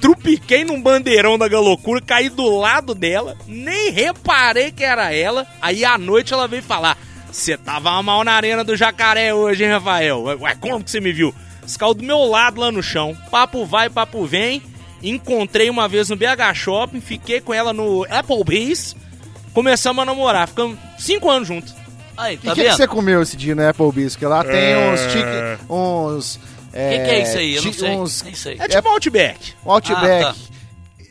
Speaker 2: Trupiquei num bandeirão da Galocura, caí do lado dela. Nem reparei que era ela. Aí à noite ela veio falar: Você tava mal na Arena do Jacaré hoje, hein, Rafael? Ué, Ué, como que você me viu? Você caiu do meu lado lá no chão. Papo vai, papo vem. Encontrei uma vez no BH Shopping, fiquei com ela no Applebee's. Começamos a namorar, ficamos cinco anos juntos.
Speaker 3: Aí,
Speaker 4: E
Speaker 3: tá
Speaker 4: o que, que
Speaker 3: vendo?
Speaker 4: você comeu esse dia no Applebee's? Que
Speaker 6: É.
Speaker 4: lá tem uns chique, uns...
Speaker 3: O que, que é isso aí? Eu não
Speaker 4: chi-
Speaker 3: sei.
Speaker 4: Uns
Speaker 3: Nem sei.
Speaker 2: É tipo Outback.
Speaker 4: o Outback.
Speaker 3: Ah, tá.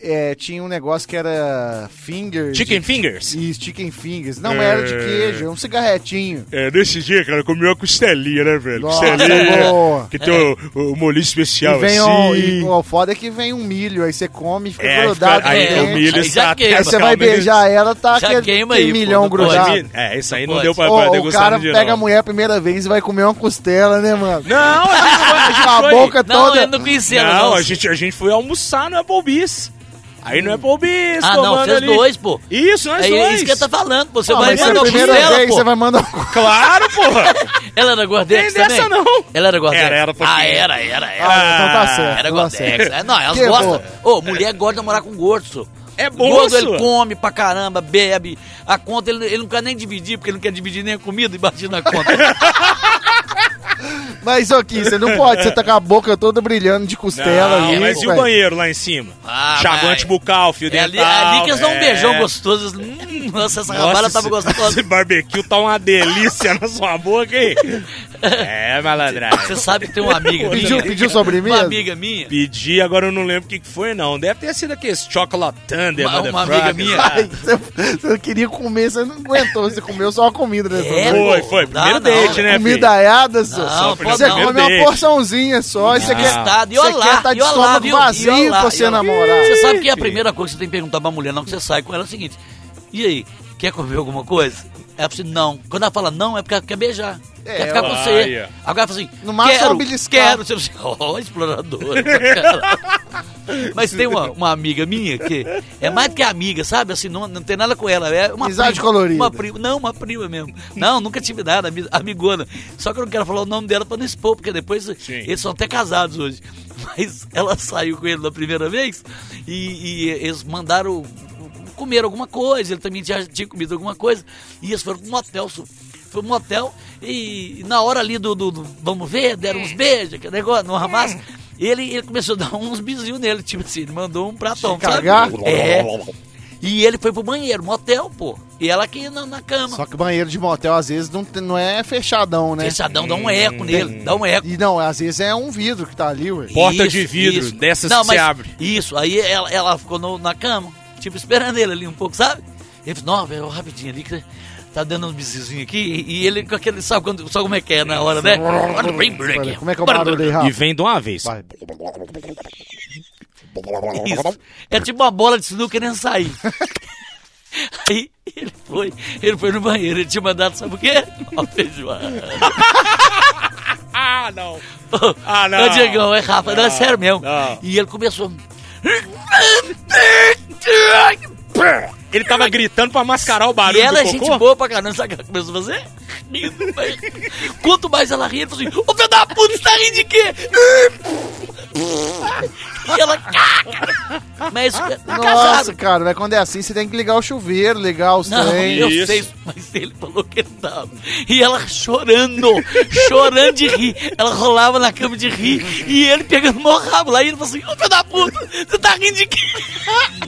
Speaker 4: é, tinha um negócio que era fingers.
Speaker 2: Chicken Fingers.
Speaker 4: E chicken fingers. Não era de queijo, é um cigarretinho.
Speaker 6: É, nesse dia, cara, eu comi uma costelinha, né, velho?
Speaker 4: Nossa, é
Speaker 6: costelinha. né?
Speaker 4: boa.
Speaker 6: Que
Speaker 3: É.
Speaker 6: tem o, o molho especial,
Speaker 4: E vem o,
Speaker 6: assim.
Speaker 4: e, o foda é que vem um milho, aí você come e fica
Speaker 6: É, aí fica-
Speaker 4: grudado. no
Speaker 6: aí
Speaker 4: dente.
Speaker 6: o milho
Speaker 3: Aí já
Speaker 6: está
Speaker 3: queima.
Speaker 4: Aí você vai beijar ela, tá
Speaker 3: Já
Speaker 4: aquele
Speaker 3: queima aí, pô,
Speaker 4: milhão
Speaker 3: não pode.
Speaker 4: grudado.
Speaker 3: Milho.
Speaker 2: né? É, isso aí
Speaker 3: Não
Speaker 2: não,
Speaker 3: pode.
Speaker 2: deu pra, pra
Speaker 4: Ô, o
Speaker 2: degustar
Speaker 4: cara
Speaker 2: no dia,
Speaker 4: pega a
Speaker 2: não.
Speaker 4: mulher a primeira vez e vai comer uma costela, né, mano?
Speaker 2: Não, a gente foi- a gente
Speaker 4: Com a
Speaker 2: foi-
Speaker 4: boca
Speaker 3: Não,
Speaker 4: toda.
Speaker 3: eu não conhecia,
Speaker 2: não,
Speaker 3: não.
Speaker 2: a gente, a gente foi almoçar no Applebee's. Aí no Applebee's,
Speaker 3: Ah, não,
Speaker 2: tomando
Speaker 3: vocês
Speaker 2: tá ali.
Speaker 3: dois, pô.
Speaker 2: Isso, nós
Speaker 3: É
Speaker 2: dois.
Speaker 3: isso que eu tô falando, pô. Você
Speaker 4: Ah,
Speaker 3: vai
Speaker 4: mas se é
Speaker 3: mandar
Speaker 4: a
Speaker 3: o
Speaker 4: primeira
Speaker 3: costela,
Speaker 4: vez,
Speaker 3: pô.
Speaker 4: você vai mandar um...
Speaker 2: Claro, porra.
Speaker 3: Ela era Gordex
Speaker 2: Tem dessa,
Speaker 3: também?
Speaker 2: não.
Speaker 3: Ela era Gordex?
Speaker 2: Era, era, foi
Speaker 3: Ah,
Speaker 2: sim.
Speaker 3: era, era, era.
Speaker 4: Ah, então tá certo.
Speaker 3: Era
Speaker 4: tá certo.
Speaker 3: Gordex. É, Não, elas
Speaker 4: Que
Speaker 3: gostam. Ô, mulher gosta de namorar com gordo, só.
Speaker 2: É bom,
Speaker 3: Gordo,
Speaker 2: só.
Speaker 3: ele come pra caramba, bebe. A conta, ele, ele não quer nem dividir, porque ele não quer dividir nem a comida e bater na conta.
Speaker 4: Mas aqui, você não pode, você tá com a boca toda brilhando de costela
Speaker 2: Não,
Speaker 4: ali.
Speaker 2: mas e o
Speaker 4: velho.
Speaker 2: banheiro lá em cima?
Speaker 3: Ah,
Speaker 2: Chavante
Speaker 3: vai.
Speaker 2: bucal, fio
Speaker 3: é,
Speaker 2: dental.
Speaker 3: ali, é ali que eles dão um
Speaker 2: é.
Speaker 3: beijão gostoso. Hum, nossa, essa
Speaker 2: Nossa,
Speaker 3: rabada tava
Speaker 2: esse- Esse
Speaker 3: gostosa.
Speaker 2: barbecue tá uma delícia na sua boca, hein? É, malandragem.
Speaker 3: Você sabe que tem uma amiga
Speaker 4: Pediu,
Speaker 3: minha.
Speaker 4: pediu
Speaker 3: Uma
Speaker 4: sobremesa?
Speaker 3: amiga minha.
Speaker 2: Pedi, agora eu não lembro o que que foi, não. Deve ter sido aqueles Chocolate Thunder,
Speaker 3: Uma- uma
Speaker 2: motherfucker,
Speaker 3: amiga minha.
Speaker 2: sabe?
Speaker 4: Você, você queria comer, você não aguentou, você comeu só a comida dessa
Speaker 3: É,
Speaker 4: noite.
Speaker 2: Foi,
Speaker 3: pô,
Speaker 2: foi.
Speaker 3: não
Speaker 2: Primeiro
Speaker 3: dá,
Speaker 2: date,
Speaker 3: não. é
Speaker 2: né, filho?
Speaker 4: Comidaiada, só.
Speaker 3: Não, pode
Speaker 4: Você
Speaker 3: não.
Speaker 4: come
Speaker 2: Primeiro
Speaker 4: uma
Speaker 2: date.
Speaker 4: porçãozinha só, e você quer
Speaker 3: Testado. é E
Speaker 4: você
Speaker 3: olha lá,
Speaker 4: quer tá de
Speaker 3: e olha lá,
Speaker 4: estômago
Speaker 3: viu? E
Speaker 4: vazio
Speaker 3: olha lá,
Speaker 4: pra você
Speaker 3: e olha lá.
Speaker 4: namorar.
Speaker 3: Você sabe que é a primeira coisa que você tem que perguntar pra mulher na hora que você sai com ela é o seguinte. E aí, quer comer alguma coisa? Ela fala assim, não. Quando ela fala não, é porque ela quer beijar.
Speaker 4: É,
Speaker 3: quer ficar com
Speaker 2: olha.
Speaker 3: você. Agora ela fala assim,
Speaker 4: No máximo,
Speaker 3: quero,
Speaker 4: é um beliscar.
Speaker 3: quero. Você fala assim, ó, exploradora. cara. Mas tem uma, uma amiga minha que é mais do que amiga, sabe? Assim, não, não tem nada com ela. É uma
Speaker 4: Amizade
Speaker 3: prima,
Speaker 4: colorida.
Speaker 3: Uma prima. Não, uma prima mesmo. Não, nunca tive nada, ami- amigona. Só que eu não quero falar o nome dela pra não expor, porque depois eles são até casados hoje. Mas ela saiu com ele na primeira vez e, e eles mandaram comer alguma coisa, ele também já tinha comido alguma coisa, e eles foram pro motel. su- Foi pro motel e na hora ali do, do- do vamos ver, deram uns beijos, aquele negócio, não amassa. Ele, ele começou a dar uns bizinhos nele, tipo assim, ele mandou um pratão, sabe?
Speaker 4: cagar?
Speaker 3: É. E ele foi pro banheiro, motel, pô. E ela aqui na, na cama.
Speaker 4: Só que banheiro de motel, às vezes, não, tem- não é fechadão, né?
Speaker 3: Fechadão, dá um eco nele, dá um eco.
Speaker 4: E não, às vezes é um vidro que tá ali, ué.
Speaker 2: Porta de vidro, dessas que
Speaker 3: mas
Speaker 2: se abre.
Speaker 3: Isso, aí ela, ela ficou no- na cama, tipo, esperando ele ali um pouco, sabe? Ele falou, não, velho, rapidinho ali, que tá dando uns bicizinhos aqui, e, e ele com aquele, sabe, quando, sabe como é que é na hora, né?
Speaker 4: Pera, Como é
Speaker 3: um
Speaker 4: que é o barulho aí,
Speaker 2: E
Speaker 4: Rafa?
Speaker 2: vem de uma vez.
Speaker 4: Vai.
Speaker 3: Isso. É tipo uma bola de sinuca querendo sair. Aí ele foi, ele foi no banheiro, ele tinha mandado, sabe o quê? Uma feijoada.
Speaker 2: Ah, não.
Speaker 3: Ô,
Speaker 2: Ah, não.
Speaker 3: Ô, Diegão, é Rafa, não, é sério mesmo.
Speaker 2: não.
Speaker 3: E ele começou.
Speaker 2: Ele tava gritando pra mascarar o barulho
Speaker 3: e ela é
Speaker 2: do cocô?
Speaker 3: gente boa pra caramba, sabe o que ela começou a fazer? Rindo, mas- Quanto mais ela ria, ele falou assim: Ô filho da puta, você tá rindo de quê? e ela. Mas
Speaker 2: Tá
Speaker 3: isso é
Speaker 4: Nossa,
Speaker 3: casado.
Speaker 4: cara, mas quando é assim, você tem que ligar o chuveiro, ligar os
Speaker 3: Não,
Speaker 4: trem.
Speaker 3: eu
Speaker 2: Isso.
Speaker 3: sei, mas ele falou que ele tava. E ela chorando, chorando de rir. Ela rolava na cama de rir e ele pegando o rabo lá e ele falou assim: Ô filho da puta, você tá rindo de quê?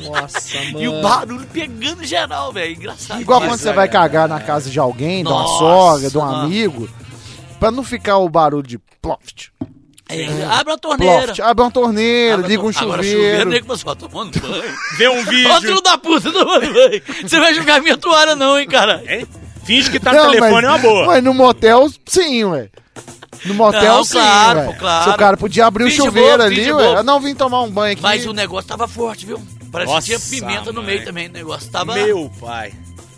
Speaker 4: Nossa,
Speaker 3: E o barulho pegando geral, velho. é Engraçado.
Speaker 4: Igual
Speaker 3: isso.
Speaker 4: quando você vai cagar na casa de alguém, de uma
Speaker 3: né? Nossa,
Speaker 4: sogra, de um
Speaker 3: mano.
Speaker 4: amigo, pra não ficar o barulho de ploft,
Speaker 3: É, abre a torneira.
Speaker 4: ploft. Abre uma torneira,
Speaker 3: Abre a
Speaker 4: liga um
Speaker 3: tor- Agora chuveiro,
Speaker 4: chuveiro.
Speaker 3: nego, mas só tomando banho.
Speaker 2: Vê um
Speaker 3: Ô, filho
Speaker 2: vídeo.
Speaker 3: da puta, tomando banho. Você vai jogar minha toalha não, hein, cara.
Speaker 2: hein? Finge que tá no telefone, é uma boa.
Speaker 4: Mas no motel, sim, ué. No motel,
Speaker 3: Não,
Speaker 4: sim,
Speaker 3: claro,
Speaker 4: ué.
Speaker 3: pô, claro.
Speaker 4: Se o cara podia abrir
Speaker 3: Finge
Speaker 4: o chuveiro
Speaker 3: bobo,
Speaker 4: ali,
Speaker 3: finge
Speaker 4: ué.
Speaker 3: bobo.
Speaker 4: Eu não vim tomar um banho aqui.
Speaker 3: Mas o negócio tava forte, viu? Parece
Speaker 2: Nossa,
Speaker 3: que tinha pimenta no
Speaker 2: mãe.
Speaker 3: meio também. O negócio tava,
Speaker 2: Meu pai.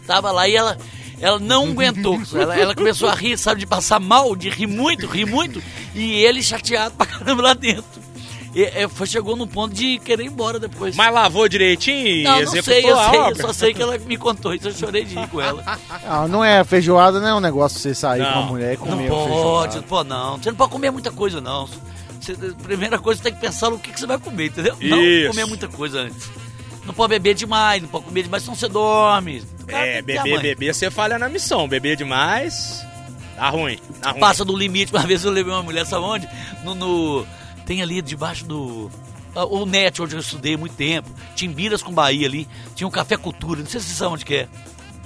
Speaker 3: tava lá e ela, ela não aguentou. Ela, ela começou a rir, sabe, de passar mal, de rir muito, rir muito. E ele chateado pra caramba lá dentro. E, é, foi, chegou no ponto de querer ir embora depois.
Speaker 2: Mas lavou direitinho e
Speaker 3: não, não
Speaker 2: executou
Speaker 3: sei, eu
Speaker 2: a
Speaker 3: sei, eu
Speaker 2: obra?
Speaker 3: só sei que ela me contou isso, eu chorei de rir com ela.
Speaker 4: Ah, não é feijoada, não é um negócio você sair
Speaker 2: Não,
Speaker 4: com uma mulher e
Speaker 3: Não
Speaker 4: comer uma
Speaker 3: pode,
Speaker 4: feijoada.
Speaker 3: não pode, não. Você não pode comer muita coisa, não. Você- primeira coisa, você tem que pensar no que, que você vai comer, entendeu?
Speaker 2: Isso.
Speaker 3: Não comer muita coisa antes. Não pode beber demais, não pode comer demais, senão você dorme. O cara
Speaker 2: É,
Speaker 3: tem que ter a
Speaker 2: beber,
Speaker 3: mãe.
Speaker 2: beber, você falha na missão. Beber demais, tá ruim, tá ruim.
Speaker 3: Passa do limite. Uma vez eu levei uma mulher, sabe onde? No, no- tem ali debaixo do... ah, O NET, onde eu estudei há muito tempo. Timbiras com Bahia ali. Tinha um Café Cultura, não sei se vocês sabem onde que é.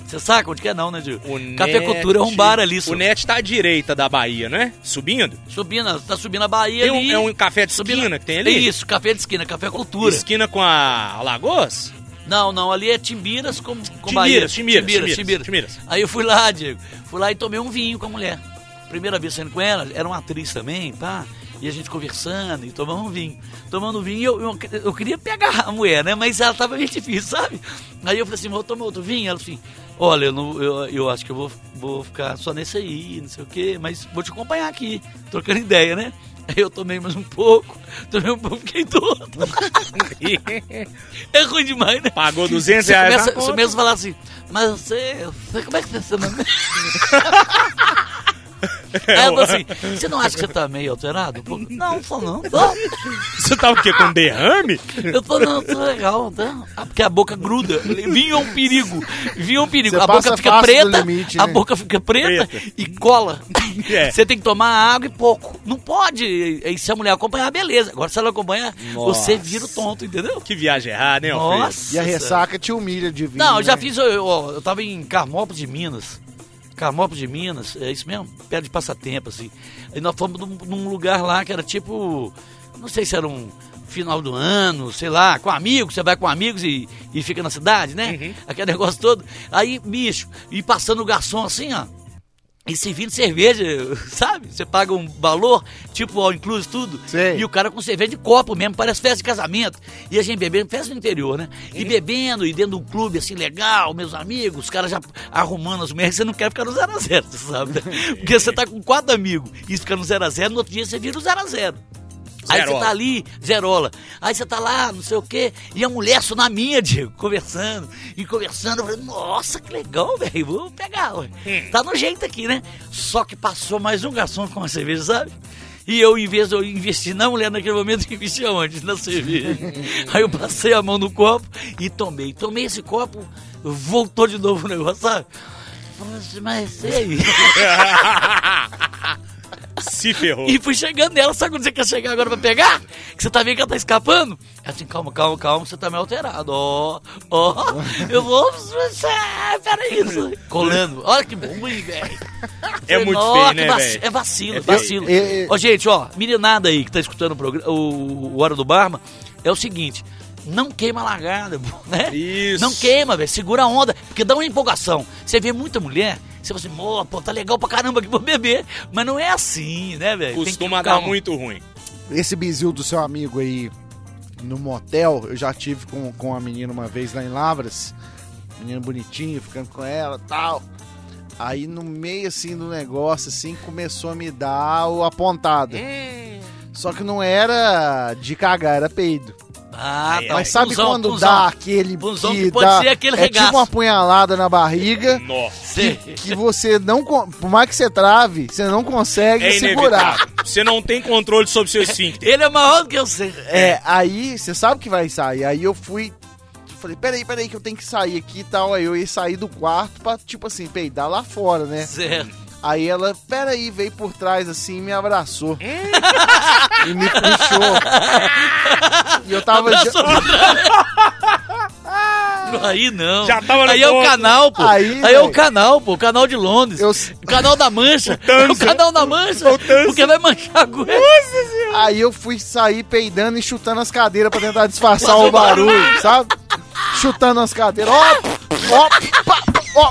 Speaker 3: Você sabe onde que é não, né, Gil?
Speaker 2: O
Speaker 3: Café
Speaker 2: Net-
Speaker 3: Cultura é um bar ali,
Speaker 2: O
Speaker 3: su-
Speaker 2: Net tá à direita da Bahia, né? Subindo.
Speaker 3: subindo, tá subindo a Bahia
Speaker 2: Tem um-
Speaker 3: ali.
Speaker 2: é um café de
Speaker 3: Subindo-
Speaker 2: esquina que tem ali?
Speaker 3: Isso, café de esquina, café cultura.
Speaker 2: Esquina com a Alagoas?
Speaker 3: Não, não, ali é Timbiras com, com
Speaker 2: Timbiras,
Speaker 3: Bahia.
Speaker 2: Timbiras, Timbiras,
Speaker 3: Timbiras,
Speaker 2: Timbiras.
Speaker 3: Aí eu fui lá, Diego, fui lá e tomei um vinho com a mulher. Primeira vez saindo com ela, era uma atriz também, pá. E a gente conversando e tomando um vinho. Tomando um vinho, eu, eu, eu queria pegar a mulher, né? Mas ela tava meio difícil, sabe? Aí eu falei assim, vou tomar outro vinho? Ela assim, olha, eu, não- eu, eu acho que eu vou, vou ficar só nesse aí, não sei o quê, mas vou te acompanhar aqui, trocando ideia, né? Aí eu tomei mais um pouco, tomei um pouco, fiquei todo. É ruim demais, né?
Speaker 2: Pagou 200
Speaker 3: Você
Speaker 2: reais na
Speaker 3: começa,
Speaker 4: Tá
Speaker 3: você
Speaker 2: conta.
Speaker 3: começa a falar assim, mas você, você- como é que você se chama?
Speaker 2: É
Speaker 3: Aí eu falo assim, você não acha que você tá meio alterado? um pouco?" não, só não, só.
Speaker 2: Você tava o quê? Com derrame?
Speaker 3: Eu tô, não, tô legal, tá? Ah, porque a boca gruda. Vinho é um perigo. Vinho é um perigo.
Speaker 4: Você
Speaker 3: a boca
Speaker 4: passa
Speaker 3: fica
Speaker 4: fácil do
Speaker 3: preta,
Speaker 4: limite,
Speaker 3: a
Speaker 4: né?
Speaker 3: boca fica preta,
Speaker 2: Preta.
Speaker 3: e cola.
Speaker 2: É.
Speaker 3: Você tem que tomar água e pouco. Não pode. E se a mulher acompanhar, beleza. Agora se ela acompanhar, você vira o tonto, entendeu?
Speaker 2: Que viagem errada, hein, Alfredo?
Speaker 3: Nossa.
Speaker 4: E a ressaca te humilha de vinho.
Speaker 3: Não, eu já
Speaker 4: né?
Speaker 3: fiz, eu, eu, eu tava em Carmópolis de Minas. Carmópolis de Minas, é isso mesmo, perto de Passatempo, assim. Aí nós fomos num, num lugar lá que era tipo, não sei se era um final do ano, sei lá, com amigos, você vai com amigos e, e fica na cidade, né? Aquele negócio todo. Aí, bicho, e passando o garçom assim, ó, e servindo cerveja, sabe? Você paga um valor, tipo all inclusive tudo.
Speaker 4: Sei.
Speaker 3: E o cara com cerveja de copo mesmo, parece festa de casamento. E a gente bebendo, festa no interior, né? E bebendo, e dentro de um clube assim legal, meus amigos, os caras já arrumando as mulheres, você não quer ficar no 0 a 0 você sabe? né? Porque você tá com quatro amigos e fica no 0 a 0 no outro dia você vira o 0 a 0 Aí você
Speaker 2: Zerola.
Speaker 3: tá ali, zerola. Aí você tá lá, não sei o quê, e a mulher só na minha, Diego, conversando. E conversando, eu falei, nossa, que legal, velho, vou pegar. ué. Tá no jeito aqui, né? Só que passou mais um garçom com uma cerveja, sabe? E eu, em vez de eu investir na mulher naquele momento, eu investi aonde? Na cerveja. Aí eu passei a mão no copo e tomei. Tomei esse copo, voltou de novo o negócio, sabe? Falei assim, Mas e aí?
Speaker 2: Se ferrou.
Speaker 3: E fui chegando nela, sabe quando você quer chegar agora pra pegar? Que você tá vendo que ela tá escapando? Ela assim, calma, calma, calma, você tá meio alterado. Ó, ó, eu vou. ah, Peraí, isso. Colando. Olha que ruim, velho.
Speaker 2: É
Speaker 3: Falei,
Speaker 2: muito
Speaker 3: "Nó,
Speaker 2: feio,
Speaker 3: que
Speaker 2: né,
Speaker 3: vaci-
Speaker 2: velho?
Speaker 3: É vacilo,
Speaker 2: É feio.
Speaker 3: vacilo.
Speaker 4: É, é.
Speaker 3: Ó, gente, ó, meninada aí que tá escutando o, programa, o, o Hora do Barma, é o seguinte. Não queima a largada, né?
Speaker 2: Isso.
Speaker 3: Não queima, velho. Segura a onda, porque dá uma empolgação. Você vê muita mulher, você fala assim, "Mô, pô, tá legal pra caramba que vou beber. Mas não é assim, né, velho? Tem que
Speaker 2: Costuma
Speaker 3: ficar
Speaker 2: dar
Speaker 3: um-
Speaker 2: muito ruim.
Speaker 4: Esse bizil do seu amigo aí no motel, eu já tive com, com a menina uma vez lá em Lavras. Menina bonitinha, ficando com ela tal. Aí no meio assim do negócio, assim, começou a me dar o apontado.
Speaker 3: É.
Speaker 4: Só que não era de cagar, era peido.
Speaker 3: Ah, tá.
Speaker 4: Mas sabe
Speaker 3: Punzão,
Speaker 4: quando
Speaker 3: punzão.
Speaker 4: dá aquele.
Speaker 3: Punzão que pode
Speaker 4: dá-
Speaker 3: ser aquele
Speaker 4: é
Speaker 3: regaço.
Speaker 4: tipo uma punhalada na barriga
Speaker 2: Nossa.
Speaker 4: que você não. con- Por mais que você trave, você não consegue
Speaker 2: É
Speaker 4: segurar.
Speaker 2: inevitável. Você não tem controle sobre seu esfíncter.
Speaker 3: Ele é maior do que eu sei.
Speaker 4: É, aí você sabe que vai sair. Aí eu fui. Falei, peraí, peraí, que eu tenho que sair aqui e tal. Aí eu ia sair do quarto pra, tipo assim, peidar lá fora,
Speaker 3: É.
Speaker 4: né?
Speaker 3: Certo.
Speaker 4: Aí ela, peraí, veio por trás assim e me abraçou. e me puxou. E eu tava.
Speaker 3: Abraço
Speaker 4: já-
Speaker 3: pra trás. Aí não.
Speaker 2: Já tava no
Speaker 3: Aí é o
Speaker 2: ponto.
Speaker 3: canal, pô.
Speaker 4: Aí,
Speaker 3: Aí, é
Speaker 4: velho.
Speaker 3: o canal, pô. O canal de Londres.
Speaker 4: Eu-
Speaker 3: O canal da Mancha. É o canal da Mancha. Porque vai manchar a goela.
Speaker 4: Aí eu fui sair peidando e chutando as cadeiras pra tentar disfarçar
Speaker 3: Fazer
Speaker 4: o barulho, sabe? Chutando as cadeiras. Ó, ó, pá, ó.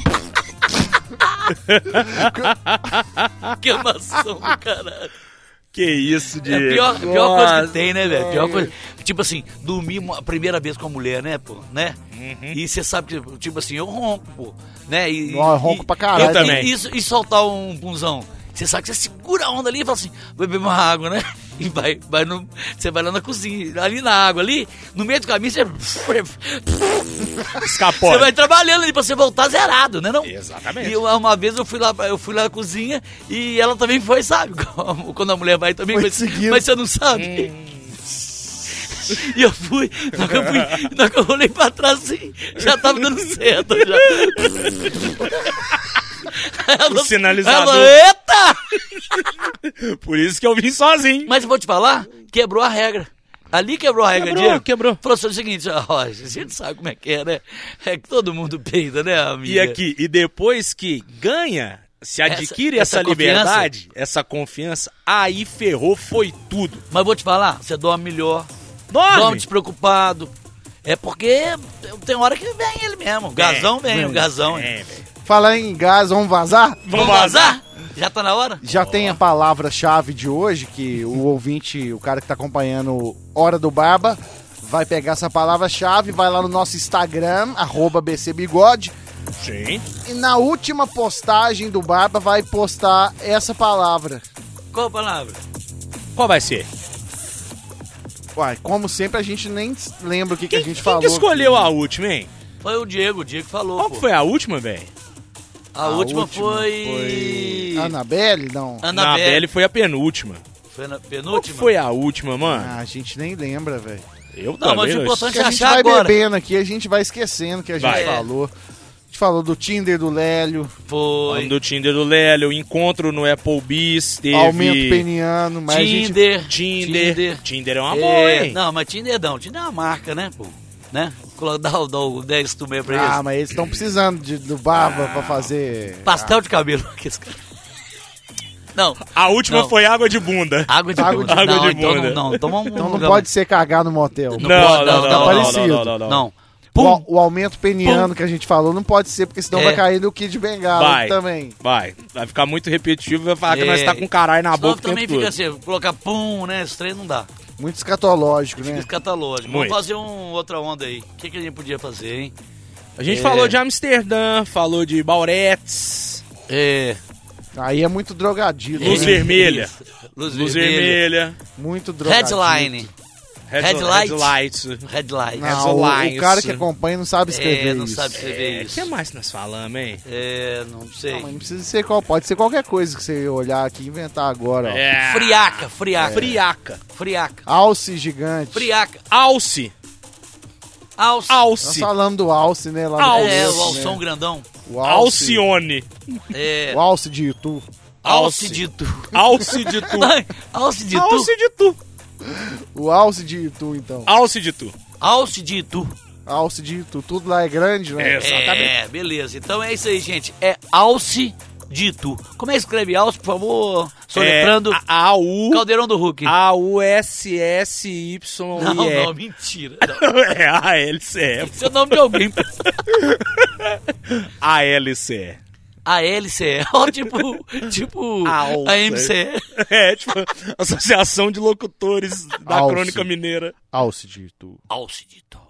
Speaker 3: Queimação do caralho.
Speaker 2: Que isso,
Speaker 3: É a
Speaker 2: Diego.
Speaker 3: pior, a pior coisa que
Speaker 2: Nossa.
Speaker 3: tem, né, velho?
Speaker 4: é.
Speaker 3: Pior coisa. Tipo assim, dormir uma- a primeira vez com a mulher, né, pô? Né?
Speaker 4: Uhum.
Speaker 3: E você sabe que, tipo assim, eu ronco, pô. Né? E,
Speaker 4: Ó, eu ronco
Speaker 3: e-
Speaker 4: pra caralho.
Speaker 2: Eu também.
Speaker 3: E, e- e soltar um punzão. Você sabe que você segura a onda ali e fala assim, vou beber uma água, né? E vai, vai no. Você vai lá na cozinha, ali na água, ali, no meio do caminho, você.
Speaker 2: Escapou.
Speaker 3: Você vai trabalhando ali pra você voltar zerado, né? Não?
Speaker 2: Exatamente.
Speaker 3: E uma, uma vez eu fui lá, eu fui lá na cozinha e ela também foi, sabe? Quando a mulher vai também,
Speaker 4: Foi
Speaker 3: mas,
Speaker 4: seguindo.
Speaker 3: mas você não sabe.
Speaker 2: Hum.
Speaker 3: E eu fui, na que eu fui, na que eu olhei pra trás assim, já tava dando certo já. Ela-
Speaker 2: sinalizador.
Speaker 3: ela, eita!
Speaker 2: Por isso que eu vim sozinho.
Speaker 3: Mas eu vou te falar, quebrou a regra. Ali quebrou a regra,
Speaker 2: Quebrou,
Speaker 3: Diego.
Speaker 2: quebrou.
Speaker 3: Falou assim, o seguinte, ó, a gente sabe como é que é, né? É que todo mundo peida, né, amiga?
Speaker 2: E aqui, e depois que ganha, se adquire
Speaker 3: Essa-
Speaker 2: essa,
Speaker 3: essa
Speaker 2: liberdade, essa confiança, aí ferrou, foi tudo.
Speaker 3: Mas vou te falar, você dorme melhor, dorme
Speaker 2: Dorme.
Speaker 3: despreocupado. É porque tem hora que vem ele mesmo. O gazão vem, o gazão.
Speaker 2: É, velho.
Speaker 4: Falar em gás, vamos vazar?
Speaker 3: Vamos vazar? Já tá na hora?
Speaker 4: Já tem a palavra-chave de hoje, que o ouvinte, o cara que tá acompanhando o Hora do Barba, vai pegar essa palavra-chave, vai lá no nosso Instagram, arroba BCBigode,
Speaker 2: Sim.
Speaker 4: e na última postagem do Barba vai postar essa palavra.
Speaker 3: Qual a palavra?
Speaker 2: Qual vai ser?
Speaker 4: Uai, como sempre, a gente nem lembra o que, que
Speaker 2: Quem,
Speaker 4: a gente
Speaker 2: quem
Speaker 4: falou.
Speaker 2: que escolheu a última, hein?
Speaker 3: Foi o Diego, o Diego que falou.
Speaker 2: Qual
Speaker 3: pô.
Speaker 2: que foi a última, velho?
Speaker 3: A, última, foi. Ah.
Speaker 4: Anabelle? Não.
Speaker 2: Na
Speaker 3: Anabelle.
Speaker 2: Belle foi a penúltima.
Speaker 3: Foi na
Speaker 2: Qual que
Speaker 3: penúltima?
Speaker 2: foi a última, mano?
Speaker 4: Ah, a gente nem lembra, velho.
Speaker 2: Eu não,
Speaker 3: Não, mas
Speaker 2: também.
Speaker 3: o
Speaker 2: não
Speaker 3: importante-
Speaker 4: Porque a gente
Speaker 3: achar
Speaker 4: vai
Speaker 3: agora.
Speaker 4: bebendo aqui, a gente vai esquecendo o que a gente
Speaker 2: Vai.
Speaker 4: falou. A gente falou do Tinder, do Lélio,
Speaker 3: Foi.
Speaker 2: Falando do Tinder do Lélio, encontro no Applebee's, teve...
Speaker 4: aumento peniano, mas a gente
Speaker 3: Tinder.
Speaker 2: Tinder. Tinder. é uma
Speaker 3: É,
Speaker 2: boa, hein?
Speaker 3: Não, mas Tinder não. Tinder é uma marca, né, pô? Né? Colo- Dá, o- dá o 10 tumê pra eles.
Speaker 4: Ah, mas eles estão precisando de, do Barba pra fazer.
Speaker 3: Pastel de cabelo. que esse cara- Não,
Speaker 2: A última
Speaker 3: Não.
Speaker 2: foi água de bunda.
Speaker 3: água de
Speaker 4: Água
Speaker 3: bunda.
Speaker 2: de-
Speaker 3: não,
Speaker 2: água de
Speaker 3: então
Speaker 2: bunda.
Speaker 3: não, não. Toma um
Speaker 4: Então não
Speaker 3: lugar-
Speaker 4: pode ser cagar no motel.
Speaker 3: Não pode, não, não,
Speaker 4: parecido.
Speaker 3: Não.
Speaker 4: O,
Speaker 3: Pum.
Speaker 4: o aumento peniano que a gente falou não pode ser, porque senão
Speaker 3: É.
Speaker 4: vai cair no Kid Bengala
Speaker 2: Vai.
Speaker 4: também.
Speaker 2: Vai. Vai ficar muito repetitivo vai falar que
Speaker 3: É.
Speaker 2: nós tá com caralho na
Speaker 3: Senão
Speaker 2: boca o
Speaker 3: também
Speaker 2: tempo
Speaker 3: fica
Speaker 2: todo.
Speaker 3: assim, colocar pum, né? Esse trem não dá.
Speaker 4: Muito escatológico,
Speaker 3: Fica
Speaker 4: né?
Speaker 3: escatológico.
Speaker 2: Muito.
Speaker 3: Vamos fazer um, outra onda aí. O que, que a gente podia fazer, hein?
Speaker 2: A gente
Speaker 3: É.
Speaker 2: falou de Amsterdã, falou de Bauretes,
Speaker 3: É.
Speaker 4: Aí é muito drogadito.
Speaker 2: Luz
Speaker 4: né?
Speaker 2: vermelha.
Speaker 3: Luz,
Speaker 2: Luz
Speaker 3: vermelha.
Speaker 2: vermelha.
Speaker 4: Muito drogadito.
Speaker 3: Headline.
Speaker 2: Red,
Speaker 3: Headlight.
Speaker 2: headlight.
Speaker 3: Headline.
Speaker 4: Não, o, o
Speaker 2: Headlines.
Speaker 4: cara que acompanha não sabe escrever
Speaker 3: É, não
Speaker 4: isso.
Speaker 3: sabe escrever
Speaker 2: É, o
Speaker 3: isso.
Speaker 2: que mais nós falamos, hein?
Speaker 3: É, não sei.
Speaker 4: Não, mas não precisa ser qual, pode ser qualquer coisa que você olhar aqui e inventar agora. ó.
Speaker 2: É.
Speaker 3: Friaca, friaca.
Speaker 2: Friaca.
Speaker 3: Friaca.
Speaker 4: Alce gigante.
Speaker 3: Friaca.
Speaker 2: Alce.
Speaker 3: Alce.
Speaker 4: Nós
Speaker 2: Alce.
Speaker 4: falando do Alce, né? Lá no
Speaker 2: Alce.
Speaker 3: É,
Speaker 4: começo,
Speaker 3: o alção
Speaker 4: né?
Speaker 3: grandão.
Speaker 4: O Alce.
Speaker 2: Alcione.
Speaker 3: É.
Speaker 4: O Alce de Itu.
Speaker 3: Alce
Speaker 2: Alce.
Speaker 3: de tu.
Speaker 2: Alce de tu.
Speaker 3: Alce de tu.
Speaker 2: Alce de tu.
Speaker 4: O Alce de Itu, então.
Speaker 2: Alce de tu.
Speaker 3: Alce de tu.
Speaker 4: Alce de Itu. Tudo lá é grande, né?
Speaker 2: É. Exatamente.
Speaker 3: É, beleza. Então é isso aí, gente. É Alce de tu. Como é que escreve Alce, por favor? Soletrando.
Speaker 2: É, a a u
Speaker 3: Caldeirão do Hulk.
Speaker 2: a u s s y
Speaker 3: não,
Speaker 2: e
Speaker 3: não, mentira. Não.
Speaker 2: É a l c e
Speaker 3: Esse é o nome de alguém.
Speaker 2: A l c e
Speaker 3: A LCE. Ó, tipo, tipo
Speaker 2: Alce.
Speaker 3: a MCE.
Speaker 2: É, tipo, Associação de Locutores da
Speaker 4: Alce.
Speaker 2: Crônica Mineira.
Speaker 4: Alce de Itu.
Speaker 3: Alce de tu.